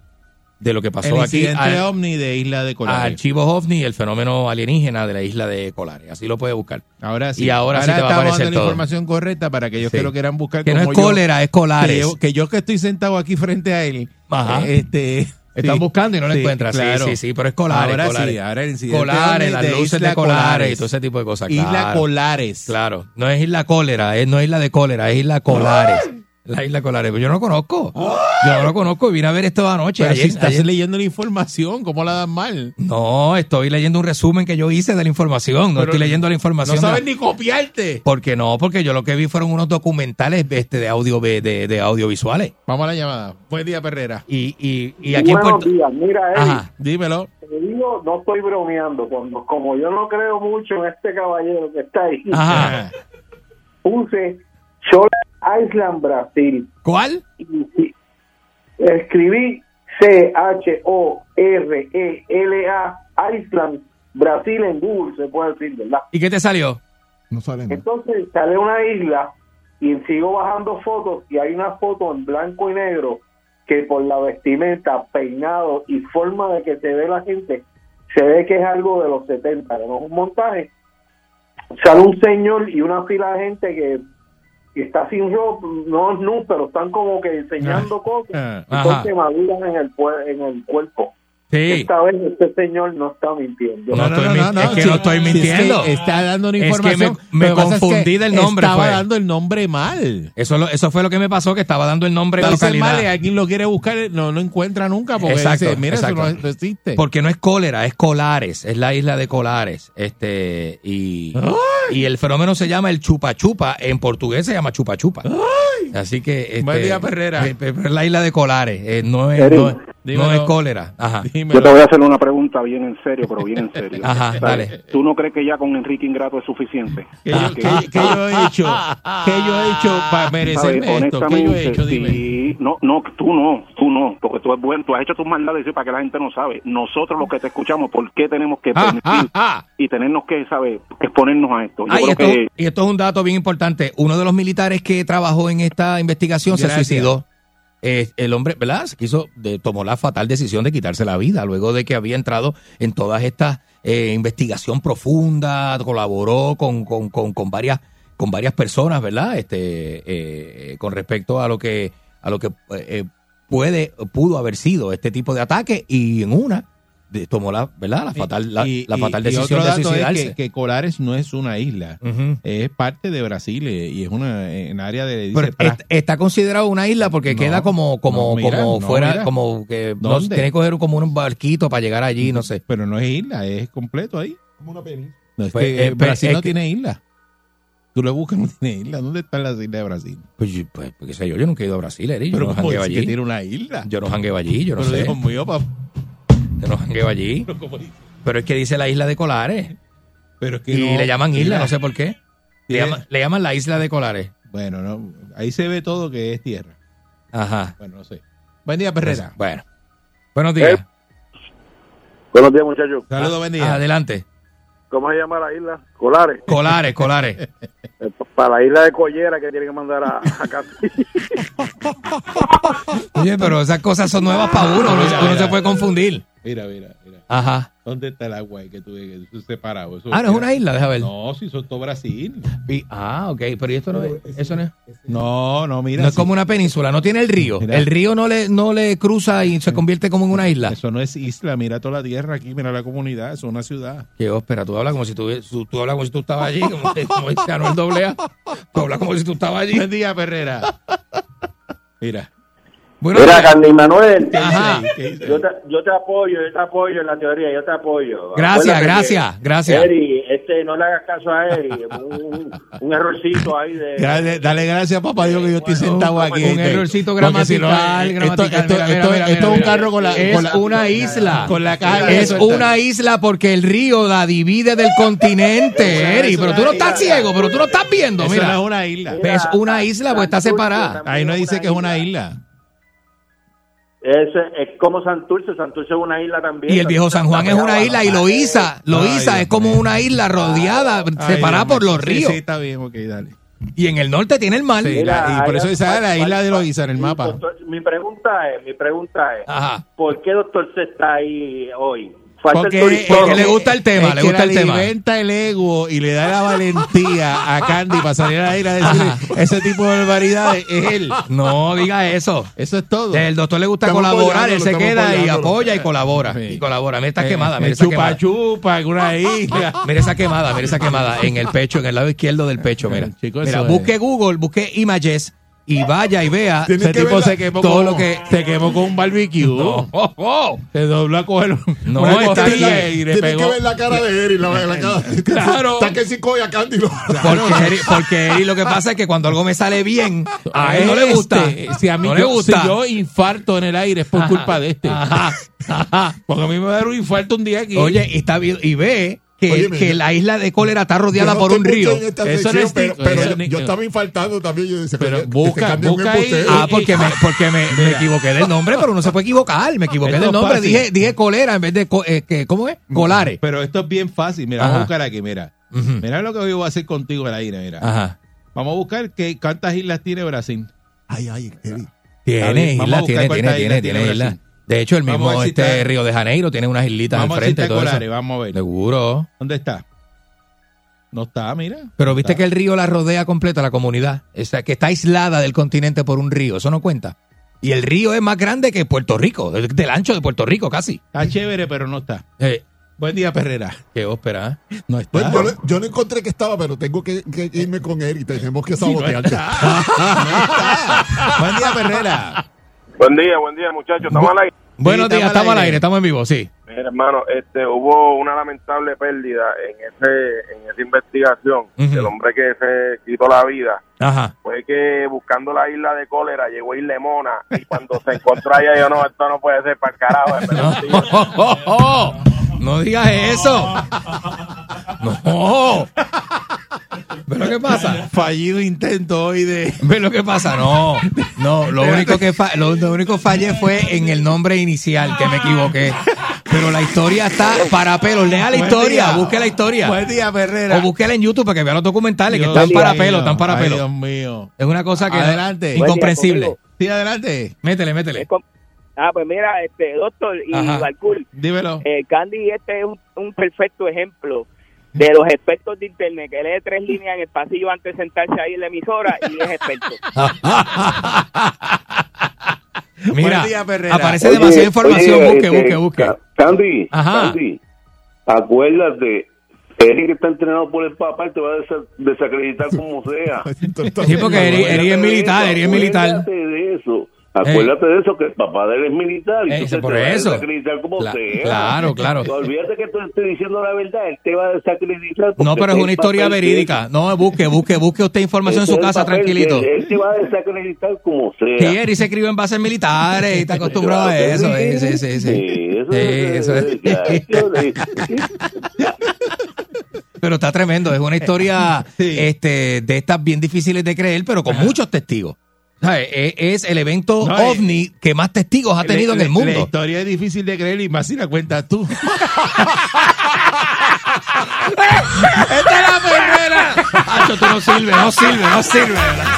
[SPEAKER 2] de lo que pasó
[SPEAKER 1] el
[SPEAKER 2] aquí.
[SPEAKER 1] incidente
[SPEAKER 2] al-
[SPEAKER 1] ovni de isla de colares.
[SPEAKER 2] Archivos OVNI y el fenómeno alienígena de la isla de Colares. Así lo puedes buscar.
[SPEAKER 1] Ahora sí.
[SPEAKER 2] Y ahora, sí te va a
[SPEAKER 1] estamos
[SPEAKER 2] aparecer
[SPEAKER 1] dando la
[SPEAKER 2] todo.
[SPEAKER 1] información correcta para aquellos
[SPEAKER 2] Sí.
[SPEAKER 1] que lo quieran buscar.
[SPEAKER 2] Que no
[SPEAKER 1] como
[SPEAKER 2] es
[SPEAKER 1] yo,
[SPEAKER 2] cólera, es
[SPEAKER 1] Que
[SPEAKER 2] Colares.
[SPEAKER 1] yo, que yo que estoy sentado aquí frente a él,
[SPEAKER 2] Ajá.
[SPEAKER 1] eh, este,
[SPEAKER 2] Están
[SPEAKER 1] sí,
[SPEAKER 2] buscando y no lo
[SPEAKER 1] sí,
[SPEAKER 2] encuentran.
[SPEAKER 1] claro.
[SPEAKER 2] Sí, sí, sí, pero es Colares.
[SPEAKER 1] Ahora
[SPEAKER 2] Colares.
[SPEAKER 1] sí, ahora el incidente
[SPEAKER 2] Colares,
[SPEAKER 1] ovni
[SPEAKER 2] las
[SPEAKER 1] de
[SPEAKER 2] luces
[SPEAKER 1] Isla
[SPEAKER 2] de Colares,
[SPEAKER 1] Colares.
[SPEAKER 2] y todo ese tipo de cosas.
[SPEAKER 1] Isla
[SPEAKER 2] claro.
[SPEAKER 1] Colares.
[SPEAKER 2] Claro, no es Isla Cólera, es, no es Isla de Cólera, es Isla Colares. La Isla Colares, pero yo no lo conozco. Yo no lo conozco y vine a ver esto anoche.
[SPEAKER 1] Pero
[SPEAKER 2] ayer-
[SPEAKER 1] si estás
[SPEAKER 2] ayer.
[SPEAKER 1] leyendo la información, ¿cómo la dan mal?
[SPEAKER 2] No, estoy leyendo un resumen que yo hice de la información. No
[SPEAKER 1] Pero
[SPEAKER 2] estoy leyendo la información.
[SPEAKER 1] No
[SPEAKER 2] de la-
[SPEAKER 1] sabes ni copiarte.
[SPEAKER 2] Porque no, porque yo lo que vi fueron unos documentales este, de, audio, de, de audiovisuales.
[SPEAKER 1] Vamos a la llamada. Buen día, Perrera.
[SPEAKER 2] Y, y, y aquí en
[SPEAKER 18] Buenos
[SPEAKER 2] Puerto
[SPEAKER 18] días, mira, Eric,
[SPEAKER 2] Ajá.
[SPEAKER 1] Dímelo.
[SPEAKER 18] te digo, no estoy bromeando, cuando, como yo no creo mucho en este caballero que está ahí,
[SPEAKER 2] Ajá.
[SPEAKER 1] Ah.
[SPEAKER 18] puse Chola Island Brasil.
[SPEAKER 2] ¿Cuál?
[SPEAKER 18] Y- y escribí C-H-O-R-E-L-A E Island Brasil en Google, se puede decir, ¿verdad?
[SPEAKER 2] ¿Y qué te salió?
[SPEAKER 18] Entonces sale una isla
[SPEAKER 4] y sigo bajando fotos y hay una foto en blanco y negro que por la vestimenta, peinado y forma de que se ve la gente, se ve que es algo de los 70, que no es un montaje. Sale un señor y una fila de gente que, que está sin ropa, no es nu, pero están como que enseñando cosas
[SPEAKER 1] Ah,
[SPEAKER 4] y
[SPEAKER 1] ajá.
[SPEAKER 4] son quemaduras en el, pue- en el cuerpo.
[SPEAKER 1] Sí.
[SPEAKER 4] Esta vez este señor no está mintiendo.
[SPEAKER 2] No, no, no, no, sí, sí, es que
[SPEAKER 1] está dando una
[SPEAKER 2] Es que
[SPEAKER 1] información.
[SPEAKER 2] me- me
[SPEAKER 1] Lo que pasa es que
[SPEAKER 2] confundí del nombre, pues.
[SPEAKER 1] Estaba
[SPEAKER 2] fue.
[SPEAKER 1] dando el nombre mal.
[SPEAKER 2] Eso, lo- eso fue lo que me pasó, que estaba dando el nombre de
[SPEAKER 1] Lo
[SPEAKER 2] la
[SPEAKER 1] dice mal y
[SPEAKER 2] localidad.
[SPEAKER 1] alguien lo quiere buscar, no lo encuentra nunca porque
[SPEAKER 2] Exacto,
[SPEAKER 1] dice, mira,
[SPEAKER 2] exacto.
[SPEAKER 1] eso no- no existe.
[SPEAKER 2] Porque no es cólera, es Colares, es la isla de Colares. Este, y,
[SPEAKER 1] Ah.
[SPEAKER 2] y el fenómeno se llama el chupa chupa, en portugués se llama chupa chupa. Así que... Este,
[SPEAKER 1] Buen día, Perrera.
[SPEAKER 2] eh, pe- pe- Es la isla de Colares, eh, no, es,
[SPEAKER 1] Erin,
[SPEAKER 2] no, es-
[SPEAKER 1] dímelo.
[SPEAKER 2] no es cólera. Ajá.
[SPEAKER 5] Yo te voy a hacer una pregunta bien en serio, pero bien en serio.
[SPEAKER 2] <laughs> Ajá,
[SPEAKER 5] ¿Sabes?
[SPEAKER 2] dale.
[SPEAKER 5] ¿Tú no crees que ya con Enrique Ingrato es suficiente?
[SPEAKER 1] ¿Qué yo, qué- qué yo he hecho? ¿Qué yo he hecho para merecerme
[SPEAKER 5] ¿Sabes?
[SPEAKER 1] esto? ¿Qué yo he hecho? Dime.
[SPEAKER 5] Honestamente, si- no, no, tú no, tú no, porque tú, es bueno, tú has hecho tus maldades y para que la gente no sabe. Nosotros los que te escuchamos, ¿por qué tenemos que
[SPEAKER 1] Ah,
[SPEAKER 5] permitir y tenernos que, ¿sabes?, exponernos a esto. Yo
[SPEAKER 2] Ah, y,
[SPEAKER 5] creo
[SPEAKER 2] esto,
[SPEAKER 5] que...
[SPEAKER 2] y esto es un dato bien importante. Uno de los militares que trabajó en esta investigación se
[SPEAKER 1] Gracias.
[SPEAKER 2] suicidó. Eh, el hombre, ¿verdad? Se quiso, de- tomó la fatal decisión de quitarse la vida luego de que había entrado en todas estas eh, investigación profunda, colaboró con, con, con, con varias con varias personas, ¿verdad? Este, eh, eh, con respecto a lo que a lo que eh, eh, puede pudo haber sido este tipo de ataque y en una de- tomó la, ¿verdad? La fatal la, la
[SPEAKER 1] Y-
[SPEAKER 2] fatal
[SPEAKER 1] y
[SPEAKER 2] decisión
[SPEAKER 1] otro
[SPEAKER 2] de
[SPEAKER 1] dato es
[SPEAKER 2] suicidarse.
[SPEAKER 1] que, que Colares no es una isla, es parte de Brasil eh, y es una en área de... dice,
[SPEAKER 2] Pero este-
[SPEAKER 1] pra-
[SPEAKER 2] est- está considerado una isla porque
[SPEAKER 1] No,
[SPEAKER 2] queda como como
[SPEAKER 1] no, mira,
[SPEAKER 2] como
[SPEAKER 1] no,
[SPEAKER 2] fuera
[SPEAKER 1] mira.
[SPEAKER 2] como que no-
[SPEAKER 1] ¿Dónde?
[SPEAKER 2] tiene que coger como un barquito para llegar allí, no sé.
[SPEAKER 1] Pero no es isla, es completo ahí.
[SPEAKER 17] Como una península.
[SPEAKER 1] No, es
[SPEAKER 2] Pues,
[SPEAKER 1] que, eh,
[SPEAKER 2] eh, pero
[SPEAKER 1] Brasil
[SPEAKER 2] es
[SPEAKER 1] no
[SPEAKER 2] que-
[SPEAKER 1] tiene isla. Tú lo buscas, no tiene isla. ¿Dónde están las islas de Brasil?
[SPEAKER 2] Pues, yo- pues, qué sé yo, yo nunca he ido a Brasil, Eri, yo
[SPEAKER 1] Pero
[SPEAKER 2] no
[SPEAKER 1] ¿cómo
[SPEAKER 2] jangueo
[SPEAKER 1] dice que
[SPEAKER 2] allí.
[SPEAKER 1] tiene una isla?
[SPEAKER 2] Yo no jangueo allí, yo no
[SPEAKER 1] Pero
[SPEAKER 2] sé.
[SPEAKER 1] Dios mío, papá.
[SPEAKER 2] Yo no jangueo allí.
[SPEAKER 1] <laughs> Pero, ¿cómo dice?
[SPEAKER 2] Pero es que dice la isla de Colares
[SPEAKER 1] Pero es que
[SPEAKER 2] y
[SPEAKER 1] no-
[SPEAKER 2] le llaman isla,
[SPEAKER 1] Mira,
[SPEAKER 2] no sé por qué. Le
[SPEAKER 1] tiene-
[SPEAKER 2] llaman, le llaman la isla de Colares.
[SPEAKER 1] Bueno, no, ahí se ve todo que es tierra.
[SPEAKER 2] Ajá. Pues,
[SPEAKER 1] Bueno, no sé. Buen día, Perrera.
[SPEAKER 2] Bueno. Buenos días.
[SPEAKER 18] Buenos días, muchachos.
[SPEAKER 2] Ah,
[SPEAKER 1] Saludos, buen día.
[SPEAKER 2] Adelante.
[SPEAKER 18] ¿Cómo se llama la isla? Colares.
[SPEAKER 2] Colares,
[SPEAKER 1] <laughs>
[SPEAKER 2] Colares.
[SPEAKER 18] Eh, pa- Para la isla de Collera que tienen que mandar a,
[SPEAKER 5] <laughs>
[SPEAKER 18] a Castilla.
[SPEAKER 2] Oye, pero esas cosas son nuevas para uno, uno,
[SPEAKER 1] Mira,
[SPEAKER 2] uno
[SPEAKER 1] mira.
[SPEAKER 2] se puede confundir.
[SPEAKER 1] Mira, mira, mira.
[SPEAKER 2] Ajá.
[SPEAKER 1] ¿Dónde está el agua ahí que tú ves que eso es separado? Eso
[SPEAKER 2] Ah, no es
[SPEAKER 1] mira.
[SPEAKER 2] una isla, deja ver.
[SPEAKER 1] No, si eso es todo Brasil.
[SPEAKER 2] Y- ah, ok, pero ¿y esto no es, eso no es.
[SPEAKER 1] No, no, mira.
[SPEAKER 2] No es
[SPEAKER 1] sí.
[SPEAKER 2] como una península, no tiene el río.
[SPEAKER 1] Mira.
[SPEAKER 2] El río no le, no le cruza y se convierte como en una isla.
[SPEAKER 1] Eso no es isla, mira toda la tierra aquí, mira la comunidad, eso es una ciudad.
[SPEAKER 2] Que oh, espera, tú hablas como si tú, tú- tú hablas como si tú estabas allí, como, como dice Anuel Doblea. Tú hablas como si tú estabas allí.
[SPEAKER 1] Buen día, Perrera. Mira.
[SPEAKER 2] Bueno, pues,
[SPEAKER 18] Mira, Candy Manuel,
[SPEAKER 2] Ajá.
[SPEAKER 1] ¿Qué dice?
[SPEAKER 18] yo te, yo te apoyo, yo te apoyo en la teoría, yo te apoyo.
[SPEAKER 2] Gracias,
[SPEAKER 18] Acuérdate
[SPEAKER 2] gracias,
[SPEAKER 18] que
[SPEAKER 2] gracias.
[SPEAKER 18] Eri, este, no le hagas caso a Eri, un, un errorcito ahí de...
[SPEAKER 1] Dale, dale gracias, papá Dios, que yo estoy sentado aquí.
[SPEAKER 2] un
[SPEAKER 1] ¿viste?
[SPEAKER 2] errorcito
[SPEAKER 1] Porque si no,
[SPEAKER 2] gramatical,
[SPEAKER 1] eh,
[SPEAKER 2] gramatical.
[SPEAKER 1] Esto, esto-
[SPEAKER 2] Mira, mira,
[SPEAKER 1] esto-
[SPEAKER 2] mira,
[SPEAKER 1] esto es un
[SPEAKER 2] mira.
[SPEAKER 1] carro con la.
[SPEAKER 2] Es
[SPEAKER 1] con la-
[SPEAKER 2] una isla.
[SPEAKER 1] Con la caja.
[SPEAKER 2] es una isla porque el río la divide del continente, Eri. Pero tú no estás ciego, pero tú no estás viendo,
[SPEAKER 1] Eso no
[SPEAKER 2] mira.
[SPEAKER 1] es una isla.
[SPEAKER 2] Es una isla, pues está separada.
[SPEAKER 1] Ahí no dice que es una isla.
[SPEAKER 18] Ese es como Santurce, Santurce es una isla también. eh,
[SPEAKER 2] Y el viejo San Juan es una isla y Loíza,
[SPEAKER 1] Ay,
[SPEAKER 2] Loíza es
[SPEAKER 1] Dios
[SPEAKER 2] como una isla rodeada,
[SPEAKER 1] Ay,
[SPEAKER 2] separada
[SPEAKER 1] Dios mío.
[SPEAKER 2] por los
[SPEAKER 1] Sí,
[SPEAKER 2] ríos.
[SPEAKER 1] Sí, está bien, ok, dale.
[SPEAKER 2] Y en el norte tiene el mar.
[SPEAKER 1] Sí, la- y por eso dice ah, la isla de Loiza en el mapa.
[SPEAKER 18] Doctor, mi pregunta es, mi pregunta es,
[SPEAKER 2] Ajá.
[SPEAKER 18] ¿por qué doctor se está ahí hoy? Falta el
[SPEAKER 2] Porque,
[SPEAKER 18] turismo.
[SPEAKER 2] porque le gusta el tema,
[SPEAKER 1] Es
[SPEAKER 2] le
[SPEAKER 1] que
[SPEAKER 2] gusta el
[SPEAKER 1] le
[SPEAKER 2] tema.
[SPEAKER 1] inventa el ego y le da la valentía a Candy para salir a la isla a decirle ese tipo de barbaridades. Es él.
[SPEAKER 2] No diga eso.
[SPEAKER 1] Eso es todo.
[SPEAKER 2] El doctor le gusta
[SPEAKER 1] Estamos
[SPEAKER 2] colaborar, él
[SPEAKER 1] apoyándolo,
[SPEAKER 2] se
[SPEAKER 1] estamos
[SPEAKER 2] queda y
[SPEAKER 1] apoyándolo.
[SPEAKER 2] apoya y colabora.
[SPEAKER 1] Sí.
[SPEAKER 2] Y colabora. Mira esta
[SPEAKER 1] Eh,
[SPEAKER 2] quemada, mira
[SPEAKER 1] el
[SPEAKER 2] esa
[SPEAKER 1] chupa
[SPEAKER 2] quemada.
[SPEAKER 1] chupa en una isla.
[SPEAKER 2] <laughs> Mira esa quemada, mira esa quemada en el pecho, en el lado izquierdo del pecho, mira.
[SPEAKER 1] Chico,
[SPEAKER 2] Mira,
[SPEAKER 1] eso es.
[SPEAKER 2] busque Google, busque Images y vaya y vea
[SPEAKER 1] Ese
[SPEAKER 2] que
[SPEAKER 1] tipo
[SPEAKER 2] verla.
[SPEAKER 1] se quemó,
[SPEAKER 2] todo
[SPEAKER 1] con,
[SPEAKER 2] lo que
[SPEAKER 1] se quemó con un
[SPEAKER 2] <laughs>
[SPEAKER 1] barbecue.
[SPEAKER 2] No. Oh, oh.
[SPEAKER 1] Se dobló a coger un-
[SPEAKER 2] No,
[SPEAKER 1] una
[SPEAKER 2] está
[SPEAKER 1] costilla
[SPEAKER 2] bien.
[SPEAKER 1] y le
[SPEAKER 17] Tienes
[SPEAKER 1] pegó.
[SPEAKER 17] que ver la cara de Eri, la, la cara.
[SPEAKER 2] Claro.
[SPEAKER 17] Está que sí coge a Candy. lo-
[SPEAKER 2] Porque, Eri- porque Eri lo que pasa es que cuando algo me sale bien, a él no le gusta.
[SPEAKER 1] Este, si a mí
[SPEAKER 2] no
[SPEAKER 1] yo,
[SPEAKER 2] le gusta.
[SPEAKER 1] si yo infarto en el aire es por culpa de este. <laughs> Porque a mí me va a dar un infarto un día aquí.
[SPEAKER 2] Oye, y, está, vi- y ve que,
[SPEAKER 17] Óyeme,
[SPEAKER 2] que
[SPEAKER 17] yo-
[SPEAKER 2] la isla de cólera está
[SPEAKER 17] Yo
[SPEAKER 2] rodeada
[SPEAKER 17] no
[SPEAKER 2] por
[SPEAKER 17] te
[SPEAKER 2] un
[SPEAKER 17] escuché
[SPEAKER 2] río.
[SPEAKER 17] en esta
[SPEAKER 1] Eso no es
[SPEAKER 17] sección, pero,
[SPEAKER 1] ni-
[SPEAKER 17] pero
[SPEAKER 1] eso
[SPEAKER 17] yo,
[SPEAKER 1] ni-
[SPEAKER 17] yo estaba infartando también. Yo decía,
[SPEAKER 1] Pero
[SPEAKER 17] este
[SPEAKER 1] busca-
[SPEAKER 17] Candy es un
[SPEAKER 1] busca ahí-
[SPEAKER 17] embustero.
[SPEAKER 2] Ah, <laughs> porque me, porque me, me equivoqué del nombre, pero uno se puede equivocar. Me equivoqué
[SPEAKER 1] Esto
[SPEAKER 2] del
[SPEAKER 1] es
[SPEAKER 2] nombre.
[SPEAKER 1] fácil.
[SPEAKER 2] Dije, dije colera en vez de. co- eh, que- ¿Cómo es? Colares.
[SPEAKER 1] Pero esto es bien fácil. Mira,
[SPEAKER 2] Ajá.
[SPEAKER 1] vamos a buscar aquí, mira.
[SPEAKER 2] Ujú.
[SPEAKER 1] Mira lo que yo voy a hacer contigo en el aire, mira.
[SPEAKER 2] Ajá.
[SPEAKER 1] Vamos a buscar que, cuántas islas tiene Brasil.
[SPEAKER 17] Ay, ay, Eddie.
[SPEAKER 1] Está bien,
[SPEAKER 2] Tiene
[SPEAKER 1] vamos a
[SPEAKER 2] islas,
[SPEAKER 1] buscar
[SPEAKER 2] tiene,
[SPEAKER 1] cuántas
[SPEAKER 2] tiene, tiene,
[SPEAKER 1] islas
[SPEAKER 2] tiene
[SPEAKER 1] tiene
[SPEAKER 2] islas.
[SPEAKER 1] Brasil.
[SPEAKER 2] De hecho, el
[SPEAKER 1] Vamos a
[SPEAKER 2] mismo
[SPEAKER 1] ver si
[SPEAKER 2] este
[SPEAKER 1] está-
[SPEAKER 2] Río de Janeiro tiene unas islitas
[SPEAKER 1] Vamos a ver si
[SPEAKER 2] enfrente. y
[SPEAKER 1] está
[SPEAKER 2] todo eso.
[SPEAKER 1] Colare, vamos a ver.
[SPEAKER 2] Seguro.
[SPEAKER 1] ¿Dónde está? No está, mira.
[SPEAKER 2] Pero viste que el río la rodea completa, la comunidad. Esa que está aislada del continente por un río. Eso no cuenta. Y el río es más grande que Puerto Rico, del, del ancho de Puerto Rico casi.
[SPEAKER 1] Está chévere, pero no está.
[SPEAKER 2] Eh,
[SPEAKER 1] Buen día, Perrera.
[SPEAKER 2] qué ópera. ¿eh?
[SPEAKER 1] No
[SPEAKER 17] Bueno,
[SPEAKER 1] está.
[SPEAKER 17] yo, no- yo no encontré que estaba, pero tengo que, que irme con él y tenemos que sabotearte.
[SPEAKER 1] Buen día, Perrera.
[SPEAKER 13] Buen día, buen día, muchachos. Estamos al aire.
[SPEAKER 2] <laughs> Buenos
[SPEAKER 1] Sí,
[SPEAKER 2] días, ah, estamos al aire, estamos en vivo, sí.
[SPEAKER 13] Mira, hermano, este, hubo una lamentable pérdida en ese en esa investigación.
[SPEAKER 2] Ujú.
[SPEAKER 13] El hombre que se quitó la vida
[SPEAKER 2] Ajá.
[SPEAKER 13] fue que buscando la isla de cólera llegó a Isla Mona y cuando se encontró allá yo no, esto no puede ser para el carajo. es verdad, tío.
[SPEAKER 2] Oh, oh,
[SPEAKER 10] <laughs>
[SPEAKER 2] oh. <laughs> No digas eso. <laughs> No. ¿Ves lo que pasa?
[SPEAKER 1] Fallido intento hoy de.
[SPEAKER 2] ¿Ves lo que pasa? No. No, lo único que fa- lo, lo único que fallé fue en el nombre inicial, que me equivoqué. Pero la historia está para pelos. Lea la
[SPEAKER 1] Buen
[SPEAKER 2] historia,
[SPEAKER 1] día.
[SPEAKER 2] busque la historia.
[SPEAKER 1] Buen día, Perrera.
[SPEAKER 2] O búsquela en YouTube para que vea los documentales
[SPEAKER 1] Dios
[SPEAKER 2] que están para
[SPEAKER 1] mío.
[SPEAKER 2] pelo, están para
[SPEAKER 1] Ay,
[SPEAKER 2] pelo.
[SPEAKER 1] Dios mío.
[SPEAKER 2] Es una cosa que
[SPEAKER 1] Adelante. Buen
[SPEAKER 2] es incomprensible.
[SPEAKER 1] Sí, adelante.
[SPEAKER 2] Métele,
[SPEAKER 1] <laughs>
[SPEAKER 2] métele.
[SPEAKER 8] Ah, pues mira, este doctor y
[SPEAKER 2] Ajá.
[SPEAKER 8] Balcool,
[SPEAKER 1] Dímelo.
[SPEAKER 8] eh, Candy este es un, un perfecto ejemplo de los expertos de internet, que lee tres líneas en el pasillo antes de sentarse ahí en la emisora y es experto.
[SPEAKER 13] <laughs>
[SPEAKER 2] Mira,
[SPEAKER 1] Buen día, Perrera.
[SPEAKER 2] aparece
[SPEAKER 4] Oye,
[SPEAKER 2] demasiada información.
[SPEAKER 4] oye,
[SPEAKER 2] Busque,
[SPEAKER 4] este,
[SPEAKER 2] busque, busque.
[SPEAKER 4] Ca- Candy,
[SPEAKER 2] Ajá.
[SPEAKER 4] Candy, acuérdate, Eric está entrenado por el papá y te va a desa- desacreditar
[SPEAKER 2] <laughs>
[SPEAKER 4] como sea.
[SPEAKER 2] Sí, porque Eri, Eri es militar, Eri es militar.
[SPEAKER 4] Acuérdate de eso. Acuérdate de eso, que el papá de él es militar.
[SPEAKER 2] Eh,
[SPEAKER 4] entonces
[SPEAKER 2] por
[SPEAKER 4] te va a
[SPEAKER 2] eso.
[SPEAKER 4] desacreditar como
[SPEAKER 2] Cla-
[SPEAKER 4] sea.
[SPEAKER 2] claro, claro.
[SPEAKER 4] <laughs> Olvídate que te estoy diciendo la verdad, él te va a desacreditar.
[SPEAKER 2] No,
[SPEAKER 4] porque
[SPEAKER 2] pero es
[SPEAKER 4] él
[SPEAKER 2] una
[SPEAKER 4] va
[SPEAKER 2] historia
[SPEAKER 4] a ser-
[SPEAKER 2] verídica. No, busque, busque, busque usted información en
[SPEAKER 4] ese
[SPEAKER 2] su
[SPEAKER 4] es el
[SPEAKER 2] casa,
[SPEAKER 4] papel de
[SPEAKER 2] tranquilito.
[SPEAKER 4] Él, él te va a desacreditar como sea.
[SPEAKER 2] Sí, Eri se crió en bases militares y está acostumbrado a eso. Sí, sí, sí. sí.
[SPEAKER 4] Sí, eso
[SPEAKER 2] Sí,
[SPEAKER 4] es-
[SPEAKER 2] eso es. <laughs> Pero está tremendo, es una
[SPEAKER 1] <laughs>
[SPEAKER 2] historia este, de estas bien difíciles de creer, pero con muchos testigos. ¿Sabes? E- Es, el evento
[SPEAKER 1] No, eh,
[SPEAKER 2] ovni que más testigos ha tenido
[SPEAKER 1] Le-
[SPEAKER 2] en el
[SPEAKER 1] le- La
[SPEAKER 2] mundo.
[SPEAKER 1] historia es difícil de creer y más si la cuentas tú. <laughs>
[SPEAKER 2] ¡Esta es la primera! Hacho, tú no sirves, no sirve, no sirve. ¿verdad?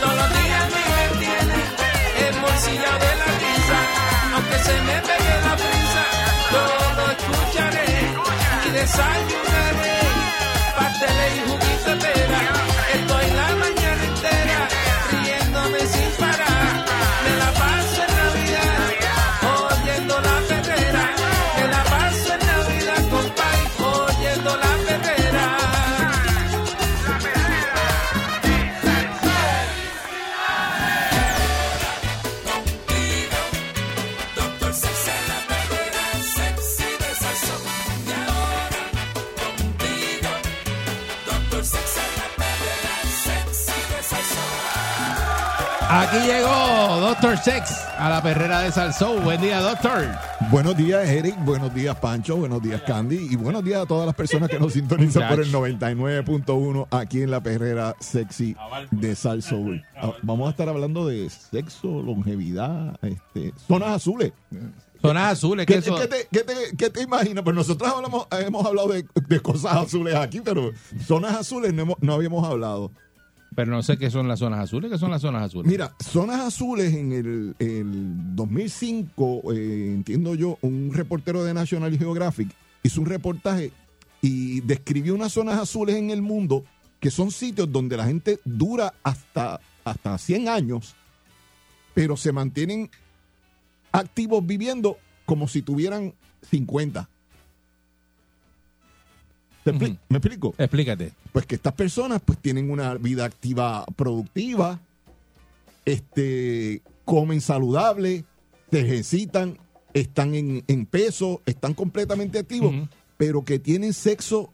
[SPEAKER 19] Todos los días me detienen en bolsilla de la risa, aunque se me pegue la prisa, yo lo escucharé y desayunaré. Pasteles y juguito de pera, estoy la mañana entera riéndome sin parar. Me la paso en Navidad oyendo la perrera, me la paso en Navidad compadre oyendo la perrera. Doctor Sexy, la perrera sexy de salsón. Y ahora contigo, Doctor Sexy, la perrera sexy de salsón.
[SPEAKER 1] Aquí llegó Doctor Sex a la perrera de Salsou. Buen día, Doctor.
[SPEAKER 17] Buenos días, Eric. Buenos días, Pancho. Buenos días, Candy. Y buenos días a todas las personas que nos sintonizan por el 99.1 aquí en la perrera sexy de Sal Soul. Ah, Vamos a estar hablando de sexo, longevidad, este, zonas azules.
[SPEAKER 1] Zonas azules,
[SPEAKER 17] ¿Qué,
[SPEAKER 1] que eso.
[SPEAKER 17] qué te, qué te- qué te imaginas? Pues nosotros hablamos, hemos hablado de, de cosas azules aquí, pero zonas azules no, hemos- no habíamos hablado.
[SPEAKER 1] Pero no sé qué son las zonas azules, qué son las zonas azules.
[SPEAKER 17] Mira, Zonas Azules en el, el 2005, eh, entiendo yo, un reportero de National Geographic hizo un reportaje y describió unas zonas azules en el mundo que son sitios donde la gente dura hasta, hasta 100 años, pero se mantienen activos viviendo como si tuvieran 50. ¿Te expli-
[SPEAKER 1] Ujú.
[SPEAKER 17] ¿Me explico?
[SPEAKER 1] Explícate.
[SPEAKER 17] pues que estas personas pues tienen una vida activa productiva, este, comen saludable, se ejercitan, están en, en peso, están completamente activos, pero que tienen sexo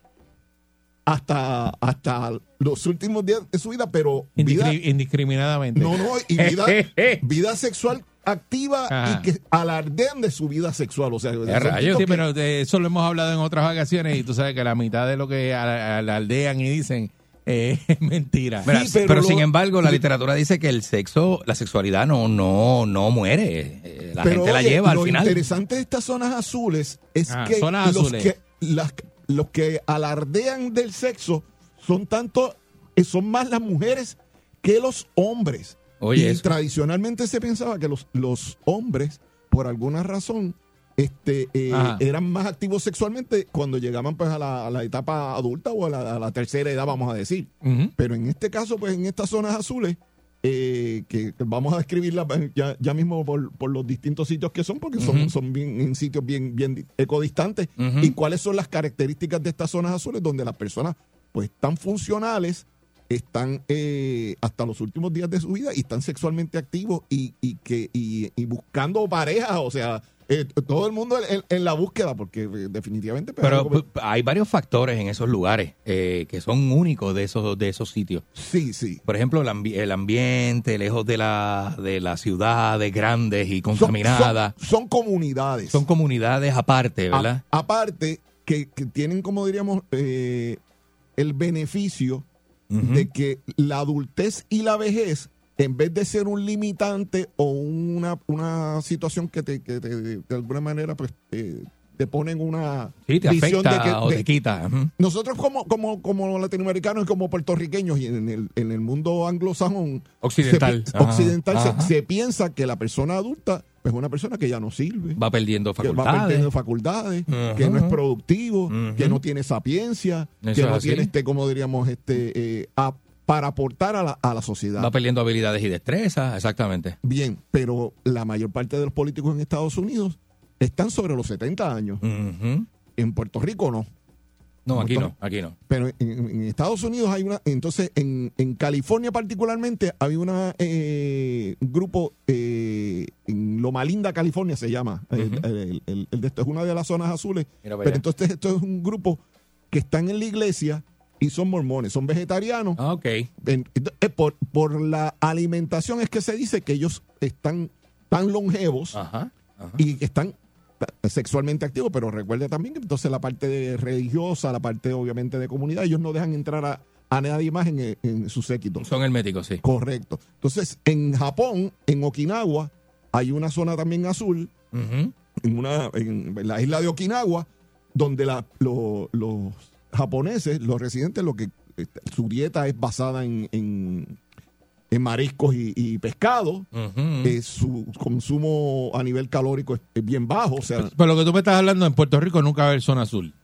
[SPEAKER 17] hasta, hasta los últimos días de su vida, pero vida,
[SPEAKER 1] Indiscri- indiscriminadamente.
[SPEAKER 17] no, no, y vida,
[SPEAKER 1] <laughs>
[SPEAKER 17] vida sexual activa
[SPEAKER 1] Ajá.
[SPEAKER 17] y que alardean de su vida sexual. O sea, Pues son
[SPEAKER 1] Ya rayos.
[SPEAKER 17] tipos
[SPEAKER 1] Sí,
[SPEAKER 17] que-
[SPEAKER 1] pero de eso lo hemos hablado en otras ocasiones y tú sabes que la mitad de lo que al- al- alardean y dicen Eh, <laughs> es mentira.
[SPEAKER 2] Mira,
[SPEAKER 1] Sí,
[SPEAKER 2] pero
[SPEAKER 1] lo-
[SPEAKER 2] sin embargo, la literatura dice que el sexo, la sexualidad no, no, no muere. Eh, La
[SPEAKER 17] Pero,
[SPEAKER 2] gente la
[SPEAKER 17] oye,
[SPEAKER 2] lleva al
[SPEAKER 17] lo
[SPEAKER 2] final.
[SPEAKER 17] interesante de estas zonas azules es
[SPEAKER 1] Ah,
[SPEAKER 17] que,
[SPEAKER 1] zonas
[SPEAKER 17] los,
[SPEAKER 1] azules.
[SPEAKER 17] Que, las- los que alardean del sexo son tanto, eh, son más las mujeres que los hombres.
[SPEAKER 2] Oye,
[SPEAKER 17] y
[SPEAKER 2] eso.
[SPEAKER 17] tradicionalmente se pensaba que los, los hombres, por alguna razón, este, eh,
[SPEAKER 1] Ajá.
[SPEAKER 17] eran más activos sexualmente cuando llegaban pues, a, la, a la etapa adulta o a la, a la tercera edad, vamos a decir.
[SPEAKER 1] Ujú.
[SPEAKER 17] Pero en este caso, pues en estas zonas azules, eh, que vamos a describirlas eh, ya, ya mismo por, por los distintos sitios que son, porque son,
[SPEAKER 1] Ujú.
[SPEAKER 17] son bien, en sitios bien, bien di- ecodistantes,
[SPEAKER 1] Ujú.
[SPEAKER 17] y cuáles son las características de estas zonas azules donde las personas pues están funcionales, están eh, hasta los últimos días de su vida y están sexualmente activos y, y que, y, y buscando parejas, o sea, eh, todo el mundo en, en- en la búsqueda, porque eh, definitivamente... pues,
[SPEAKER 2] Pero
[SPEAKER 17] algo-
[SPEAKER 2] p- p- hay varios factores en esos lugares eh, que son únicos de esos, de esos sitios.
[SPEAKER 17] Sí, sí.
[SPEAKER 2] Por ejemplo, el, ambi- el ambiente, lejos de la, de las ciudades grandes y
[SPEAKER 17] son-
[SPEAKER 2] contaminadas.
[SPEAKER 17] son- son comunidades.
[SPEAKER 2] Son comunidades
[SPEAKER 1] Ah,
[SPEAKER 2] aparte,
[SPEAKER 17] A-
[SPEAKER 2] ¿verdad?
[SPEAKER 17] aparte, que, que tienen, como diríamos, eh, el beneficio de que la adultez y la vejez, en vez de ser un limitante o una, una situación que, te, que te- de alguna manera pues, eh, te ponen una
[SPEAKER 2] Sí, te
[SPEAKER 17] visión
[SPEAKER 2] afecta
[SPEAKER 17] de que-
[SPEAKER 2] o
[SPEAKER 17] de-
[SPEAKER 2] te quita. ujú.
[SPEAKER 17] nosotros como, como, como latinoamericanos y como puertorriqueños y en el, en el mundo anglosajón
[SPEAKER 2] Occidental.
[SPEAKER 17] se pi-
[SPEAKER 2] Ajá,
[SPEAKER 17] occidental se-
[SPEAKER 2] ajá.
[SPEAKER 17] Se, piensa que la persona adulta pues, es una persona que ya no sirve
[SPEAKER 2] Va perdiendo
[SPEAKER 17] que
[SPEAKER 2] facultades.
[SPEAKER 17] va perdiendo facultades,
[SPEAKER 2] Ajá.
[SPEAKER 17] que no es productivo,
[SPEAKER 2] Ujú.
[SPEAKER 17] que no tiene sapiencia,
[SPEAKER 2] Eso
[SPEAKER 17] que
[SPEAKER 2] es
[SPEAKER 17] no
[SPEAKER 2] así.
[SPEAKER 17] tiene este, como diríamos, este, eh, a- para aportar a la, a la sociedad.
[SPEAKER 2] Va perdiendo habilidades y destrezas, exactamente.
[SPEAKER 17] Bien, pero la mayor parte de los políticos en Estados Unidos están sobre los 70 años.
[SPEAKER 2] Ujú.
[SPEAKER 17] En Puerto Rico no.
[SPEAKER 2] No, aquí
[SPEAKER 17] Montón.
[SPEAKER 2] no, aquí no.
[SPEAKER 17] Pero en, en Estados Unidos hay una, entonces en, en California particularmente hay una eh, un grupo eh, en Loma Linda, California se llama. eh, El-
[SPEAKER 2] Ujú.
[SPEAKER 17] el, el- el de esto es una de las zonas azules.
[SPEAKER 2] Mira para
[SPEAKER 17] Pero
[SPEAKER 2] allá.
[SPEAKER 17] entonces esto es un grupo que están en la iglesia y son mormones, son vegetarianos.
[SPEAKER 2] Ah, ok.
[SPEAKER 17] En- ento- eh, por, por la alimentación es que se dice que ellos están tan longevos
[SPEAKER 2] Ajá. ajá.
[SPEAKER 17] y que están ta- sexualmente activos, pero recuerde también que entonces la parte de religiosa, la parte obviamente de comunidad, ellos no dejan entrar a, a nadie más en, el- en su séquito.
[SPEAKER 2] Son herméticos, sí.
[SPEAKER 17] Correcto. Entonces, en Japón, en Okinawa, hay una zona también azul,
[SPEAKER 2] Ujú.
[SPEAKER 17] en, una, en la isla de Okinawa, donde la- lo- los japoneses, los residentes, lo que este, su dieta es basada en, en- en mariscos y, y pescado.
[SPEAKER 2] Ujú.
[SPEAKER 17] Eh, su consumo a nivel calórico es, es bien bajo. O sea,
[SPEAKER 1] Pero lo que tú me estás hablando, en Puerto Rico nunca va a haber zona azul.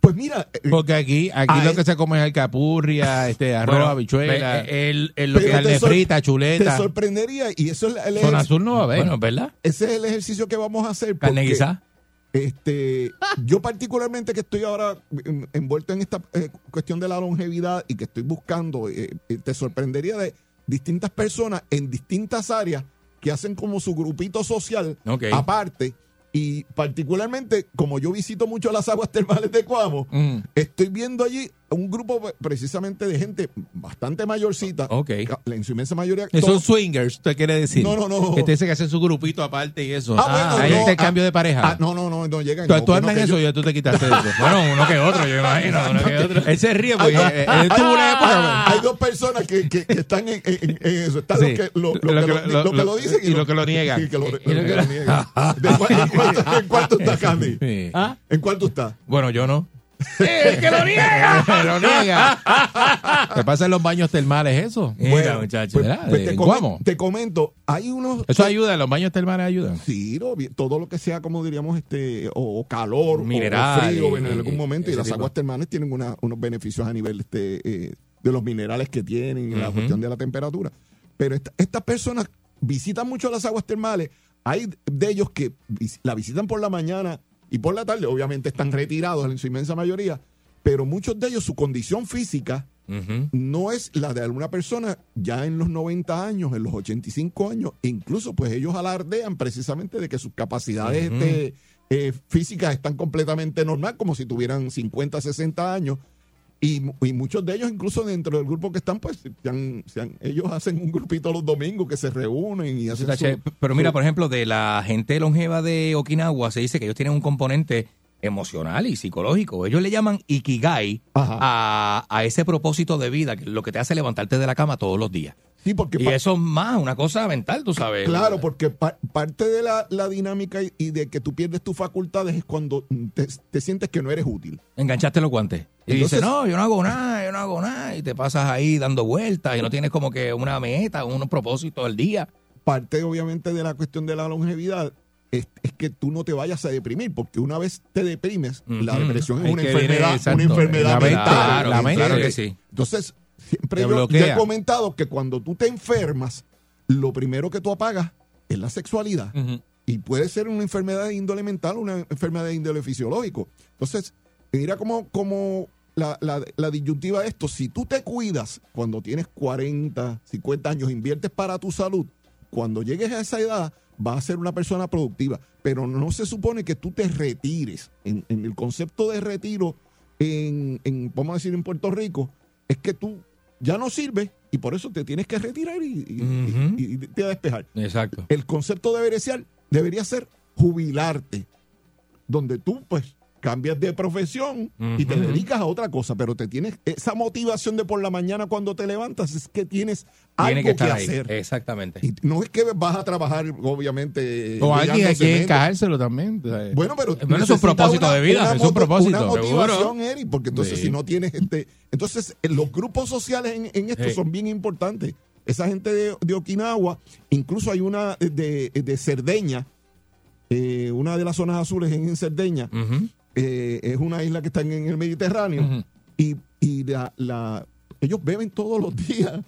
[SPEAKER 17] pues mira, eh,
[SPEAKER 1] Porque aquí, aquí
[SPEAKER 17] Ah,
[SPEAKER 1] lo
[SPEAKER 17] eh.
[SPEAKER 1] que se come es alcapurria, este, arroz,
[SPEAKER 2] Bueno,
[SPEAKER 1] habichuela,
[SPEAKER 2] ve, el- el- lo
[SPEAKER 17] pero
[SPEAKER 2] que-
[SPEAKER 1] carne
[SPEAKER 17] te sor-
[SPEAKER 1] frita, chuleta.
[SPEAKER 17] te sorprendería y eso es la- el,
[SPEAKER 1] zona
[SPEAKER 17] ejer-
[SPEAKER 1] azul no va a haber.
[SPEAKER 2] bueno, ¿verdad?
[SPEAKER 17] ese es el ejercicio que vamos a hacer.
[SPEAKER 2] Carne
[SPEAKER 17] porque,
[SPEAKER 2] guisada.
[SPEAKER 17] Este, yo particularmente que estoy ahora mm, envuelto en esta eh, cuestión de la longevidad y que estoy buscando, eh, eh, te sorprendería de distintas personas en distintas áreas que hacen como su grupito social
[SPEAKER 2] Ok.
[SPEAKER 17] aparte y particularmente como yo visito mucho las aguas termales de Cuamo,
[SPEAKER 1] Mm.
[SPEAKER 17] estoy viendo allí un grupo pre- precisamente de gente bastante mayorcita,
[SPEAKER 2] Ok.
[SPEAKER 17] ca- la- en su inmensa mayoría
[SPEAKER 1] Eh, Son
[SPEAKER 17] todos-
[SPEAKER 1] swingers, te quiere decir.
[SPEAKER 17] No, no, no.
[SPEAKER 1] Que te dice que hacen su grupito aparte y eso.
[SPEAKER 17] Ah, bueno,
[SPEAKER 1] Hay
[SPEAKER 17] no,
[SPEAKER 1] intercambio
[SPEAKER 17] ah,
[SPEAKER 1] de pareja.
[SPEAKER 17] ah, no, no, no, no llegan.
[SPEAKER 1] Tú,
[SPEAKER 17] no,
[SPEAKER 1] tú
[SPEAKER 17] que no,
[SPEAKER 1] andas en
[SPEAKER 17] que
[SPEAKER 1] eso
[SPEAKER 17] yo-
[SPEAKER 1] ya tú te quitaste de eso.
[SPEAKER 16] Bueno, uno que otro, yo imagino. Uno que otro.
[SPEAKER 1] Él se ríe porque eh, él tuvo una época.
[SPEAKER 17] Ah, Hay dos personas que, que- que están en, en- en eso. Están
[SPEAKER 1] Sí.
[SPEAKER 17] los que lo, lo que lo, lo que lo dicen
[SPEAKER 1] y lo que lo niegan.
[SPEAKER 17] <laughs> Y que lo- lo
[SPEAKER 1] <laughs> Y lo
[SPEAKER 17] que
[SPEAKER 1] que-
[SPEAKER 17] lo niegan. ¿De cu- ¿En cuánto- en cuánto está Candy?
[SPEAKER 1] Sí.
[SPEAKER 17] ¿En cuánto está?
[SPEAKER 2] Bueno, yo no.
[SPEAKER 1] <laughs> Pero niega. ¿Qué pasa en los baños termales eso?
[SPEAKER 2] Mira,
[SPEAKER 17] Bueno,
[SPEAKER 2] muchacho.
[SPEAKER 17] Pues,
[SPEAKER 1] ¿verdad?
[SPEAKER 17] pues
[SPEAKER 1] eh, ¿En
[SPEAKER 17] te,
[SPEAKER 1] Guamo?
[SPEAKER 17] comen- te comento, hay unos
[SPEAKER 1] Eso ayuda, los baños termales ayudan.
[SPEAKER 17] Sí, no, bien, todo lo que sea, como diríamos, este, o, o calor, o-
[SPEAKER 2] Mineral,
[SPEAKER 17] o frío
[SPEAKER 2] eh,
[SPEAKER 17] en algún momento, y
[SPEAKER 2] ese
[SPEAKER 17] las
[SPEAKER 2] tipo.
[SPEAKER 17] aguas termales tienen una- unos beneficios a nivel este, eh, de los minerales que tienen, la
[SPEAKER 2] Ujú.
[SPEAKER 17] cuestión de la temperatura. Pero esta- estas personas visitan mucho las aguas termales. Hay de ellos que vis- la visitan por la mañana y por la tarde, obviamente están retirados en su inmensa mayoría, pero muchos de ellos, su condición física
[SPEAKER 2] Ujú.
[SPEAKER 17] no es la de alguna persona ya en los 90 años, en los 85 años, e incluso pues ellos alardean precisamente de que sus capacidades
[SPEAKER 2] Ujú.
[SPEAKER 17] este, eh, físicas están completamente normal, como si tuvieran 50, 60 años. Y, mu- y muchos de ellos, incluso dentro del grupo que están, pues se han- se han- ellos hacen un grupito los domingos que se reúnen y hacen
[SPEAKER 2] Está
[SPEAKER 17] su-
[SPEAKER 2] chévere. Pero mira,
[SPEAKER 17] su-
[SPEAKER 2] por ejemplo, de la gente longeva de Okinawa se dice que ellos tienen un componente emocional y psicológico. Ellos le llaman ikigai a, a ese propósito de vida, que es lo que te hace levantarte de la cama todos los días.
[SPEAKER 17] Sí, porque
[SPEAKER 2] y
[SPEAKER 17] pa-
[SPEAKER 2] eso es más una cosa mental, tú sabes.
[SPEAKER 17] Claro, porque pa- parte de la, la dinámica y, y de que tú pierdes tus facultades es cuando te, te sientes que no eres útil.
[SPEAKER 2] Enganchaste los guantes. Y
[SPEAKER 17] Entonces-
[SPEAKER 2] dices, no, yo no hago nada, yo no hago nada. Y te pasas ahí dando vueltas y no tienes como que una meta, unos propósitos al día.
[SPEAKER 17] Parte, obviamente, de la cuestión de la longevidad es, es que tú no te vayas a deprimir, porque una vez te deprimes, la
[SPEAKER 2] Ujú.
[SPEAKER 17] depresión es
[SPEAKER 2] Es
[SPEAKER 17] una
[SPEAKER 2] que viene,
[SPEAKER 17] enfermedad,
[SPEAKER 2] exacto,
[SPEAKER 17] una enfermedad
[SPEAKER 2] la mente,
[SPEAKER 17] mental.
[SPEAKER 2] claro, la mente, claro que sí.
[SPEAKER 17] Entonces, siempre
[SPEAKER 2] Te
[SPEAKER 17] yo- yo, he
[SPEAKER 2] bloquea.
[SPEAKER 17] comentado que cuando tú te enfermas, lo primero que tú apagas es la sexualidad. Y puede ser una enfermedad de índole mental o una enfermedad de índole fisiológico. Entonces, mira como, como la, la- la disyuntiva de esto. Si tú te cuidas cuando tienes 40, 50 años, inviertes para tu salud, cuando llegues a esa edad vas a ser una persona productiva. Pero no se supone que tú te retires. En, en el concepto de retiro, en, en, vamos a decir, en Puerto Rico, es que tú ya no sirves y por eso te tienes que retirar y, y- y- y te vas a despejar.
[SPEAKER 2] Exacto.
[SPEAKER 17] El concepto debería ser, debería ser jubilarte, donde tú pues cambias de profesión y te
[SPEAKER 2] Ujú.
[SPEAKER 17] dedicas a otra cosa, pero te tienes esa motivación de por la mañana cuando te levantas es que tienes
[SPEAKER 2] Tiene
[SPEAKER 17] algo
[SPEAKER 2] que
[SPEAKER 17] que,
[SPEAKER 2] estar ahí. Eh.
[SPEAKER 17] hacer.
[SPEAKER 2] Exactamente.
[SPEAKER 17] Y no es que vas a trabajar obviamente
[SPEAKER 1] O alguien hay
[SPEAKER 17] mirándose
[SPEAKER 1] que
[SPEAKER 17] menos.
[SPEAKER 1] encajárselo también.
[SPEAKER 17] Bueno, pero
[SPEAKER 1] Bueno, es un
[SPEAKER 17] necesitas
[SPEAKER 1] propósito de vida, es un
[SPEAKER 17] moto-
[SPEAKER 1] propósito,
[SPEAKER 17] Una motivación,
[SPEAKER 1] seguro.
[SPEAKER 17] Eric, porque entonces
[SPEAKER 1] Sí.
[SPEAKER 17] si no tienes este, entonces eh, los grupos sociales en, en esto
[SPEAKER 1] Sí.
[SPEAKER 17] son bien importantes. Esa gente de, de Okinawa, incluso hay una eh, de, de Cerdeña, eh, una de las zonas azules en, en Cerdeña,
[SPEAKER 1] Mm.
[SPEAKER 17] eh, es una isla que está en, en el Mediterráneo y, y la- la- ellos beben todos los días.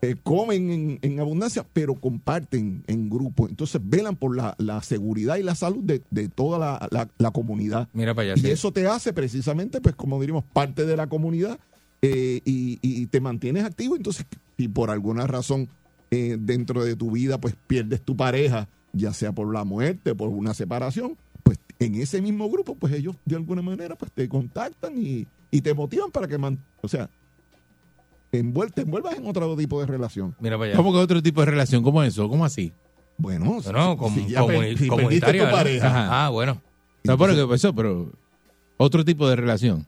[SPEAKER 17] eh, comen en, en abundancia, pero comparten en grupo. Entonces velan por la, la seguridad y la salud de, de toda la, la- la comunidad.
[SPEAKER 2] Mira para allá.
[SPEAKER 17] y
[SPEAKER 2] sí.
[SPEAKER 17] eso te hace precisamente, pues como diríamos, parte de la comunidad eh, y, y te mantienes activo. Entonces, si por alguna razón eh, dentro de tu vida, pues pierdes tu pareja, ya sea por la muerte, por una separación, pues en ese mismo grupo, pues ellos de alguna manera, pues te contactan y, y te motivan para que, man- o sea, envuel- te envuelvas en otro tipo de relación.
[SPEAKER 2] Mira para allá.
[SPEAKER 1] ¿Cómo que otro tipo de relación como eso? ¿Cómo así?
[SPEAKER 17] Bueno, <laughs>
[SPEAKER 2] Bueno, com-
[SPEAKER 1] si ya per-
[SPEAKER 2] comuni-
[SPEAKER 1] si perdiste
[SPEAKER 2] comunitaria,
[SPEAKER 1] tu
[SPEAKER 2] ¿verdad?
[SPEAKER 1] pareja.
[SPEAKER 2] Ajá. Ah, bueno.
[SPEAKER 1] No, pero que eso, pero otro tipo de relación.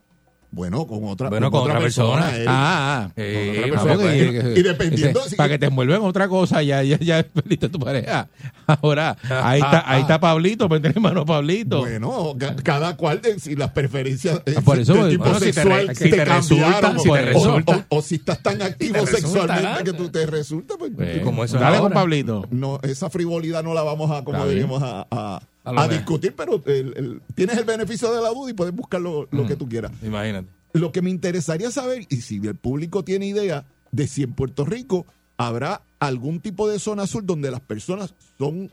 [SPEAKER 17] Bueno, con otra,
[SPEAKER 1] Bueno, con, otra, persona.
[SPEAKER 17] Eric.
[SPEAKER 1] ah, ah.
[SPEAKER 17] Con
[SPEAKER 1] Eh,
[SPEAKER 17] otra
[SPEAKER 1] no,
[SPEAKER 17] persona,
[SPEAKER 1] porque-
[SPEAKER 17] Eh, pues,
[SPEAKER 1] eh,
[SPEAKER 17] y- y dependiendo
[SPEAKER 1] ese-
[SPEAKER 17] si-
[SPEAKER 1] para que te envuelvan otra cosa, ya, ya, ya <laughs> perdiste tu pareja. Ahora, ahí está, ahí está Pablito, me tiene mano Pablito.
[SPEAKER 17] Ah, Bueno, ca- cada cual de, si las preferencias eh,
[SPEAKER 1] Ah, por eso,
[SPEAKER 17] de tipo
[SPEAKER 1] bueno, si te re-
[SPEAKER 17] sexual
[SPEAKER 1] si
[SPEAKER 17] te,
[SPEAKER 1] te
[SPEAKER 17] cambiaron,
[SPEAKER 1] resulta, si
[SPEAKER 17] o-
[SPEAKER 1] te
[SPEAKER 17] o-
[SPEAKER 1] resulta.
[SPEAKER 17] o, o si estás tan activo
[SPEAKER 1] resulta,
[SPEAKER 17] sexualmente
[SPEAKER 1] ¿verdad?
[SPEAKER 17] que tú te resulta, pues,
[SPEAKER 1] Bueno,
[SPEAKER 17] tú-
[SPEAKER 1] como eso dale ahora. con Pablito.
[SPEAKER 17] No, esa frivolidad no la vamos a, como
[SPEAKER 1] Está bien.
[SPEAKER 17] diríamos, a, a-
[SPEAKER 1] A lo
[SPEAKER 17] a
[SPEAKER 1] mejor.
[SPEAKER 17] discutir, pero el- el- tienes el beneficio de la duda y puedes buscar lo,
[SPEAKER 1] Mm.
[SPEAKER 17] lo que tú quieras.
[SPEAKER 2] Imagínate.
[SPEAKER 17] Lo que me interesaría saber, y si el público tiene idea, de si en Puerto Rico habrá algún tipo de zona azul donde las personas son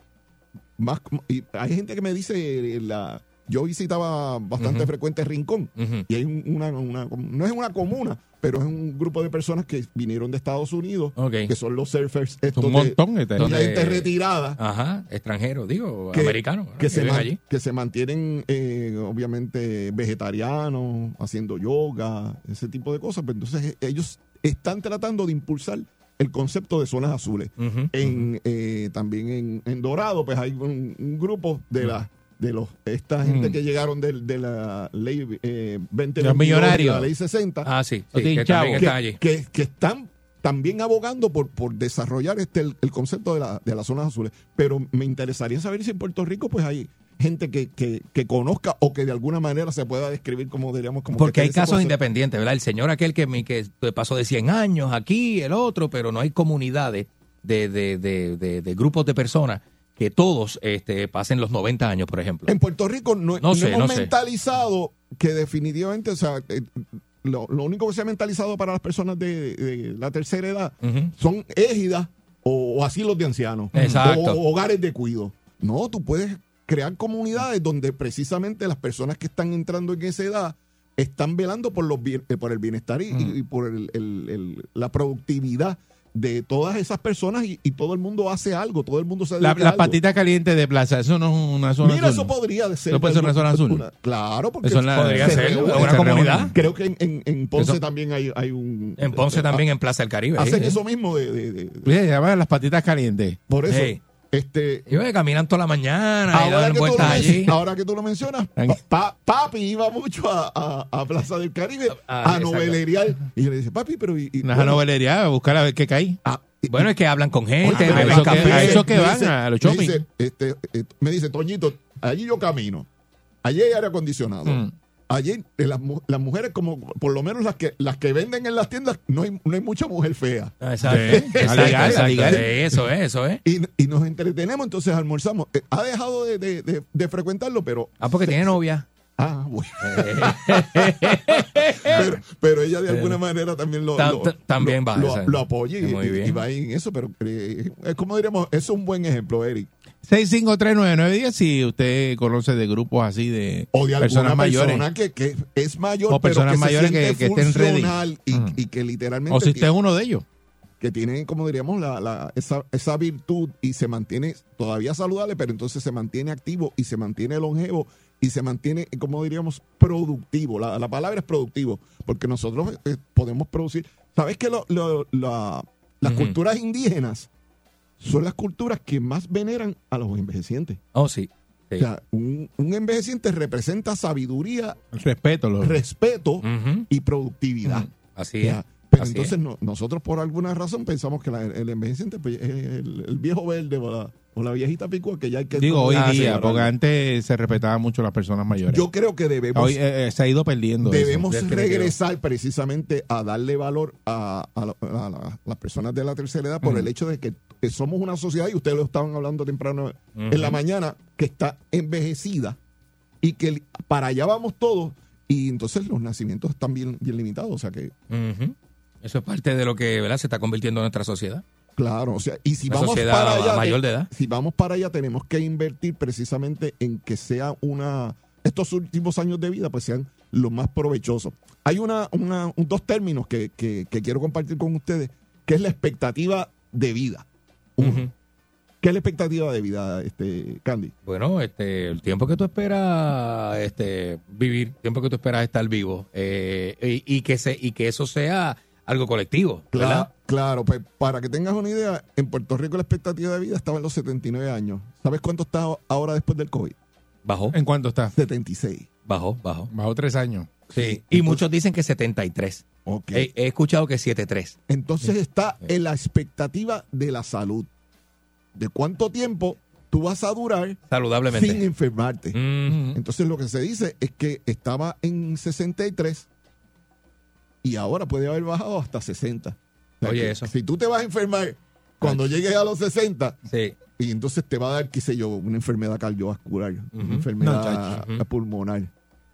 [SPEAKER 17] más... como- y hay gente que me dice, eh, la, yo visitaba bastante frecuente Rincón, y hay un- una, una- no es una comuna, pero es un grupo de personas que vinieron de Estados Unidos,
[SPEAKER 2] Ok.
[SPEAKER 17] que son los surfers, estos
[SPEAKER 1] Un
[SPEAKER 17] de-
[SPEAKER 1] montón, este.
[SPEAKER 17] de gente retirada
[SPEAKER 2] Ajá, extranjero, digo,
[SPEAKER 17] que-
[SPEAKER 2] americano. ¿verdad?
[SPEAKER 17] Que, se,
[SPEAKER 2] viven
[SPEAKER 17] man-
[SPEAKER 2] allí.
[SPEAKER 17] que se mantienen, eh, obviamente, vegetarianos, haciendo yoga, ese tipo de cosas. Pero entonces eh, ellos están tratando de impulsar el concepto de zonas azules. en, eh, también en, en Dorado, pues hay un, un grupo de la de los esta gente
[SPEAKER 1] Mm.
[SPEAKER 17] que llegaron de, de la ley eh, 20
[SPEAKER 1] Los millonarios.
[SPEAKER 17] la ley 60
[SPEAKER 2] Ah, sí, sí,
[SPEAKER 17] que,
[SPEAKER 2] Los que hinchados. también están allí.
[SPEAKER 17] que- que están también abogando por, por desarrollar este el, el concepto de, la- de las zonas azules pero me interesaría saber si en Puerto Rico pues hay gente que, que, que conozca o que de alguna manera se pueda describir como diríamos como que
[SPEAKER 2] Porque hay
[SPEAKER 17] tiene ese
[SPEAKER 2] casos
[SPEAKER 17] concepto.
[SPEAKER 2] independientes, ¿verdad? El señor aquel que, mi- que pasó de 100 años aquí, el otro, pero no hay comunidades de, de, de, de- de grupos de personas que todos este, pasen los 90 años, por ejemplo.
[SPEAKER 17] En Puerto Rico no, no
[SPEAKER 2] sé,
[SPEAKER 17] hemos
[SPEAKER 2] no sé.
[SPEAKER 17] mentalizado que definitivamente, o sea, eh, lo, lo único que se ha mentalizado para las personas de, de la tercera edad son égidas o, o asilos de ancianos
[SPEAKER 2] Exacto.
[SPEAKER 17] o hogares de cuido. No, tú puedes crear comunidades donde precisamente las personas que están entrando en esa edad están velando por los bien- eh, por el bienestar y, y- y por el- el- el- la productividad de todas esas personas y, y todo el mundo hace algo, todo el mundo se
[SPEAKER 1] La-
[SPEAKER 17] dedica a
[SPEAKER 1] las
[SPEAKER 17] algo.
[SPEAKER 1] patitas calientes de plaza, eso no es una zona
[SPEAKER 17] Mira,
[SPEAKER 1] azul.
[SPEAKER 17] eso podría ser.
[SPEAKER 1] No puede ser una zona azul.
[SPEAKER 17] una- claro, porque
[SPEAKER 1] Eso es la- Podría
[SPEAKER 17] se
[SPEAKER 1] ser,
[SPEAKER 17] reúne.
[SPEAKER 1] una
[SPEAKER 17] Se
[SPEAKER 1] comunidad.
[SPEAKER 17] reúne. Creo que en, en- en Ponce
[SPEAKER 1] Eso-
[SPEAKER 17] también hay, hay un.
[SPEAKER 2] En Ponce
[SPEAKER 17] eh,
[SPEAKER 2] también,
[SPEAKER 17] ha-
[SPEAKER 2] en Plaza del Caribe.
[SPEAKER 17] Hacen
[SPEAKER 2] ahí, ¿eh?
[SPEAKER 17] eso mismo de. de- de-
[SPEAKER 1] Mira, se llaman las patitas calientes.
[SPEAKER 17] por eso.
[SPEAKER 2] Hey.
[SPEAKER 17] Este,
[SPEAKER 2] Y oye, caminan toda la mañana y
[SPEAKER 17] ahora,
[SPEAKER 2] dan
[SPEAKER 17] que tú lo
[SPEAKER 2] vueltas
[SPEAKER 17] men-
[SPEAKER 2] allí.
[SPEAKER 17] ahora que tú lo mencionas, pa- papi iba mucho a, a- a Plaza del Caribe
[SPEAKER 2] Ah,
[SPEAKER 17] a
[SPEAKER 2] exacto.
[SPEAKER 17] novelerial. Y yo le dice, papi, pero. Y, y-
[SPEAKER 1] Una
[SPEAKER 17] bueno,
[SPEAKER 1] novelería, a buscar a ver qué cae.
[SPEAKER 2] Bueno, es que hablan con gente,
[SPEAKER 17] Ah,
[SPEAKER 1] a
[SPEAKER 2] beben
[SPEAKER 1] eso que-
[SPEAKER 2] café.
[SPEAKER 1] a eso que
[SPEAKER 17] me
[SPEAKER 1] van
[SPEAKER 17] dice-
[SPEAKER 1] a los
[SPEAKER 17] me
[SPEAKER 1] shopping.
[SPEAKER 17] dice, este, eh, me dice, Toñito, allí yo camino. Allí hay aire acondicionado.
[SPEAKER 1] Mm.
[SPEAKER 17] Allí eh, las, mu- las mujeres, como por lo menos las que las que venden en las tiendas, no hay, no hay mucha mujer fea.
[SPEAKER 2] Ah, Exacto.
[SPEAKER 1] Sí,
[SPEAKER 2] <laughs> Exacto,
[SPEAKER 1] a ligar, a
[SPEAKER 2] exacto.
[SPEAKER 1] ligar.
[SPEAKER 2] Eso es, eso eh. es.
[SPEAKER 17] Y, y nos entretenemos, entonces almorzamos. Eh, Ha dejado de, de- de- de frecuentarlo, pero.
[SPEAKER 2] Ah, porque tiene novia.
[SPEAKER 17] Ah, bueno.
[SPEAKER 2] Eh,
[SPEAKER 17] <laughs> pero, pero ella de alguna manera también lo,
[SPEAKER 2] Tam-
[SPEAKER 17] lo-
[SPEAKER 2] tam- también
[SPEAKER 17] lo-
[SPEAKER 2] va,
[SPEAKER 17] lo-
[SPEAKER 2] exacto.
[SPEAKER 17] lo apoya y,
[SPEAKER 2] Muy
[SPEAKER 17] y-
[SPEAKER 2] bien.
[SPEAKER 17] y va ahí en eso. Pero eh, es como diríamos, eso es un buen ejemplo, Eric.
[SPEAKER 1] 6539910 si usted conoce de grupos así de,
[SPEAKER 17] O de
[SPEAKER 1] personas
[SPEAKER 17] alguna
[SPEAKER 1] mayores.
[SPEAKER 17] persona que, que es mayor,
[SPEAKER 1] O personas
[SPEAKER 17] pero que
[SPEAKER 1] mayores
[SPEAKER 17] se
[SPEAKER 1] que-
[SPEAKER 17] siente
[SPEAKER 1] que estén ready.
[SPEAKER 17] funcional y,
[SPEAKER 1] Ujú.
[SPEAKER 17] y que literalmente
[SPEAKER 1] o si usted es
[SPEAKER 17] tiene-
[SPEAKER 1] uno de ellos.
[SPEAKER 17] que tienen, como diríamos, la, la- esa, esa virtud y se mantiene todavía saludable, pero entonces se mantiene activo y se mantiene longevo y se mantiene, como diríamos, productivo. La, la palabra es productivo, porque nosotros eh, podemos producir. ¿Sabes que lo- lo- la- las
[SPEAKER 2] Ujú.
[SPEAKER 17] culturas indígenas son las culturas que más veneran a los envejecientes?
[SPEAKER 2] Oh, sí. sí.
[SPEAKER 17] O sea, un, un envejeciente representa sabiduría,
[SPEAKER 1] Respeto. Los,
[SPEAKER 17] respeto
[SPEAKER 2] Ujú.
[SPEAKER 17] y productividad.
[SPEAKER 2] Así es.
[SPEAKER 17] Ya, Pero
[SPEAKER 2] así
[SPEAKER 17] entonces no- nosotros por alguna razón pensamos que la- el envejeciente pues, es el, el viejo verde o la, o la viejita picúa que ya hay que...
[SPEAKER 1] Digo, hoy
[SPEAKER 17] Ah, sí,
[SPEAKER 1] día,
[SPEAKER 17] ahora
[SPEAKER 1] porque
[SPEAKER 17] no.
[SPEAKER 1] antes se respetaba mucho las personas mayores.
[SPEAKER 17] Yo creo que debemos,
[SPEAKER 1] hoy eh, eh, se ha ido perdiendo. eso.
[SPEAKER 17] debemos
[SPEAKER 2] definitivo.
[SPEAKER 17] regresar precisamente a darle valor a, a la- a la- las personas de la tercera edad por
[SPEAKER 1] Ujú.
[SPEAKER 17] el hecho de que que somos una sociedad, y ustedes lo estaban hablando temprano
[SPEAKER 2] Ujú.
[SPEAKER 17] en la mañana, que está envejecida y que li- para allá vamos todos y entonces los nacimientos están bien, bien limitados. O sea que
[SPEAKER 2] Ujú. Eso es parte de lo que ¿verdad? se está convirtiendo en nuestra sociedad.
[SPEAKER 17] Claro, o sea, y si
[SPEAKER 2] Una
[SPEAKER 17] vamos
[SPEAKER 2] sociedad
[SPEAKER 17] para allá,
[SPEAKER 2] mayor
[SPEAKER 17] te-
[SPEAKER 2] de edad.
[SPEAKER 17] si vamos para allá, tenemos que invertir precisamente en que sea una estos últimos años de vida pues sean los más provechosos. Hay una, una un- dos términos que, que- que quiero compartir con ustedes, que es la expectativa de vida. Uno.
[SPEAKER 2] Ujú.
[SPEAKER 17] ¿Qué es la expectativa de vida, este Candy?
[SPEAKER 2] Bueno, este, el tiempo que tú esperas este, vivir, el tiempo que tú esperas estar vivo, eh, y, y que se, y que eso sea algo colectivo,
[SPEAKER 17] Cla-
[SPEAKER 2] ¿verdad?
[SPEAKER 17] claro, pues para que tengas una idea, en Puerto Rico la expectativa de vida estaba en los 79 años. ¿Sabes cuánto está ahora después del COVID?
[SPEAKER 2] Bajó,
[SPEAKER 1] ¿En cuánto está?
[SPEAKER 17] 76.
[SPEAKER 2] bajó, bajó.
[SPEAKER 1] Bajo tres años.
[SPEAKER 2] Sí. Y muchos dicen que 73.
[SPEAKER 17] Ok.
[SPEAKER 2] He, he escuchado que 73.
[SPEAKER 17] Entonces está en la expectativa de la salud. De cuánto tiempo tú vas a durar
[SPEAKER 2] Saludablemente.
[SPEAKER 17] sin enfermarte.
[SPEAKER 2] Mm. Ujú.
[SPEAKER 17] Entonces lo que se dice es que estaba en 63 y ahora puede haber bajado hasta 60. O sea,
[SPEAKER 2] Oye,
[SPEAKER 17] que
[SPEAKER 2] eso.
[SPEAKER 17] Si tú te vas a enfermar cuando llegues a los 60
[SPEAKER 2] Sí.
[SPEAKER 17] y entonces te va a dar, qué sé yo, una enfermedad cardiovascular,
[SPEAKER 2] Ujú.
[SPEAKER 17] una enfermedad
[SPEAKER 2] No, chacho. Ujú.
[SPEAKER 17] pulmonar,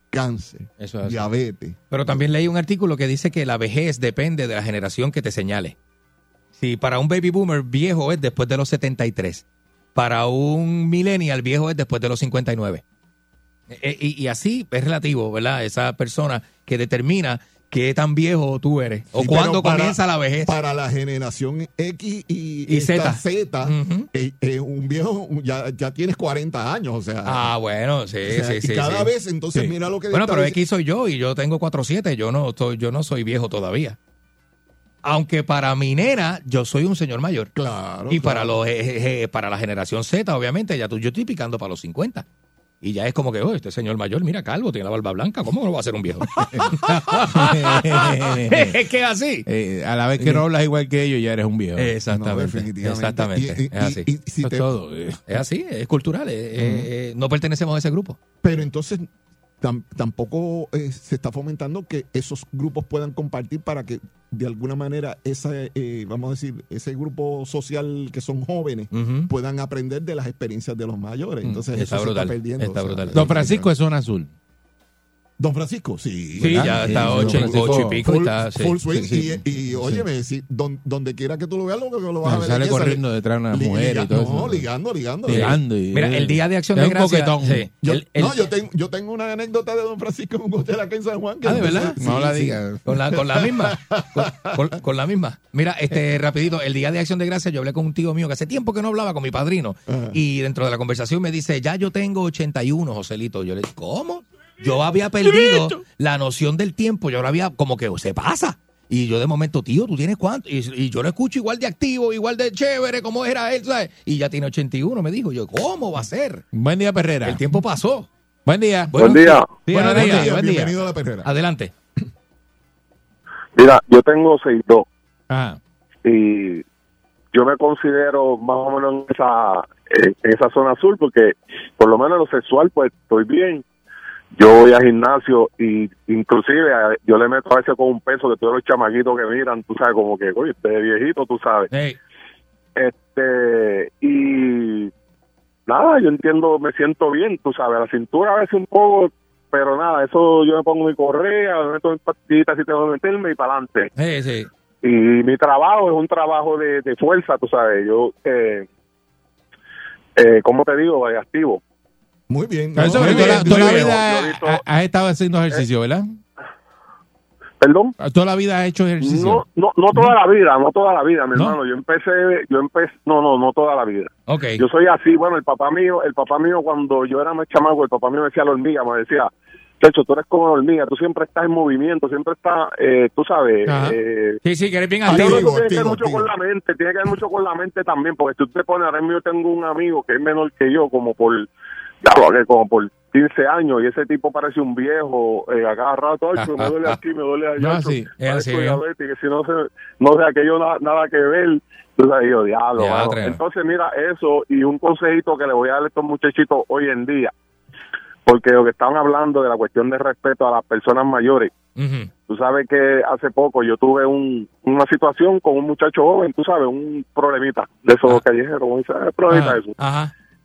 [SPEAKER 17] cáncer,
[SPEAKER 2] Eso es así.
[SPEAKER 17] diabetes.
[SPEAKER 2] Pero también leí un artículo que dice que la vejez depende de la generación que te señale. Si para un baby boomer viejo es después de los 73, para un millennial viejo es después de los 59. E- e- Y, y así es relativo, ¿verdad? Esa persona que determina qué tan viejo tú eres o
[SPEAKER 17] Sí,
[SPEAKER 2] cuándo
[SPEAKER 17] pero para-
[SPEAKER 2] comienza la vejez.
[SPEAKER 17] Para la generación X y,
[SPEAKER 2] Y
[SPEAKER 17] esta
[SPEAKER 2] Z.
[SPEAKER 17] Z,
[SPEAKER 2] Ujú.
[SPEAKER 17] eh, eh, un viejo ya, ya tienes 40 años, o sea,
[SPEAKER 2] Ah, bueno, sí,
[SPEAKER 17] o sea,
[SPEAKER 2] sí,
[SPEAKER 17] y
[SPEAKER 2] sí.
[SPEAKER 17] cada
[SPEAKER 2] sí.
[SPEAKER 17] vez entonces
[SPEAKER 1] Sí.
[SPEAKER 17] mira lo que
[SPEAKER 2] Bueno,
[SPEAKER 17] está
[SPEAKER 2] pero
[SPEAKER 17] diciendo.
[SPEAKER 2] X soy yo y yo tengo 4-7, yo no, soy- yo no soy viejo todavía. Aunque para minera yo soy un señor mayor.
[SPEAKER 17] claro,
[SPEAKER 2] Y
[SPEAKER 17] claro.
[SPEAKER 2] para los eh, eh, para la generación Z, obviamente, ya tú, yo estoy picando para los 50. Y ya es como que, oh, este señor mayor, mira, calvo, tiene la barba blanca, ¿cómo no va a ser
[SPEAKER 17] <laughs>
[SPEAKER 2] un viejo? <laughs> <laughs> es que es así.
[SPEAKER 1] Eh, a la vez que no hablas igual que ellos, ya eres un viejo.
[SPEAKER 17] No,
[SPEAKER 2] Eh, Exactamente.
[SPEAKER 17] definitivamente.
[SPEAKER 2] exactamente.
[SPEAKER 17] Y- y-
[SPEAKER 2] es así.
[SPEAKER 17] y- y si
[SPEAKER 1] Eso
[SPEAKER 17] te-
[SPEAKER 1] es todo. eh.
[SPEAKER 2] es así, es cultural. eh, eh, eh, no pertenecemos a ese grupo.
[SPEAKER 17] pero entonces tam- tampoco eh, se está fomentando que esos grupos puedan compartir para que de alguna manera esa, eh, vamos a decir, ese grupo social que son jóvenes
[SPEAKER 2] Ujú.
[SPEAKER 17] puedan aprender de las experiencias de los mayores.
[SPEAKER 2] Mm,
[SPEAKER 17] Entonces
[SPEAKER 2] está
[SPEAKER 17] eso
[SPEAKER 2] brutal,
[SPEAKER 17] se está perdiendo.
[SPEAKER 2] está brutal.
[SPEAKER 1] Don Francisco es zona azul.
[SPEAKER 17] Don Francisco, sí.
[SPEAKER 2] Sí,
[SPEAKER 17] ¿verdad?
[SPEAKER 2] ya
[SPEAKER 1] Sí,
[SPEAKER 2] está
[SPEAKER 1] sí,
[SPEAKER 2] ocho,
[SPEAKER 1] sí.
[SPEAKER 2] ocho y pico.
[SPEAKER 17] Full,
[SPEAKER 2] está, sí.
[SPEAKER 17] full swing.
[SPEAKER 1] Sí, sí.
[SPEAKER 17] Y, y, óyeme, si don- donde quiera que tú lo veas, lo, lo vas a ver.
[SPEAKER 1] sale
[SPEAKER 17] es que
[SPEAKER 1] corriendo detrás de una
[SPEAKER 17] li-
[SPEAKER 1] mujer
[SPEAKER 17] liga-
[SPEAKER 1] y todo
[SPEAKER 17] No,
[SPEAKER 1] eso.
[SPEAKER 17] ligando, ligando.
[SPEAKER 1] Tirando y-
[SPEAKER 2] Mira, el día de acción
[SPEAKER 1] Es
[SPEAKER 2] de
[SPEAKER 1] un
[SPEAKER 2] gracias.
[SPEAKER 1] coquetón.
[SPEAKER 17] Yo,
[SPEAKER 2] el- el-
[SPEAKER 17] no, yo, tengo, yo tengo una anécdota de don Francisco en un hotel aquí en San Juan. que
[SPEAKER 2] Ah, ¿de
[SPEAKER 17] entonces-
[SPEAKER 2] verdad?
[SPEAKER 17] sí,
[SPEAKER 1] No la
[SPEAKER 17] sí.
[SPEAKER 1] digas.
[SPEAKER 2] Con la, con la misma. Con, con- con la misma. Mira,
[SPEAKER 1] Eh.
[SPEAKER 2] este, rapidito, el día de Acción de Gracias yo hablé con un tío mío que hace tiempo que no hablaba con mi padrino.
[SPEAKER 1] Ah.
[SPEAKER 17] Ajá.
[SPEAKER 2] Y dentro de la conversación me dice, ya yo tengo 81, Joselito. Yo le digo, ¿cómo? Yo había perdido la noción del tiempo. Yo ahora había como que se pasa. Y yo de momento, tío, ¿tú tienes cuánto? Y, y yo lo escucho igual de activo, igual de chévere, como era él, ¿sabes? Y ya tiene 81, me dijo. Yo, ¿cómo va a ser?
[SPEAKER 1] Buen día, Perrera.
[SPEAKER 2] El tiempo pasó.
[SPEAKER 1] Buen día.
[SPEAKER 2] Buenos
[SPEAKER 1] Buen
[SPEAKER 2] días.
[SPEAKER 1] Sí,
[SPEAKER 2] Buenos
[SPEAKER 1] adelante,
[SPEAKER 2] días,
[SPEAKER 1] buen día.
[SPEAKER 17] Bienvenido a la perrera.
[SPEAKER 2] Adelante.
[SPEAKER 13] Mira, yo tengo 6'2
[SPEAKER 1] Ajá.
[SPEAKER 13] y yo me considero más o menos en esa, en esa zona azul porque por lo menos en lo sexual pues estoy bien. Yo voy al gimnasio y inclusive a- yo le meto a veces con un peso de todos los chamaquitos que miran, tú sabes, como que, oye, este viejito, tú sabes. Este, y nada, yo entiendo, me siento bien, tú sabes, la cintura a veces un poco, pero nada, eso yo me pongo mi correa, me meto mis pastillitas si tengo que meterme y para adelante.
[SPEAKER 1] Sí, sí.
[SPEAKER 13] Y mi trabajo es un trabajo de, de fuerza, tú sabes, yo, eh, eh, ¿cómo te digo? Eh, activo.
[SPEAKER 17] Muy bien.
[SPEAKER 1] Pero eso,
[SPEAKER 17] muy
[SPEAKER 1] pero toda,
[SPEAKER 17] bien.
[SPEAKER 1] la- toda la
[SPEAKER 17] Muy bien.
[SPEAKER 1] vida ha- has estado haciendo
[SPEAKER 17] Eh,
[SPEAKER 1] ejercicio, ¿verdad?
[SPEAKER 13] ¿Perdón?
[SPEAKER 1] Toda la vida has hecho ejercicio.
[SPEAKER 13] No, no, no toda la vida, no toda la vida, mi hermano. Yo empecé, yo empecé, no, no, no toda la vida.
[SPEAKER 1] Ok.
[SPEAKER 13] Yo soy así, bueno, el papá mío, el papá mío cuando yo era más chamaco, el papá mío me decía la hormiga, me decía, Chacho, tú eres como la hormiga, tú siempre estás en movimiento, siempre estás, eh, tú sabes,
[SPEAKER 1] Ajá.
[SPEAKER 13] eh,
[SPEAKER 1] Sí, sí, que eres bien
[SPEAKER 13] Yo creo
[SPEAKER 1] activo.
[SPEAKER 13] que tiene que ver mucho con la mente, tiene que ver mucho con la mente también, porque si usted pone, ahora mismo yo tengo un amigo que es menor que yo, como por, ya lo hablé, como por 15 años, y ese tipo parece un viejo, eh, a cada rato, "Ay, me duele aquí, me duele allá,
[SPEAKER 1] <laughs> No,
[SPEAKER 13] acho,
[SPEAKER 1] sí, es así, ¿eh?
[SPEAKER 13] parezco
[SPEAKER 1] viejo.
[SPEAKER 13] diabético, que si no se, no sé, aquello na- nada que ver, tú sabes, yo, diablo,
[SPEAKER 1] Ya,
[SPEAKER 13] mano".
[SPEAKER 1] tremendo.
[SPEAKER 13] entonces mira eso, y un consejito que le voy a dar a estos muchachitos hoy en día, porque lo que están hablando de la cuestión de respeto a las personas mayores, Tú sabes que hace poco yo tuve un, una situación con un muchacho joven, tú sabes, un problemita de esos callejeros, como dice, "Ah, problemita de eso.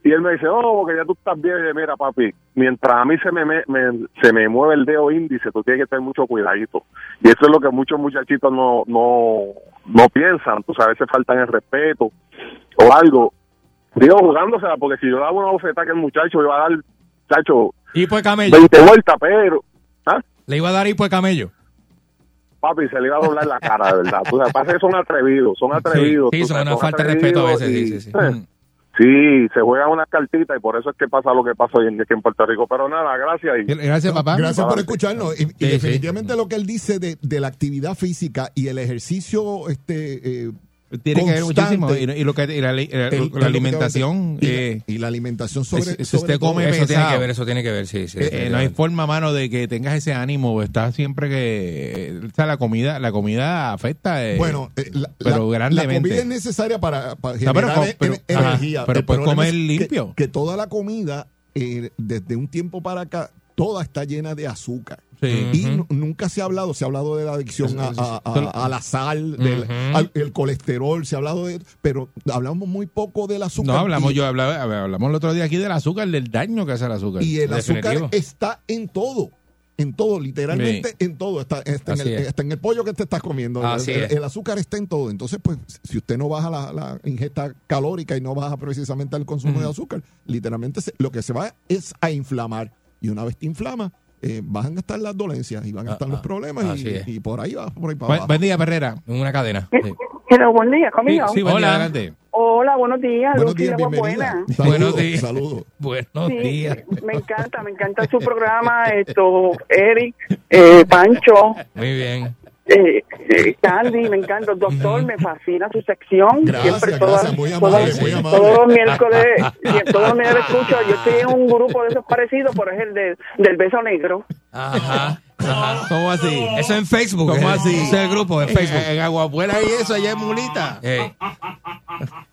[SPEAKER 13] Y él me dice, oh, porque ya tú estás bien. Y yo, mira, papi, mientras a mí se me, me- me- se me mueve el dedo índice, tú tienes que tener mucho cuidadito. Y eso es lo que muchos muchachitos no, no, no piensan, tú sabes, se faltan el respeto o algo. Digo, jugándosela, porque si yo le hago una bofetada que el muchacho le va a dar, chacho,
[SPEAKER 1] Y pues camello.
[SPEAKER 13] 20 vueltas, pero... ¿ah?
[SPEAKER 1] Le iba a dar hipo de camello.
[SPEAKER 13] Papi, se le iba a doblar la cara, de verdad. Tú sabes, pasa que son atrevidos, son atrevidos.
[SPEAKER 1] Sí,
[SPEAKER 13] tú
[SPEAKER 1] sí, son
[SPEAKER 13] sabes,
[SPEAKER 1] una falta de respeto a veces.
[SPEAKER 13] atrevidos
[SPEAKER 1] Sí, sí, sí. Mm.
[SPEAKER 13] y, eh, sí, se juegan unas cartitas y por eso es que pasa lo que pasa hoy en día aquí en Puerto Rico. Pero nada, gracias. y-
[SPEAKER 1] Gracias, papá.
[SPEAKER 17] Gracias por escucharnos. Y, y definitivamente lo que él dice de, de la actividad física y el ejercicio este eh,
[SPEAKER 1] Tiene que ver
[SPEAKER 17] constante,
[SPEAKER 1] muchísimo. Y, y lo que, y la, y Eh, la-
[SPEAKER 17] es- es
[SPEAKER 1] la
[SPEAKER 17] lo que
[SPEAKER 1] alimentación.
[SPEAKER 17] te- y,
[SPEAKER 1] eh,
[SPEAKER 17] y la alimentación sobre,
[SPEAKER 1] es- si
[SPEAKER 17] sobre
[SPEAKER 1] usted
[SPEAKER 17] todo.
[SPEAKER 1] come
[SPEAKER 2] eso tiene
[SPEAKER 1] pesado.
[SPEAKER 2] que ver, eso tiene que ver, sí, sí.
[SPEAKER 1] Eh, eh, no hay
[SPEAKER 2] definitivamente.
[SPEAKER 1] forma, mano, de que tengas ese ánimo. Está siempre que. eh, o sea, la comida, la comida afecta. eh,
[SPEAKER 17] Bueno, eh, la, la-
[SPEAKER 1] pero
[SPEAKER 17] la
[SPEAKER 1] grandemente.
[SPEAKER 17] comida es necesaria para, para
[SPEAKER 1] No, pero
[SPEAKER 17] generar
[SPEAKER 1] com-
[SPEAKER 17] e-
[SPEAKER 1] pero-
[SPEAKER 17] e-
[SPEAKER 1] ajá,
[SPEAKER 17] energía.
[SPEAKER 1] pero
[SPEAKER 17] El
[SPEAKER 1] puedes
[SPEAKER 17] problema
[SPEAKER 1] comer
[SPEAKER 17] es que-
[SPEAKER 1] limpio.
[SPEAKER 17] Que, toda la comida, eh, desde un tiempo para acá, toda está llena de azúcar.
[SPEAKER 1] Sí.
[SPEAKER 17] Y
[SPEAKER 1] Ujú.
[SPEAKER 17] nu- nunca se ha hablado, se ha hablado de la adicción a, a- a- a la sal, del
[SPEAKER 1] Ujú.
[SPEAKER 17] al- el colesterol, se ha hablado de... Pero hablamos muy poco del azúcar.
[SPEAKER 1] No hablamos,
[SPEAKER 17] y-
[SPEAKER 1] yo hablaba, hablamos el otro día aquí del azúcar, del daño que hace el azúcar.
[SPEAKER 17] Y el
[SPEAKER 1] Definitivo.
[SPEAKER 17] azúcar está en todo. En todo, literalmente en todo. Está, está en
[SPEAKER 1] Así
[SPEAKER 17] el,
[SPEAKER 1] es.
[SPEAKER 17] está en el pollo que te estás comiendo.
[SPEAKER 2] Así
[SPEAKER 17] el, el-
[SPEAKER 2] es.
[SPEAKER 17] el azúcar está en todo. Entonces, pues, si usted no baja la, la ingesta calórica y no baja precisamente el consumo de azúcar, literalmente se- lo que se va es a inflamar. Y una vez te inflama, eh, van a estar las dolencias y
[SPEAKER 1] Ah,
[SPEAKER 17] van a estar los problemas.
[SPEAKER 2] así
[SPEAKER 17] Y,
[SPEAKER 2] es.
[SPEAKER 17] y por ahí va, por ahí para
[SPEAKER 1] Buen,
[SPEAKER 17] abajo.
[SPEAKER 1] buen día, Perrera.
[SPEAKER 2] Una cadena.
[SPEAKER 12] Pero buen día, conmigo.
[SPEAKER 1] Sí, buen día, adelante.
[SPEAKER 12] Hola, buenos días.
[SPEAKER 17] Buenos
[SPEAKER 12] Lucy
[SPEAKER 17] días,
[SPEAKER 12] de
[SPEAKER 17] bienvenida.
[SPEAKER 1] <laughs>
[SPEAKER 12] Guapuena.
[SPEAKER 17] Saludos,
[SPEAKER 2] Buenos días.
[SPEAKER 17] saludos.
[SPEAKER 2] Buenos
[SPEAKER 12] Sí,
[SPEAKER 2] días.
[SPEAKER 12] Me encanta, me encanta
[SPEAKER 1] <laughs>
[SPEAKER 12] su programa, esto, Eric, eh, Pancho,
[SPEAKER 2] Muy bien.
[SPEAKER 12] eh, eh, Candy, me encanta, doctor, me fascina su sección.
[SPEAKER 17] Gracias, gracias,
[SPEAKER 12] Siempre todas-
[SPEAKER 17] muy amable,
[SPEAKER 12] todas-
[SPEAKER 17] muy amable.
[SPEAKER 12] todos los miércoles, y todos los miércoles escucho, yo estoy en un grupo de esos parecidos, pero es el de- del beso negro.
[SPEAKER 2] Ajá. ajá.
[SPEAKER 1] <laughs> ¿Cómo así?
[SPEAKER 2] Eso en Facebook.
[SPEAKER 1] ¿Cómo
[SPEAKER 2] eh,
[SPEAKER 1] así?
[SPEAKER 2] Ese es el grupo de
[SPEAKER 1] En,
[SPEAKER 2] Facebook.
[SPEAKER 1] <laughs> en Aguapuela y eso, allá en Mulita.
[SPEAKER 2] Ey.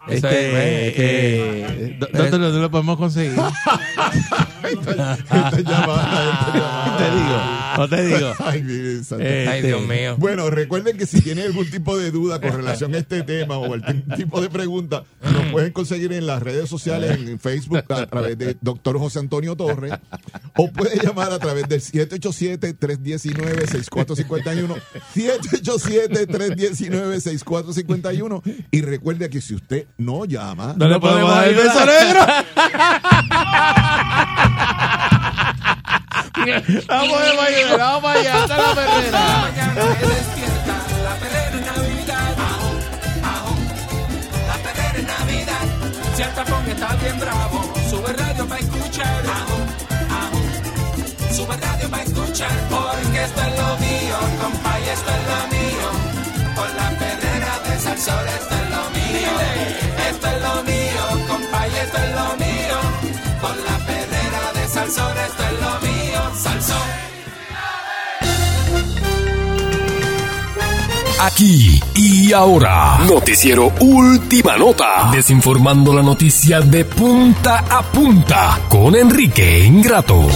[SPEAKER 2] Eso
[SPEAKER 1] Este,
[SPEAKER 2] es, eh,
[SPEAKER 1] eh, ¿dó- ¿Dónde lo, dónde lo podemos <laughs> conseguir?
[SPEAKER 17] Esta llamada, esta llamada.
[SPEAKER 1] te digo, no <laughs> te digo.
[SPEAKER 17] Ay, Dios santo.
[SPEAKER 2] eh, Ay,
[SPEAKER 1] Este,
[SPEAKER 2] Dios mío.
[SPEAKER 17] Bueno, recuerden que si tienen algún tipo de duda con relación a este tema o algún tipo de pregunta, nos pueden conseguir en las redes sociales, en Facebook, a través de Doctor José Antonio Torres, o puede llamar a través del 787-319-6451. 787-319-6451. Y recuerde que si usted no llama,
[SPEAKER 1] No le podemos dar el beso <laughs> negro. Vamos a ayudar, vamos allá, hasta la perrera.
[SPEAKER 19] Mañana se despierta la perrera en Navidad. Ajo, ajo, la perrera en Navidad. Si el tapón está bien bravo, sube el radio para escuchar. Ajo, ajo, sube el radio para escuchar. Porque esto es lo mío, compa, y esto es lo mío. el sol, esto es lo mío. Esto es lo mío, compay, esto es lo mío. Con la perrera de Salsón, esto es lo mío. Salsón.
[SPEAKER 11] Aquí y ahora, noticiero Última Nota, desinformando la noticia de punta a punta con Enrique Ingrato.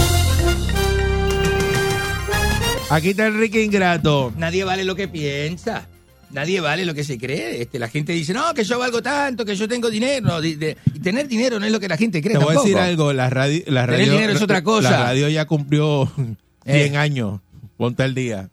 [SPEAKER 1] Aquí está Enrique Ingrato.
[SPEAKER 2] Nadie vale lo que piensa. Nadie vale lo que se cree. Este, la gente dice, no, que yo valgo tanto, que yo tengo dinero. No, di- de- y tener dinero no es lo que la gente cree.
[SPEAKER 1] Te voy a
[SPEAKER 2] tampoco.
[SPEAKER 1] decir algo, la radio, la
[SPEAKER 2] Tener
[SPEAKER 1] radio,
[SPEAKER 2] dinero es otra cosa.
[SPEAKER 1] La radio ya cumplió 100
[SPEAKER 2] Eh.
[SPEAKER 1] años. Ponte al día.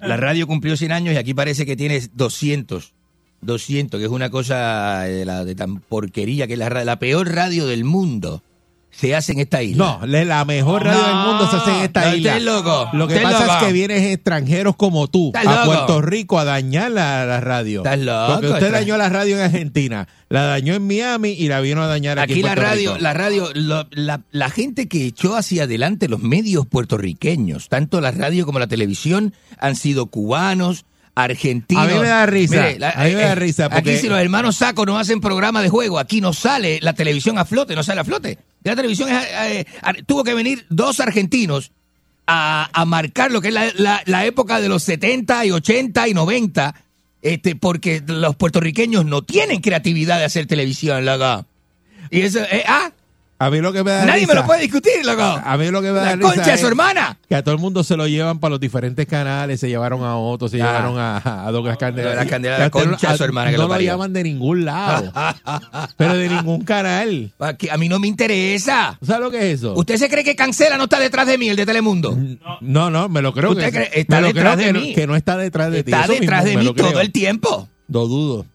[SPEAKER 2] La radio cumplió 100 años y aquí parece que tienes 200. 200, que es una cosa eh, de, la, de tan porquería que es la, ra- la peor radio del mundo. Se hace en esta isla.
[SPEAKER 1] No, la la mejor radio del mundo se hace en esta
[SPEAKER 2] no,
[SPEAKER 1] isla.
[SPEAKER 2] estés loco,
[SPEAKER 1] Lo que
[SPEAKER 2] estés
[SPEAKER 1] pasa
[SPEAKER 2] loco.
[SPEAKER 1] es que vienes extranjeros como tú
[SPEAKER 2] Estás
[SPEAKER 1] a
[SPEAKER 2] loco.
[SPEAKER 1] Puerto Rico a dañar la, la radio.
[SPEAKER 2] Estás loco,
[SPEAKER 1] Porque usted
[SPEAKER 2] extra-
[SPEAKER 1] dañó la radio en Argentina, la dañó en Miami y la vino a dañar aquí,
[SPEAKER 2] Aquí
[SPEAKER 1] en
[SPEAKER 2] la
[SPEAKER 1] Puerto
[SPEAKER 2] radio,
[SPEAKER 1] Rico.
[SPEAKER 2] la radio, lo- la, la gente que echó hacia adelante los medios puertorriqueños, tanto la radio como la televisión, han sido cubanos, argentinos.
[SPEAKER 1] A mí me da risa,
[SPEAKER 2] Mire, eh,
[SPEAKER 1] a mí me da risa, porque-
[SPEAKER 2] Aquí si los hermanos Saco no hacen programa de juego, aquí no sale la televisión a flote, no sale a flote. La televisión es, eh, ar- tuvo que venir dos argentinos a, a marcar lo que es la, la- la época de los 70 y 80 y 90, este, porque los puertorriqueños no tienen creatividad de hacer televisión, loco. Y eso, eh, ah,
[SPEAKER 1] A mí lo que me da
[SPEAKER 2] nadie me
[SPEAKER 1] risa-
[SPEAKER 2] lo puede discutir, loco.
[SPEAKER 1] A mí lo que me da
[SPEAKER 2] La
[SPEAKER 1] risa
[SPEAKER 2] concha de su
[SPEAKER 1] es
[SPEAKER 2] hermana.
[SPEAKER 1] Que a todo el mundo se lo llevan para los diferentes canales, se llevaron a Otto, se
[SPEAKER 2] Ah.
[SPEAKER 1] llevaron a, a Douglas Candela.
[SPEAKER 2] Douglas Candela,
[SPEAKER 1] Que
[SPEAKER 2] la
[SPEAKER 1] a usted no-
[SPEAKER 2] concha de su
[SPEAKER 1] a-
[SPEAKER 2] hermana que
[SPEAKER 1] No
[SPEAKER 2] lo
[SPEAKER 1] lo
[SPEAKER 2] parió.
[SPEAKER 1] llaman de ningún lado,
[SPEAKER 2] <laughs>
[SPEAKER 1] pero de ningún canal.
[SPEAKER 2] Pa' que- a mí no me interesa.
[SPEAKER 1] ¿Sabes lo que es eso?
[SPEAKER 2] ¿Usted se cree que Cancela no está detrás de mí, el de Telemundo?
[SPEAKER 1] No, no, me lo creo
[SPEAKER 2] ¿Usted
[SPEAKER 1] que
[SPEAKER 2] cree-
[SPEAKER 1] me
[SPEAKER 2] está
[SPEAKER 1] lo
[SPEAKER 2] detrás
[SPEAKER 1] creo
[SPEAKER 2] de
[SPEAKER 1] que,
[SPEAKER 2] mí?
[SPEAKER 1] No, que no está detrás de ti.
[SPEAKER 2] Está
[SPEAKER 1] eso mismo
[SPEAKER 2] detrás de
[SPEAKER 1] me
[SPEAKER 2] mí
[SPEAKER 1] lo creo.
[SPEAKER 2] todo el tiempo.
[SPEAKER 1] Lo dudo.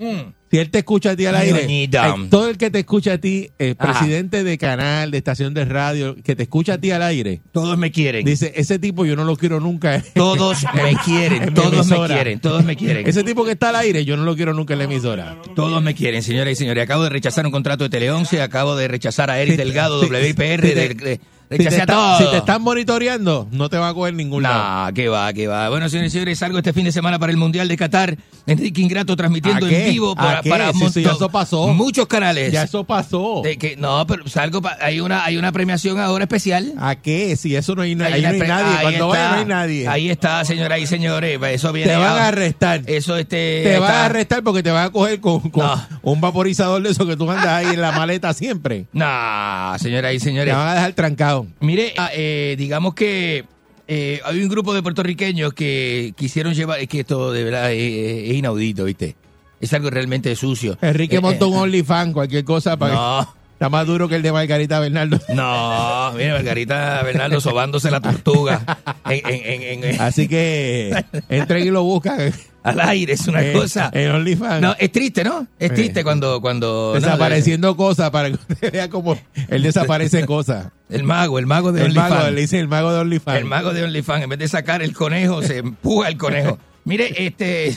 [SPEAKER 1] Si él te escucha a ti al
[SPEAKER 2] Ay,
[SPEAKER 1] aire,
[SPEAKER 2] doñita.
[SPEAKER 1] eh, todo el que te escucha a ti, el
[SPEAKER 2] Ajá.
[SPEAKER 1] presidente de canal, de estación de radio, que te escucha a ti al aire,
[SPEAKER 2] Todos me quieren.
[SPEAKER 1] dice, ese tipo yo no lo quiero nunca. <laughs>
[SPEAKER 2] Todos me
[SPEAKER 1] en
[SPEAKER 2] quieren,
[SPEAKER 1] mi
[SPEAKER 2] todos me
[SPEAKER 1] emisora.
[SPEAKER 2] quieren, todos me quieren.
[SPEAKER 1] Ese tipo que está al aire, yo no lo quiero nunca en la emisora.
[SPEAKER 2] Todos me quieren, señoras y señores. Acabo de rechazar un contrato de Tele 11, acabo de rechazar a Eric Delgado, WIPR,
[SPEAKER 1] si te-
[SPEAKER 2] de- de-
[SPEAKER 1] Si te,
[SPEAKER 2] rechacé a
[SPEAKER 1] está-
[SPEAKER 2] todos.
[SPEAKER 1] si te están monitoreando, no te va a coger ningún lado.
[SPEAKER 2] Nah, que va, que va. Bueno, señores y señores, salgo este fin de semana para el Mundial de Qatar. Enrique Ingrato transmitiendo
[SPEAKER 1] ¿A
[SPEAKER 2] en
[SPEAKER 1] qué?
[SPEAKER 2] vivo para,
[SPEAKER 1] ¿A qué?
[SPEAKER 2] para
[SPEAKER 1] Si eso ya eso pasó.
[SPEAKER 2] muchos canales.
[SPEAKER 1] Ya eso pasó.
[SPEAKER 2] De que, no, pero salgo pa- hay una hay una premiación ahora especial.
[SPEAKER 1] ¿A qué? Si eso no hay, na- ahí no
[SPEAKER 2] una
[SPEAKER 1] hay
[SPEAKER 2] pre-
[SPEAKER 1] nadie.
[SPEAKER 2] ahí
[SPEAKER 1] Cuando
[SPEAKER 2] está.
[SPEAKER 1] vaya no hay nadie.
[SPEAKER 2] Ahí está, señoras y señores. Eso viene
[SPEAKER 1] te van
[SPEAKER 2] ahora.
[SPEAKER 1] a arrestar.
[SPEAKER 2] Eso este
[SPEAKER 1] te van
[SPEAKER 2] está-
[SPEAKER 1] a arrestar porque te van a coger con, con
[SPEAKER 2] No.
[SPEAKER 1] un vaporizador de eso que tú andas ahí en la maleta siempre.
[SPEAKER 2] Nah, señoras y
[SPEAKER 1] Te
[SPEAKER 2] señores.
[SPEAKER 1] van a dejar trancado.
[SPEAKER 2] Mire, ah, eh, digamos que eh, hay un grupo de puertorriqueños que quisieron llevar, es que esto de verdad es, es inaudito, ¿viste? Es algo realmente sucio.
[SPEAKER 1] Enrique
[SPEAKER 2] Eh,
[SPEAKER 1] montó
[SPEAKER 2] eh,
[SPEAKER 1] un OnlyFans, cualquier cosa para
[SPEAKER 2] No.
[SPEAKER 1] que- Está más duro que el de Margarita Bernardo.
[SPEAKER 2] No, mire, Margarita Bernardo sobándose la tortuga en- en- en- en- <laughs>
[SPEAKER 1] Así que entren y lo buscan.
[SPEAKER 2] al aire, es una
[SPEAKER 1] Eh,
[SPEAKER 2] cosa.
[SPEAKER 1] En OnlyFans.
[SPEAKER 2] No, es triste, ¿no? Es
[SPEAKER 1] Eh.
[SPEAKER 2] triste cuando... cuando no,
[SPEAKER 1] desapareciendo cosas para que usted vea cómo él desaparece cosas.
[SPEAKER 2] el mago, el mago de
[SPEAKER 1] El mago, le
[SPEAKER 2] OnlyFans.
[SPEAKER 1] dicen el mago de OnlyFans.
[SPEAKER 2] El mago de OnlyFans, en vez de sacar el conejo, se empuja el
[SPEAKER 1] <laughs>
[SPEAKER 2] conejo. Mire, este...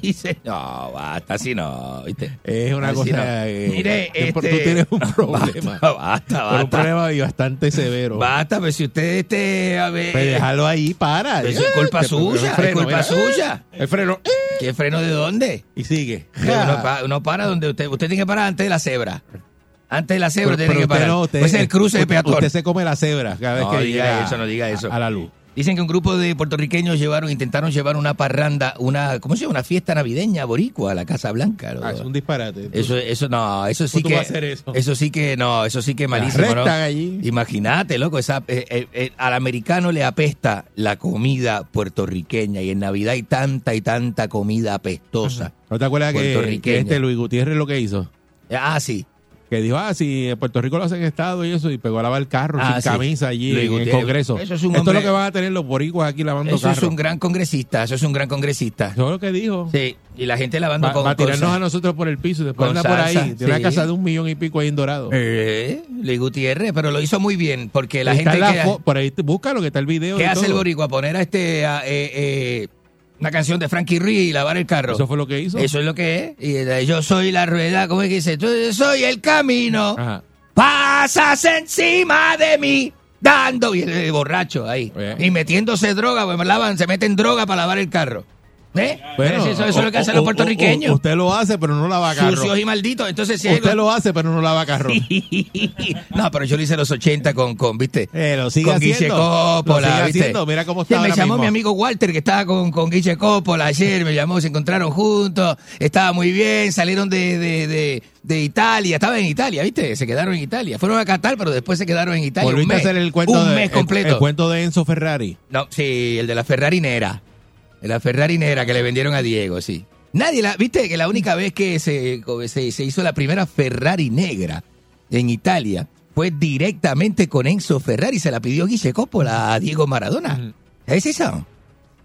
[SPEAKER 2] dice, no, basta, así no, ¿viste?
[SPEAKER 1] Es una
[SPEAKER 2] Así
[SPEAKER 1] cosa.
[SPEAKER 2] no.
[SPEAKER 1] eh,
[SPEAKER 2] Mire,
[SPEAKER 1] tú- tú
[SPEAKER 2] este-
[SPEAKER 1] tienes un problema.
[SPEAKER 2] <laughs> Basta, basta,
[SPEAKER 1] Pero un
[SPEAKER 2] basta.
[SPEAKER 1] problema y bastante severo.
[SPEAKER 2] Basta, pero si usted este, a ver,
[SPEAKER 1] Pues déjalo ahí, para.
[SPEAKER 2] Pero eso es culpa
[SPEAKER 1] Te-
[SPEAKER 2] suya,
[SPEAKER 1] el
[SPEAKER 2] es culpa
[SPEAKER 1] mira.
[SPEAKER 2] suya.
[SPEAKER 1] El freno.
[SPEAKER 2] ¿qué freno de dónde?
[SPEAKER 1] Y sigue.
[SPEAKER 2] Uno, pa- uno para donde usted, usted tiene que parar antes de la cebra. Antes de la cebra tiene que
[SPEAKER 1] usted
[SPEAKER 2] parar.
[SPEAKER 1] no, usted-
[SPEAKER 2] Ese es el cruce de
[SPEAKER 1] usted-
[SPEAKER 2] peatón.
[SPEAKER 1] Usted se come la cebra cada vez
[SPEAKER 2] No
[SPEAKER 1] que
[SPEAKER 2] diga
[SPEAKER 1] llega
[SPEAKER 2] eso, no diga eso.
[SPEAKER 1] A, a la luz.
[SPEAKER 2] Dicen que un grupo de puertorriqueños llevaron, intentaron llevar una parranda, una, ¿cómo se llama? Una fiesta navideña boricua a la Casa Blanca. loco.
[SPEAKER 1] Ah, es un disparate.
[SPEAKER 2] Eso, eso no, eso sí
[SPEAKER 1] tú
[SPEAKER 2] que.
[SPEAKER 1] vas a hacer eso?
[SPEAKER 2] sí que no, eso sí que malísimo, ¿no?
[SPEAKER 1] arrestan allí.
[SPEAKER 2] Imagínate, loco, esa, eh, eh, eh, al americano le apesta la comida puertorriqueña y en Navidad hay tanta y tanta comida apestosa.
[SPEAKER 1] ¿No te acuerdas que,
[SPEAKER 2] Puertorriqueña.
[SPEAKER 1] que este Luis Gutiérrez lo que hizo?
[SPEAKER 2] Ah, sí.
[SPEAKER 1] Que dijo, ah, si en Puerto Rico lo hacen estado y eso, y pegó a lavar el carro
[SPEAKER 2] Ah,
[SPEAKER 1] sin
[SPEAKER 2] sí.
[SPEAKER 1] camisa allí
[SPEAKER 2] Luis
[SPEAKER 1] en el
[SPEAKER 2] Gutiérrez.
[SPEAKER 1] Congreso.
[SPEAKER 2] Eso es un
[SPEAKER 1] Esto es
[SPEAKER 2] hombre-
[SPEAKER 1] lo que van a tener los boricuas aquí lavando
[SPEAKER 2] Eso
[SPEAKER 1] carro.
[SPEAKER 2] es un gran congresista, eso es un gran congresista.
[SPEAKER 1] Eso es lo que dijo.
[SPEAKER 2] Sí, y la gente lavando
[SPEAKER 1] Va,
[SPEAKER 2] con
[SPEAKER 1] va a tirarnos
[SPEAKER 2] cosas.
[SPEAKER 1] a nosotros por el piso y después
[SPEAKER 2] Con
[SPEAKER 1] anda por ahí.
[SPEAKER 2] salsa,
[SPEAKER 1] Tiene una
[SPEAKER 2] sí.
[SPEAKER 1] casa de un millón y pico ahí en Dorado.
[SPEAKER 2] Eh, Luis Gutiérrez, pero lo hizo muy bien, porque la
[SPEAKER 1] Ahí está
[SPEAKER 2] gente
[SPEAKER 1] la
[SPEAKER 2] que,
[SPEAKER 1] fo- por ahí te- búscalo que está el video.
[SPEAKER 2] ¿qué
[SPEAKER 1] y
[SPEAKER 2] hace el
[SPEAKER 1] todo.
[SPEAKER 2] boricua, poner a este a, eh, eh, una canción de Frankie Ruiz y lavar el carro.
[SPEAKER 1] Eso fue lo que hizo.
[SPEAKER 2] Eso es lo que es. Y de- yo soy la rueda, ¿cómo es que dice? Yo soy el camino.
[SPEAKER 1] Ajá.
[SPEAKER 2] Pasas encima de mí, dando. Y el, el borracho ahí.
[SPEAKER 1] Oye.
[SPEAKER 2] Y metiéndose droga, pues, lavan, se meten droga para lavar el carro.
[SPEAKER 10] ¿Eh?
[SPEAKER 2] Bueno,
[SPEAKER 10] Pero si eso, eso es lo que
[SPEAKER 2] o-
[SPEAKER 10] hacen
[SPEAKER 2] o-
[SPEAKER 10] los
[SPEAKER 2] o-
[SPEAKER 10] puertorriqueños.
[SPEAKER 2] o- usted lo hace, pero no lava carro.
[SPEAKER 10] Sucios y malditos. Entonces, si hay-
[SPEAKER 2] usted lo hace, pero no lava carro.
[SPEAKER 10] No, pero yo lo hice en los 80 con, con ¿viste?
[SPEAKER 2] Eh, lo sigue
[SPEAKER 10] con
[SPEAKER 2] haciendo.
[SPEAKER 10] Guille
[SPEAKER 2] Lo
[SPEAKER 10] Coppola,
[SPEAKER 2] sigue
[SPEAKER 10] ¿viste?
[SPEAKER 2] haciendo, mira cómo está
[SPEAKER 10] Sí, me
[SPEAKER 2] ahora
[SPEAKER 10] llamó
[SPEAKER 2] mismo.
[SPEAKER 10] mi amigo Walter, que estaba con, con Guille Coppola ayer, me llamó, se encontraron juntos, estaba muy bien, salieron de, de, de, de Italia, estaban en Italia, ¿viste? Se quedaron en Italia. Fueron a Qatar, pero después se quedaron en Italia. un
[SPEAKER 2] Volviste a
[SPEAKER 10] mes,
[SPEAKER 2] hacer el cuento,
[SPEAKER 10] un
[SPEAKER 2] de,
[SPEAKER 10] mes
[SPEAKER 2] el-
[SPEAKER 10] completo.
[SPEAKER 2] El, cuento de Enzo Ferrari.
[SPEAKER 10] No, sí, el de la Ferrarinera. De la Ferrarinera que le vendieron a Diego, sí. Nadie la. Viste que la única vez que se, se, se hizo la primera Ferrari negra en Italia fue directamente con Enzo Ferrari. Se la pidió Guille Coppola a Diego Maradona. ¿Sabes eso?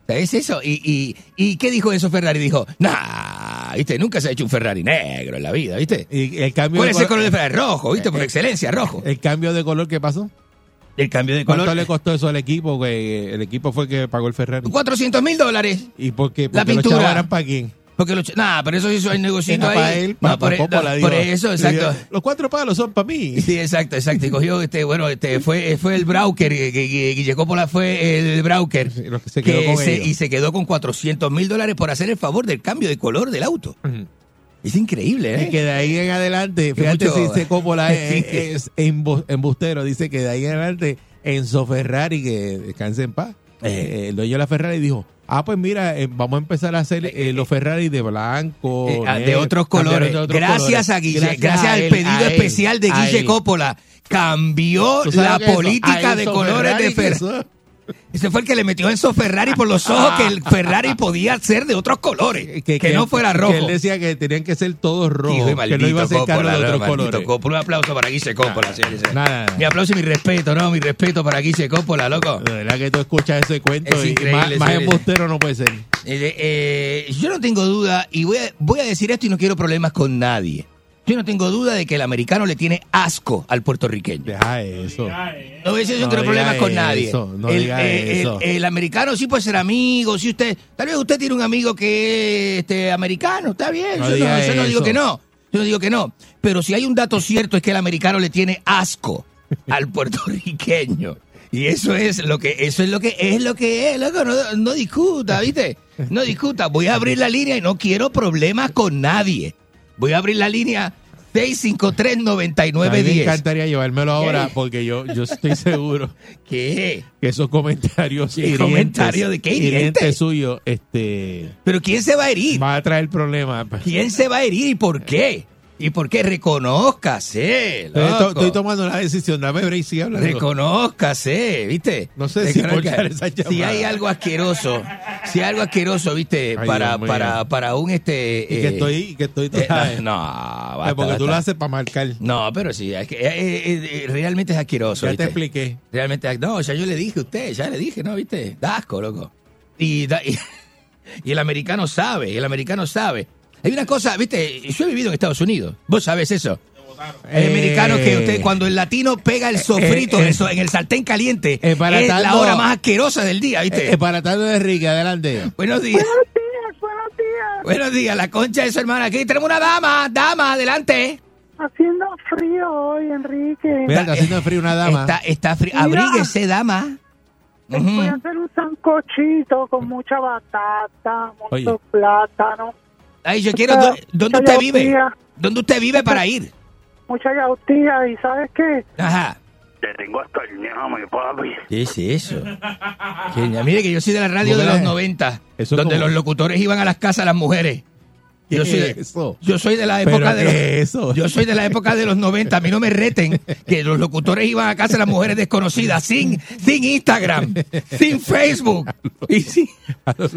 [SPEAKER 10] ¿Sabes eso? ¿Y, y, y qué dijo Enzo Ferrari? Dijo, nah, ¿viste? Nunca se ha hecho un Ferrari negro en la vida, ¿viste?
[SPEAKER 2] Y el cambio
[SPEAKER 10] ¿Cuál
[SPEAKER 2] de
[SPEAKER 10] es el
[SPEAKER 2] color-
[SPEAKER 10] color de Ferrari? Rojo, ¿viste? Por
[SPEAKER 2] Eh, eh,
[SPEAKER 10] excelencia, rojo.
[SPEAKER 2] ¿El cambio de color qué pasó?
[SPEAKER 10] El cambio de
[SPEAKER 2] ¿Cuánto
[SPEAKER 10] color-
[SPEAKER 2] le costó eso al equipo? Que el equipo fue el que pagó el Ferrari.
[SPEAKER 10] 400 mil dólares.
[SPEAKER 2] ¿Y por qué?
[SPEAKER 10] La
[SPEAKER 2] Porque los
[SPEAKER 10] pintura.
[SPEAKER 2] chavos eran para quién?
[SPEAKER 10] Porque los... ch- Nah, pero eso sí es el
[SPEAKER 2] Era
[SPEAKER 10] negocito ahí.
[SPEAKER 2] para él, para-
[SPEAKER 10] No, por,
[SPEAKER 2] para
[SPEAKER 10] e-, no,
[SPEAKER 2] Coppola,
[SPEAKER 10] por
[SPEAKER 2] digo.
[SPEAKER 10] eso,
[SPEAKER 2] Le
[SPEAKER 10] exacto.
[SPEAKER 2] digo, Los cuatro palos son para mí. <laughs>
[SPEAKER 10] Sí, exacto, exacto. Y cogió, este, bueno, este, fue, fue el Brauker, que, que- que Guille Coppola fue el Brauker.
[SPEAKER 2] se quedó con ellos.
[SPEAKER 10] y se quedó con 400 mil dólares por hacer el favor del cambio de color del auto. Es increíble, ¿eh?
[SPEAKER 2] Y que de ahí en adelante, fíjate
[SPEAKER 10] mucho-
[SPEAKER 2] si se
[SPEAKER 10] <laughs>
[SPEAKER 2] Coppola es, es embu- embustero, dice que de ahí en adelante Enzo Ferrari, que descanse en paz, eh, el dueño de la Ferrari dijo, ah, pues mira, eh, vamos a empezar a hacer eh, los Ferrari de blanco.
[SPEAKER 10] Eh, ah, de
[SPEAKER 2] negro,
[SPEAKER 10] otros
[SPEAKER 2] cambiaron
[SPEAKER 10] colores.
[SPEAKER 2] de otros
[SPEAKER 10] gracias
[SPEAKER 2] colores.
[SPEAKER 10] a Guille, gracias,
[SPEAKER 2] a
[SPEAKER 10] al
[SPEAKER 2] él,
[SPEAKER 10] pedido
[SPEAKER 2] a él,
[SPEAKER 10] especial de
[SPEAKER 2] a
[SPEAKER 10] Guille
[SPEAKER 2] él.
[SPEAKER 10] Coppola, cambió
[SPEAKER 2] ¿Tú sabes
[SPEAKER 10] la
[SPEAKER 2] lo que es eso?
[SPEAKER 10] política
[SPEAKER 2] A
[SPEAKER 10] de
[SPEAKER 2] Enzo
[SPEAKER 10] colores de
[SPEAKER 2] Ferrari,
[SPEAKER 10] Ferrari.
[SPEAKER 2] eso.
[SPEAKER 10] Ese fue el que le metió a Enzo Ferrari por los ojos que
[SPEAKER 2] <laughs>
[SPEAKER 10] el Ferrari podía ser de otros colores, que, no fuera
[SPEAKER 2] Ah. Eh, que
[SPEAKER 10] rojo.
[SPEAKER 2] él decía que tenían que ser todos
[SPEAKER 10] Hijo
[SPEAKER 2] rojos,
[SPEAKER 10] de
[SPEAKER 2] que no
[SPEAKER 10] maldito
[SPEAKER 2] iba a ser carro
[SPEAKER 10] Coppola,
[SPEAKER 2] de
[SPEAKER 10] no,
[SPEAKER 2] otros
[SPEAKER 10] maldito
[SPEAKER 2] colores.
[SPEAKER 10] Coppola. Un aplauso para Guille Coppola, señores.
[SPEAKER 2] Nada, nada.
[SPEAKER 10] Mi aplauso y mi respeto, ¿no? Mi respeto para Guille Coppola, loco.
[SPEAKER 2] De verdad que tú escuchas ese cuento
[SPEAKER 10] Es
[SPEAKER 2] y
[SPEAKER 10] increíble,
[SPEAKER 2] más, más
[SPEAKER 10] señores.
[SPEAKER 2] embustero no puede ser.
[SPEAKER 10] Eh, eh, yo no tengo duda, y voy a, voy a decir esto y no quiero problemas con nadie. Yo no tengo duda de que el americano le tiene asco al puertorriqueño.
[SPEAKER 2] Deja eso.
[SPEAKER 10] No, a veces yo no
[SPEAKER 2] No
[SPEAKER 10] quiero
[SPEAKER 2] diga
[SPEAKER 10] problemas con nadie.
[SPEAKER 2] eso, no
[SPEAKER 10] el,
[SPEAKER 2] diga
[SPEAKER 10] eh,
[SPEAKER 2] eso.
[SPEAKER 10] el- el americano sí puede ser amigo, si usted, tal vez usted tiene un amigo que es este, americano, está bien,
[SPEAKER 2] No
[SPEAKER 10] yo, no,
[SPEAKER 2] diga
[SPEAKER 10] yo no digo
[SPEAKER 2] eso.
[SPEAKER 10] que no, yo no digo que no, pero si hay un dato cierto es que el americano le tiene asco al puertorriqueño. Y eso es lo que eso es lo que es lo que es, loco, no, no discuta, ¿viste? No discuta, voy a abrir la línea y no quiero problemas con nadie. Voy a abrir la línea
[SPEAKER 2] A mí me
[SPEAKER 10] 653-9910.
[SPEAKER 2] encantaría llevármelo ahora
[SPEAKER 10] ¿Qué?
[SPEAKER 2] porque yo, yo estoy <laughs> seguro
[SPEAKER 10] ¿Qué?
[SPEAKER 2] que esos comentarios
[SPEAKER 10] ¿Qué
[SPEAKER 2] hirientes,
[SPEAKER 10] comentario de qué hiriente?
[SPEAKER 2] hirientes suyos, este,
[SPEAKER 10] ¿Pero quién se va a herir?
[SPEAKER 2] va a traer problemas.
[SPEAKER 10] ¿Quién se va a herir y por qué? ¿Y por qué? Reconózcase,
[SPEAKER 2] Estoy, Eh, to- estoy
[SPEAKER 10] loco.
[SPEAKER 2] tomando la decisión, dame break, sigue hablando.
[SPEAKER 10] Reconózcase, ¿viste?
[SPEAKER 2] No sé si
[SPEAKER 10] Reconozca-
[SPEAKER 2] cortar esa llamada.
[SPEAKER 10] Si hay algo asqueroso, si hay algo asqueroso, ¿viste?
[SPEAKER 2] Ay,
[SPEAKER 10] para,
[SPEAKER 2] Dios mío.
[SPEAKER 10] para, para un este...
[SPEAKER 2] y que
[SPEAKER 10] eh,
[SPEAKER 2] <laughs> estoy, y que estoy
[SPEAKER 10] eh,
[SPEAKER 2] ay, <laughs>
[SPEAKER 10] no, basta,
[SPEAKER 2] ay, porque tú
[SPEAKER 10] basta.
[SPEAKER 2] lo haces para marcar.
[SPEAKER 10] No, pero sí, es que, eh, eh, eh, realmente es asqueroso.
[SPEAKER 2] Ya
[SPEAKER 10] ¿viste?
[SPEAKER 2] te expliqué.
[SPEAKER 10] Realmente, es- no, ya yo le dije a usted, ya le dije, ¿no? ¿Viste? Da asco, loco. Y, da- y, <laughs> y el americano sabe, el americano sabe. Hay una cosa, ¿viste? Yo he vivido en Estados Unidos, vos sabes eso. El
[SPEAKER 2] Eh,
[SPEAKER 10] americano que usted, cuando el latino pega el sofrito
[SPEAKER 2] eh,
[SPEAKER 10] en,
[SPEAKER 2] eh,
[SPEAKER 10] el so- en el sartén caliente, es
[SPEAKER 2] Embaratando-
[SPEAKER 10] la hora más asquerosa del día, ¿viste?
[SPEAKER 2] Eh, eh, para tanto de Enrique, adelante.
[SPEAKER 10] Buenos días. Buenos días, la concha de su hermana. Aquí tenemos una dama, dama, adelante.
[SPEAKER 8] Haciendo frío hoy, Enrique.
[SPEAKER 2] Mira, está haciendo frío una dama.
[SPEAKER 10] Está, está frío.
[SPEAKER 8] Mira.
[SPEAKER 10] Abríguese, dama. Ujú.
[SPEAKER 8] Voy a hacer un sancochito con mucha batata, mucho
[SPEAKER 10] Oye.
[SPEAKER 8] plátano,
[SPEAKER 10] Ay, yo quiero.
[SPEAKER 8] Está-
[SPEAKER 10] ¿dó- ¿Dónde
[SPEAKER 8] está
[SPEAKER 10] usted
[SPEAKER 8] ya
[SPEAKER 10] vive?
[SPEAKER 8] fría.
[SPEAKER 10] ¿Dónde usted vive para ir?
[SPEAKER 8] mucha yautía y ¿sabes qué?
[SPEAKER 10] Ajá.
[SPEAKER 8] Te tengo hasta el ñame, papi.
[SPEAKER 10] ¿Qué es eso? Que ya- mire que yo soy de la radio de
[SPEAKER 2] Búscala.
[SPEAKER 10] los 90,
[SPEAKER 2] Eso
[SPEAKER 10] donde
[SPEAKER 2] como-
[SPEAKER 10] los locutores iban a las casas de las mujeres.
[SPEAKER 2] ¿Qué
[SPEAKER 10] Yo soy, de,
[SPEAKER 2] es eso?
[SPEAKER 10] eh, yo soy de la
[SPEAKER 2] ¿Pero
[SPEAKER 10] época de
[SPEAKER 2] qué
[SPEAKER 10] los,
[SPEAKER 2] es eso?
[SPEAKER 10] Yo soy de la época de los 90, a mí no me reten que los locutores iban a casa de las mujeres desconocidas sin sin Instagram, sin Facebook y sin-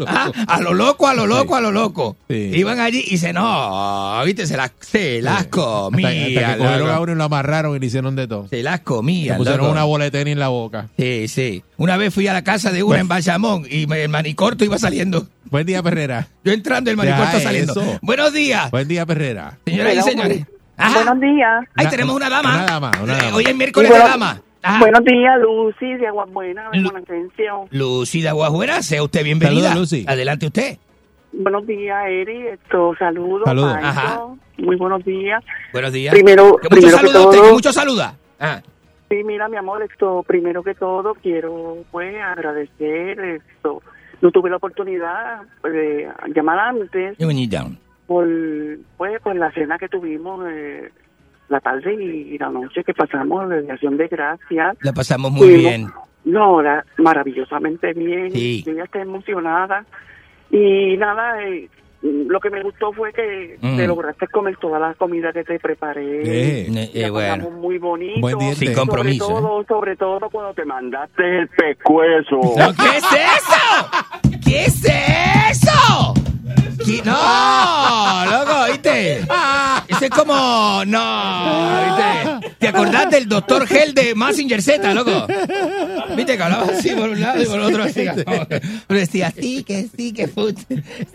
[SPEAKER 10] Ah, a lo loco, a lo loco, a lo loco.
[SPEAKER 2] Sí.
[SPEAKER 10] Iban allí y se no, viste, se las se las
[SPEAKER 2] Hasta, hasta
[SPEAKER 10] comía.
[SPEAKER 2] que cogieron
[SPEAKER 10] loco.
[SPEAKER 2] a uno y lo amarraron y le hicieron de todo.
[SPEAKER 10] Se las comía.
[SPEAKER 2] Le pusieron
[SPEAKER 10] loco.
[SPEAKER 2] una bola de tenis en la boca.
[SPEAKER 10] Sí, sí. Una vez fui a la casa de una en Bayamón y me- el manicorto iba saliendo.
[SPEAKER 2] Buen día, Perrera.
[SPEAKER 10] Yo entrando, el manicorto
[SPEAKER 2] Deja
[SPEAKER 10] saliendo.
[SPEAKER 2] eso.
[SPEAKER 10] Buenos días,
[SPEAKER 2] Buen día, Perrera.
[SPEAKER 10] señoras y señores.
[SPEAKER 8] Buenos días.
[SPEAKER 10] Ahí tenemos una dama.
[SPEAKER 2] Una dama, una
[SPEAKER 10] Eh,
[SPEAKER 2] dama.
[SPEAKER 10] Hoy es miércoles de
[SPEAKER 8] Bueno.
[SPEAKER 10] dama. Ajá.
[SPEAKER 8] Buenos días, Lucy, de Aguasbuena, de
[SPEAKER 10] Lu-
[SPEAKER 8] Buenaventura.
[SPEAKER 10] Lucida Guajuera, sea usted bienvenida.
[SPEAKER 2] Saludos, Lucy.
[SPEAKER 10] Adelante usted.
[SPEAKER 8] Buenos días, Eri. Esto, saludos.
[SPEAKER 2] Saludos.
[SPEAKER 8] Paito.
[SPEAKER 10] Ajá.
[SPEAKER 8] Muy buenos días.
[SPEAKER 10] Buenos días.
[SPEAKER 8] Primero-
[SPEAKER 10] que mucho
[SPEAKER 8] primero que
[SPEAKER 10] saluda a usted,
[SPEAKER 8] todo-
[SPEAKER 10] que mucho saluda. Ah,
[SPEAKER 8] Sí, mira, mi amor, esto, primero que todo, quiero, pues, agradecer, esto, no tuve la oportunidad pues, de llamar antes
[SPEAKER 10] You need down.
[SPEAKER 8] por pues por la cena que tuvimos eh, la tarde y, y la noche que pasamos de acción de gracias
[SPEAKER 10] La pasamos muy
[SPEAKER 8] Fuimos-
[SPEAKER 10] bien.
[SPEAKER 8] no la- maravillosamente bien
[SPEAKER 10] Sí.
[SPEAKER 8] yo ya estoy emocionada y nada eh, lo que me gustó fue que
[SPEAKER 10] Mm.
[SPEAKER 8] te lograste comer toda la comida que te preparé
[SPEAKER 10] Eh, eh,
[SPEAKER 8] la
[SPEAKER 10] bueno.
[SPEAKER 8] pasamos muy bonito
[SPEAKER 10] Buen diente. Sin
[SPEAKER 8] Sobre
[SPEAKER 10] compromiso, ¿eh?
[SPEAKER 8] todo- sobre todo cuando te mandaste
[SPEAKER 18] Este es el
[SPEAKER 10] <laughs>
[SPEAKER 18] pescuezo.
[SPEAKER 19] ¿Qué es eso? ¿Qué es eso?
[SPEAKER 10] ¿Qui- No, loco, ¿viste? Ese es como. No, ¿viste? ¿Te acordás del doctor Gel de Massinger Z, loco? ¿Viste que hablaba así por un lado y por el otro así? como que- Pero decía, sí, que sí, que fut,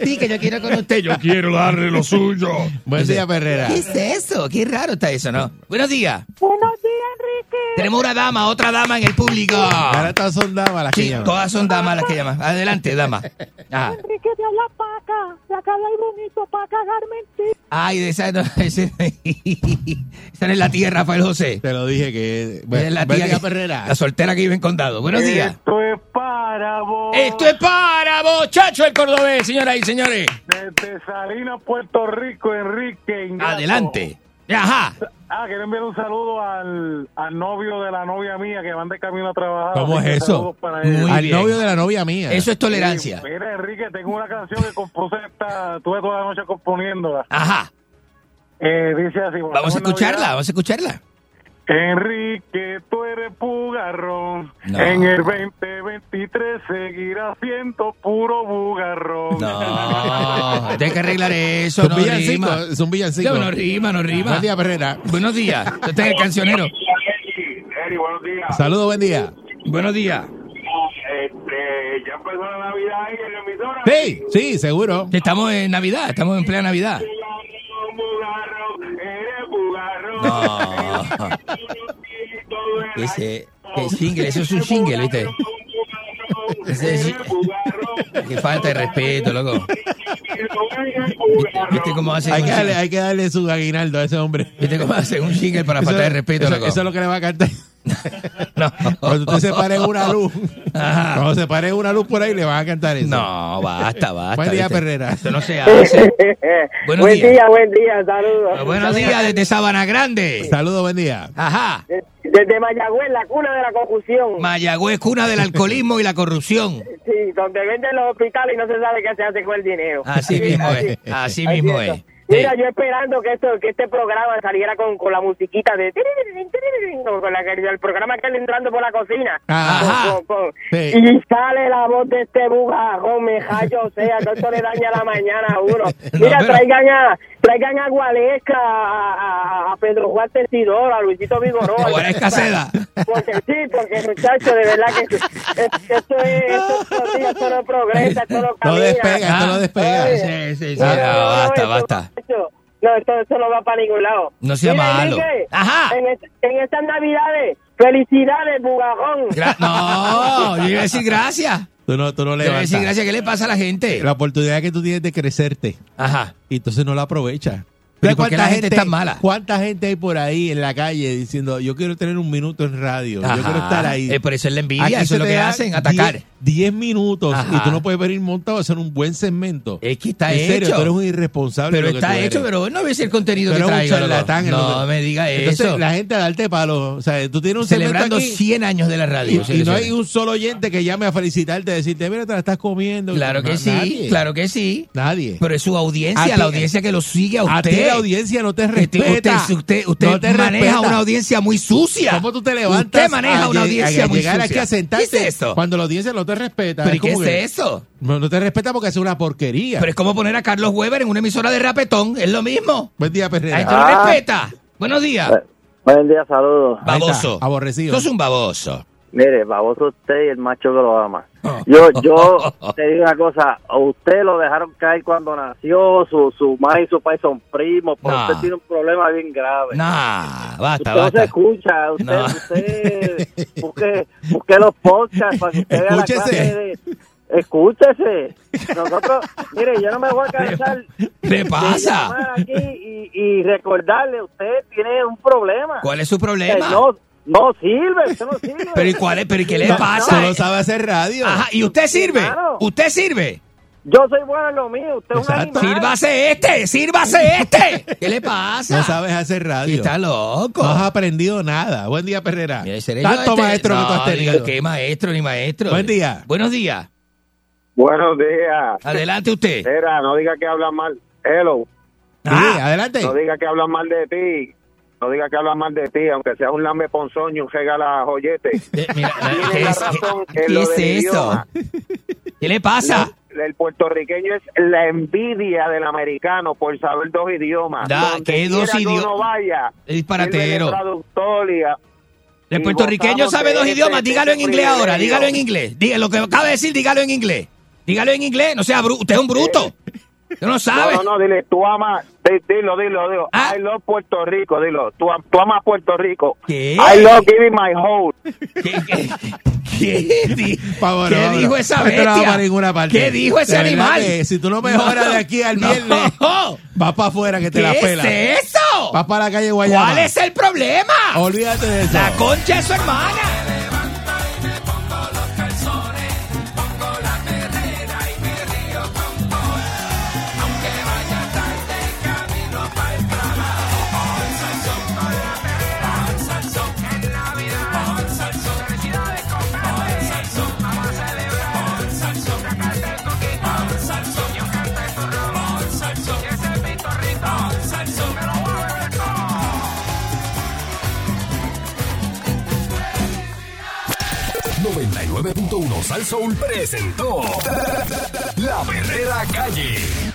[SPEAKER 10] sí, que yo quiero con usted, yo quiero darle lo suyo.
[SPEAKER 1] Buen día, Perrera.
[SPEAKER 10] ¿Qué es eso? Qué raro está eso, ¿no? Buenos días.
[SPEAKER 20] Buenos días, Enrique.
[SPEAKER 10] Tenemos una dama, otra dama en el público.
[SPEAKER 1] Ahora todas son damas las que
[SPEAKER 10] Sí,
[SPEAKER 1] llaman.
[SPEAKER 10] todas son damas las que llaman. Adelante, dama. Ajá.
[SPEAKER 20] Enrique, te habla Paca. De acá de ahí bonito para cagarme en ti.
[SPEAKER 10] Ay, de esa no, <laughs> ese- esa no es la tía de Rafael José.
[SPEAKER 1] Te lo dije que.
[SPEAKER 10] Esa es la
[SPEAKER 1] Buen
[SPEAKER 10] tía
[SPEAKER 1] día,
[SPEAKER 10] que-
[SPEAKER 1] Perrera.
[SPEAKER 10] La soltera que vive en condado. Buenos días.
[SPEAKER 18] Esto es para vos.
[SPEAKER 10] Eh. Esto es para vos, Chacho el cordobés, señoras y señores.
[SPEAKER 18] Desde Salinas, Puerto Rico, Enrique. Ingrato.
[SPEAKER 10] Adelante. Ajá.
[SPEAKER 18] Ah, quiero enviar un saludo al, al novio de la novia mía que van de camino a trabajar.
[SPEAKER 1] ¿Cómo
[SPEAKER 18] Así
[SPEAKER 1] es
[SPEAKER 18] que
[SPEAKER 1] eso?
[SPEAKER 18] saludos para él.
[SPEAKER 1] Al
[SPEAKER 10] bien.
[SPEAKER 1] novio de la novia mía.
[SPEAKER 10] Eso es tolerancia.
[SPEAKER 18] Mira, Enrique, tengo una canción que compuse esta, tuve toda la noche componiéndola.
[SPEAKER 10] Ajá.
[SPEAKER 18] Eh, dice así. bueno,
[SPEAKER 10] Vamos a
[SPEAKER 18] estamos en
[SPEAKER 10] escucharla,
[SPEAKER 18] Navidad.
[SPEAKER 10] vamos a escucharla.
[SPEAKER 18] Enrique, tú eres bugarrón.
[SPEAKER 10] No.
[SPEAKER 18] En el 2023 seguirás siendo puro bugarrón.
[SPEAKER 10] No, hay que arreglar eso,
[SPEAKER 1] Son
[SPEAKER 10] no rima.
[SPEAKER 1] villancicos. Son villancicos.
[SPEAKER 10] No, no rima, no rima.
[SPEAKER 1] Buen día, Perrera.
[SPEAKER 10] Buenos días. Tú estás en el cancionero.
[SPEAKER 18] Eri, buenos días.
[SPEAKER 1] Saludos, buen día.
[SPEAKER 10] Buenos días.
[SPEAKER 18] Este, ya empezó la Navidad ahí en la emisora.
[SPEAKER 1] Sí, sí, seguro.
[SPEAKER 10] Estamos en Navidad, estamos en plena Navidad.
[SPEAKER 18] Bugarrón, eres bugarrón.
[SPEAKER 10] No. Ese, que single, eso es un single, ¿viste? Ese es- <laughs> Qué falta de respeto, loco. ¿Viste cómo hacen
[SPEAKER 1] Hay
[SPEAKER 10] un
[SPEAKER 1] que, darle,
[SPEAKER 10] single?
[SPEAKER 1] hay que darle su aguinaldo a ese hombre.
[SPEAKER 10] ¿Viste cómo hacen un single para faltar de respeto,
[SPEAKER 1] eso,
[SPEAKER 10] loco?
[SPEAKER 1] eso es lo que le va a cantar.
[SPEAKER 10] No.
[SPEAKER 1] Cuando usted se pare en una luz,
[SPEAKER 10] <laughs> Ajá.
[SPEAKER 1] cuando se pare en una luz por ahí, le van a cantar eso.
[SPEAKER 10] No, basta, basta.
[SPEAKER 1] Buen día,
[SPEAKER 10] ¿viste?
[SPEAKER 1] Perrera.
[SPEAKER 10] Eso no se
[SPEAKER 8] <laughs>
[SPEAKER 10] hace. Buenos
[SPEAKER 12] buen
[SPEAKER 10] días. Ah,
[SPEAKER 12] día, buen día, saludos.
[SPEAKER 10] Buenos días desde Sabana Grande.
[SPEAKER 1] Saludos, buen día.
[SPEAKER 10] Ajá.
[SPEAKER 12] Desde Mayagüez, la cuna de la confusión.
[SPEAKER 10] Mayagüez, cuna del alcoholismo y la corrupción.
[SPEAKER 12] Sí, donde venden los hospitales y no se sabe qué
[SPEAKER 10] <laughs>
[SPEAKER 12] se hace con el dinero.
[SPEAKER 10] Así mismo es. Así mismo es.
[SPEAKER 12] Mira,
[SPEAKER 10] Sí.
[SPEAKER 12] yo esperando que esto, que este programa saliera con, con la musiquita de tiririn, tiririn, con la que- el programa que él entrando por la cocina.
[SPEAKER 1] Ajá.
[SPEAKER 12] Con- con- con-
[SPEAKER 1] Ah, Sí.
[SPEAKER 12] Y sale la voz de este bugarrón, me hallo sea, que esto le daña la mañana
[SPEAKER 10] <laughs>
[SPEAKER 12] a uno. Mira,
[SPEAKER 10] pero-
[SPEAKER 12] traigan a, traigan a Gualesca, a, a- a Pedro Juan Tesidor, a Luisito Vigoroa.
[SPEAKER 10] Gualesca Seda.
[SPEAKER 12] Porque sí, porque muchachos, de verdad que es- esto es, esto, es- esto no
[SPEAKER 10] <laughs>
[SPEAKER 12] progresa, esto no
[SPEAKER 1] No
[SPEAKER 12] camina.
[SPEAKER 1] despega, esto
[SPEAKER 10] Ah.
[SPEAKER 1] no despega.
[SPEAKER 12] Oye.
[SPEAKER 10] Sí, sí, sí.
[SPEAKER 12] No,
[SPEAKER 10] No,
[SPEAKER 12] no, no,
[SPEAKER 10] basta,
[SPEAKER 12] eso-
[SPEAKER 10] basta.
[SPEAKER 12] eso- No, esto, esto no va para ningún lado.
[SPEAKER 10] No sea
[SPEAKER 12] Mira,
[SPEAKER 10] malo.
[SPEAKER 12] Enrique,
[SPEAKER 10] Ajá.
[SPEAKER 12] En, est- en estas navidades, felicidades, bugarrón.
[SPEAKER 10] Gra- no, yo iba a decir gracias.
[SPEAKER 1] Tú no, tú no
[SPEAKER 10] Yo iba a decir
[SPEAKER 1] levantas.
[SPEAKER 10] gracias. ¿Qué le pasa a la gente?
[SPEAKER 1] La oportunidad que tú tienes de crecerte.
[SPEAKER 10] Ajá.
[SPEAKER 1] y entonces no la aprovecha. ¿Sabes
[SPEAKER 10] Pero ¿por qué la gente es tan mala?
[SPEAKER 1] ¿Cuánta gente hay por ahí en la calle diciendo, yo quiero tener un minuto en radio, yo quiero
[SPEAKER 10] Ajá.
[SPEAKER 1] estar ahí?
[SPEAKER 10] Eh, pero eso es la envidia,
[SPEAKER 1] Aquí
[SPEAKER 10] eso
[SPEAKER 1] se
[SPEAKER 10] es lo
[SPEAKER 1] te
[SPEAKER 10] que
[SPEAKER 1] da
[SPEAKER 10] hacen, atacar.
[SPEAKER 1] 10 10 minutos
[SPEAKER 10] Ajá.
[SPEAKER 1] y tú no puedes venir montado a hacer un buen segmento.
[SPEAKER 10] Es que está
[SPEAKER 1] en serio,
[SPEAKER 10] hecho.
[SPEAKER 1] tú eres un irresponsable.
[SPEAKER 10] Pero
[SPEAKER 1] lo que tú
[SPEAKER 10] está
[SPEAKER 1] eres.
[SPEAKER 10] hecho, pero no ves el contenido
[SPEAKER 1] Tú
[SPEAKER 10] que
[SPEAKER 1] eres un
[SPEAKER 10] traigo. loco.
[SPEAKER 1] charlatán,
[SPEAKER 10] No
[SPEAKER 1] loco.
[SPEAKER 10] me diga
[SPEAKER 1] Entonces,
[SPEAKER 10] eso.
[SPEAKER 1] la gente a darte palo. O sea, tú tienes un segmento
[SPEAKER 10] Celebrando
[SPEAKER 1] aquí
[SPEAKER 10] 100 años de la radio.
[SPEAKER 1] y, y no hay
[SPEAKER 10] señores.
[SPEAKER 1] un solo oyente que llame a felicitarte, a decirte, mira, te la estás comiendo.
[SPEAKER 10] Claro que
[SPEAKER 1] Na-
[SPEAKER 10] sí,
[SPEAKER 1] nadie.
[SPEAKER 10] claro que sí.
[SPEAKER 1] Nadie.
[SPEAKER 10] Pero es su
[SPEAKER 1] A
[SPEAKER 10] audiencia,
[SPEAKER 1] ti-
[SPEAKER 10] la audiencia que lo sigue a
[SPEAKER 1] A ti
[SPEAKER 10] usted.
[SPEAKER 1] la audiencia no te
[SPEAKER 10] Este,
[SPEAKER 1] respeta.
[SPEAKER 10] Usted, usted, usted
[SPEAKER 1] No te
[SPEAKER 10] maneja
[SPEAKER 1] respeta.
[SPEAKER 10] una audiencia muy sucia.
[SPEAKER 1] ¿Cómo tú te levantas?
[SPEAKER 10] Usted maneja
[SPEAKER 1] a
[SPEAKER 10] una
[SPEAKER 1] lle-
[SPEAKER 10] audiencia
[SPEAKER 1] a
[SPEAKER 10] muy
[SPEAKER 1] llegar
[SPEAKER 10] sucia.
[SPEAKER 1] aquí a sentarte
[SPEAKER 10] ¿Qué es eso?
[SPEAKER 1] Cuando la audiencia no te respeta.
[SPEAKER 10] ¿Pero
[SPEAKER 1] es
[SPEAKER 10] qué
[SPEAKER 1] como que-
[SPEAKER 10] es eso?
[SPEAKER 1] No, no te respeta porque es una porquería.
[SPEAKER 10] Pero es como poner a Carlos Weber en una emisora de rapetón. Es lo mismo.
[SPEAKER 1] Buen día,
[SPEAKER 10] A
[SPEAKER 1] Perrera.
[SPEAKER 10] esto no
[SPEAKER 4] Ah.
[SPEAKER 10] respeta. Buenos días.
[SPEAKER 4] Buen día, saludos.
[SPEAKER 1] Ahí está,
[SPEAKER 10] Baboso.
[SPEAKER 1] Aborrecido.
[SPEAKER 10] Sos un baboso.
[SPEAKER 4] Mire, baboso usted y el macho que lo ama.
[SPEAKER 2] Oh. <laughs>
[SPEAKER 4] Yo, yo te digo una cosa, a usted lo dejaron caer cuando nació, su, su madre y su padre son primos, pero
[SPEAKER 10] Nah.
[SPEAKER 4] usted tiene un problema bien grave.
[SPEAKER 10] Nah, basta,
[SPEAKER 4] usted no se
[SPEAKER 10] basta.
[SPEAKER 4] escucha, usted,
[SPEAKER 10] No.
[SPEAKER 4] usted busque, busque los podcasts para que usted vea la
[SPEAKER 1] Escúchese.
[SPEAKER 4] clase de- Escúchese. Nosotros, mire, yo no me voy a cansar
[SPEAKER 10] ¿Qué
[SPEAKER 4] de
[SPEAKER 10] pasa?
[SPEAKER 4] llamar aquí y, y recordarle, usted tiene un problema.
[SPEAKER 10] ¿Cuál es su
[SPEAKER 4] Que
[SPEAKER 10] problema?
[SPEAKER 4] no, No sirve, usted no sirve.
[SPEAKER 10] <laughs> Pero ¿y cuál es? ¿Pero ¿y qué le
[SPEAKER 4] No,
[SPEAKER 10] pasa?
[SPEAKER 4] no.
[SPEAKER 10] sabe hacer radio. Ajá, ¿y usted sirve?
[SPEAKER 4] Claro.
[SPEAKER 10] ¿Usted sirve?
[SPEAKER 4] Yo soy bueno en lo mío, usted es un
[SPEAKER 1] Ah.
[SPEAKER 4] animal.
[SPEAKER 10] Sírvase este, sírvase este. ¿Qué le pasa?
[SPEAKER 1] No sabes hacer radio.
[SPEAKER 10] Está loco.
[SPEAKER 1] No has aprendido nada. Buen día, Perrera.
[SPEAKER 10] ¿Seré yo
[SPEAKER 1] Tanto
[SPEAKER 10] este?
[SPEAKER 1] maestro que tú has
[SPEAKER 10] No,
[SPEAKER 1] tenido.
[SPEAKER 10] diga, ¿Qué maestro ni maestro?
[SPEAKER 1] Buen día.
[SPEAKER 10] Buenos días.
[SPEAKER 7] Buenos días.
[SPEAKER 10] Adelante usted.
[SPEAKER 7] Espera, no diga que hablan mal. Hello.
[SPEAKER 1] adelante.
[SPEAKER 7] No diga que hablan mal de ti. No diga que hablan mal de ti, aunque sea un lame ponzoño, un
[SPEAKER 10] <laughs>
[SPEAKER 7] regala joyete.
[SPEAKER 10] Eh, ¿qué
[SPEAKER 7] la
[SPEAKER 10] es-
[SPEAKER 7] razón
[SPEAKER 10] qué-
[SPEAKER 7] en
[SPEAKER 10] qué
[SPEAKER 7] lo
[SPEAKER 10] es
[SPEAKER 7] del
[SPEAKER 10] eso?
[SPEAKER 7] idioma.
[SPEAKER 10] ¿Qué le pasa?
[SPEAKER 7] La- el puertorriqueño es la envidia del americano por saber dos idiomas.
[SPEAKER 10] Da,
[SPEAKER 7] Donde
[SPEAKER 10] ¿qué dos
[SPEAKER 7] quiera que
[SPEAKER 10] idiomas?
[SPEAKER 7] uno vaya,
[SPEAKER 10] Es disparatero.
[SPEAKER 7] sirve de traductor y a-
[SPEAKER 10] El
[SPEAKER 7] y este
[SPEAKER 10] puertorriqueño
[SPEAKER 7] gozamos
[SPEAKER 10] sabe
[SPEAKER 7] de
[SPEAKER 10] dos
[SPEAKER 7] ese-
[SPEAKER 10] idiomas.
[SPEAKER 7] de
[SPEAKER 10] Dígalo en
[SPEAKER 7] ese
[SPEAKER 10] inglés ahora.
[SPEAKER 7] privilegio.
[SPEAKER 10] Dígalo en inglés. Diga, lo que acaba de decir, dígalo en inglés. Dígalo en inglés. No sea bruto. Usted es un bruto. Usted no sabe.
[SPEAKER 7] Eh. No, no, no, dile, tú amas, di- dilo, dilo, dilo. I love Puerto Rico, dilo. Tú, am- tú amas Puerto Rico.
[SPEAKER 10] Ah. ¿Qué?
[SPEAKER 7] I love giving my whole.
[SPEAKER 10] ¿Qué,
[SPEAKER 1] Pavor,
[SPEAKER 7] ¿Qué
[SPEAKER 1] vámonos.
[SPEAKER 7] dijo esa
[SPEAKER 1] Esto no va
[SPEAKER 7] bestia?
[SPEAKER 1] para ninguna parte.
[SPEAKER 7] ¿Qué dijo ese
[SPEAKER 1] De verdad
[SPEAKER 7] animal?
[SPEAKER 1] que si tú no mejoras
[SPEAKER 7] No.
[SPEAKER 1] de aquí al eh. viernes,
[SPEAKER 5] <laughs>
[SPEAKER 1] vas para afuera que te
[SPEAKER 10] ¿Qué
[SPEAKER 1] la pelas.
[SPEAKER 10] es eso?
[SPEAKER 1] Vas para la calle Guayama.
[SPEAKER 10] ¿Cuál es el problema?
[SPEAKER 1] Olvídate de eso.
[SPEAKER 10] La concha es su hermana.
[SPEAKER 19] Salsón,
[SPEAKER 11] 99.1 Sal Soul presentó La Verdadera Calle.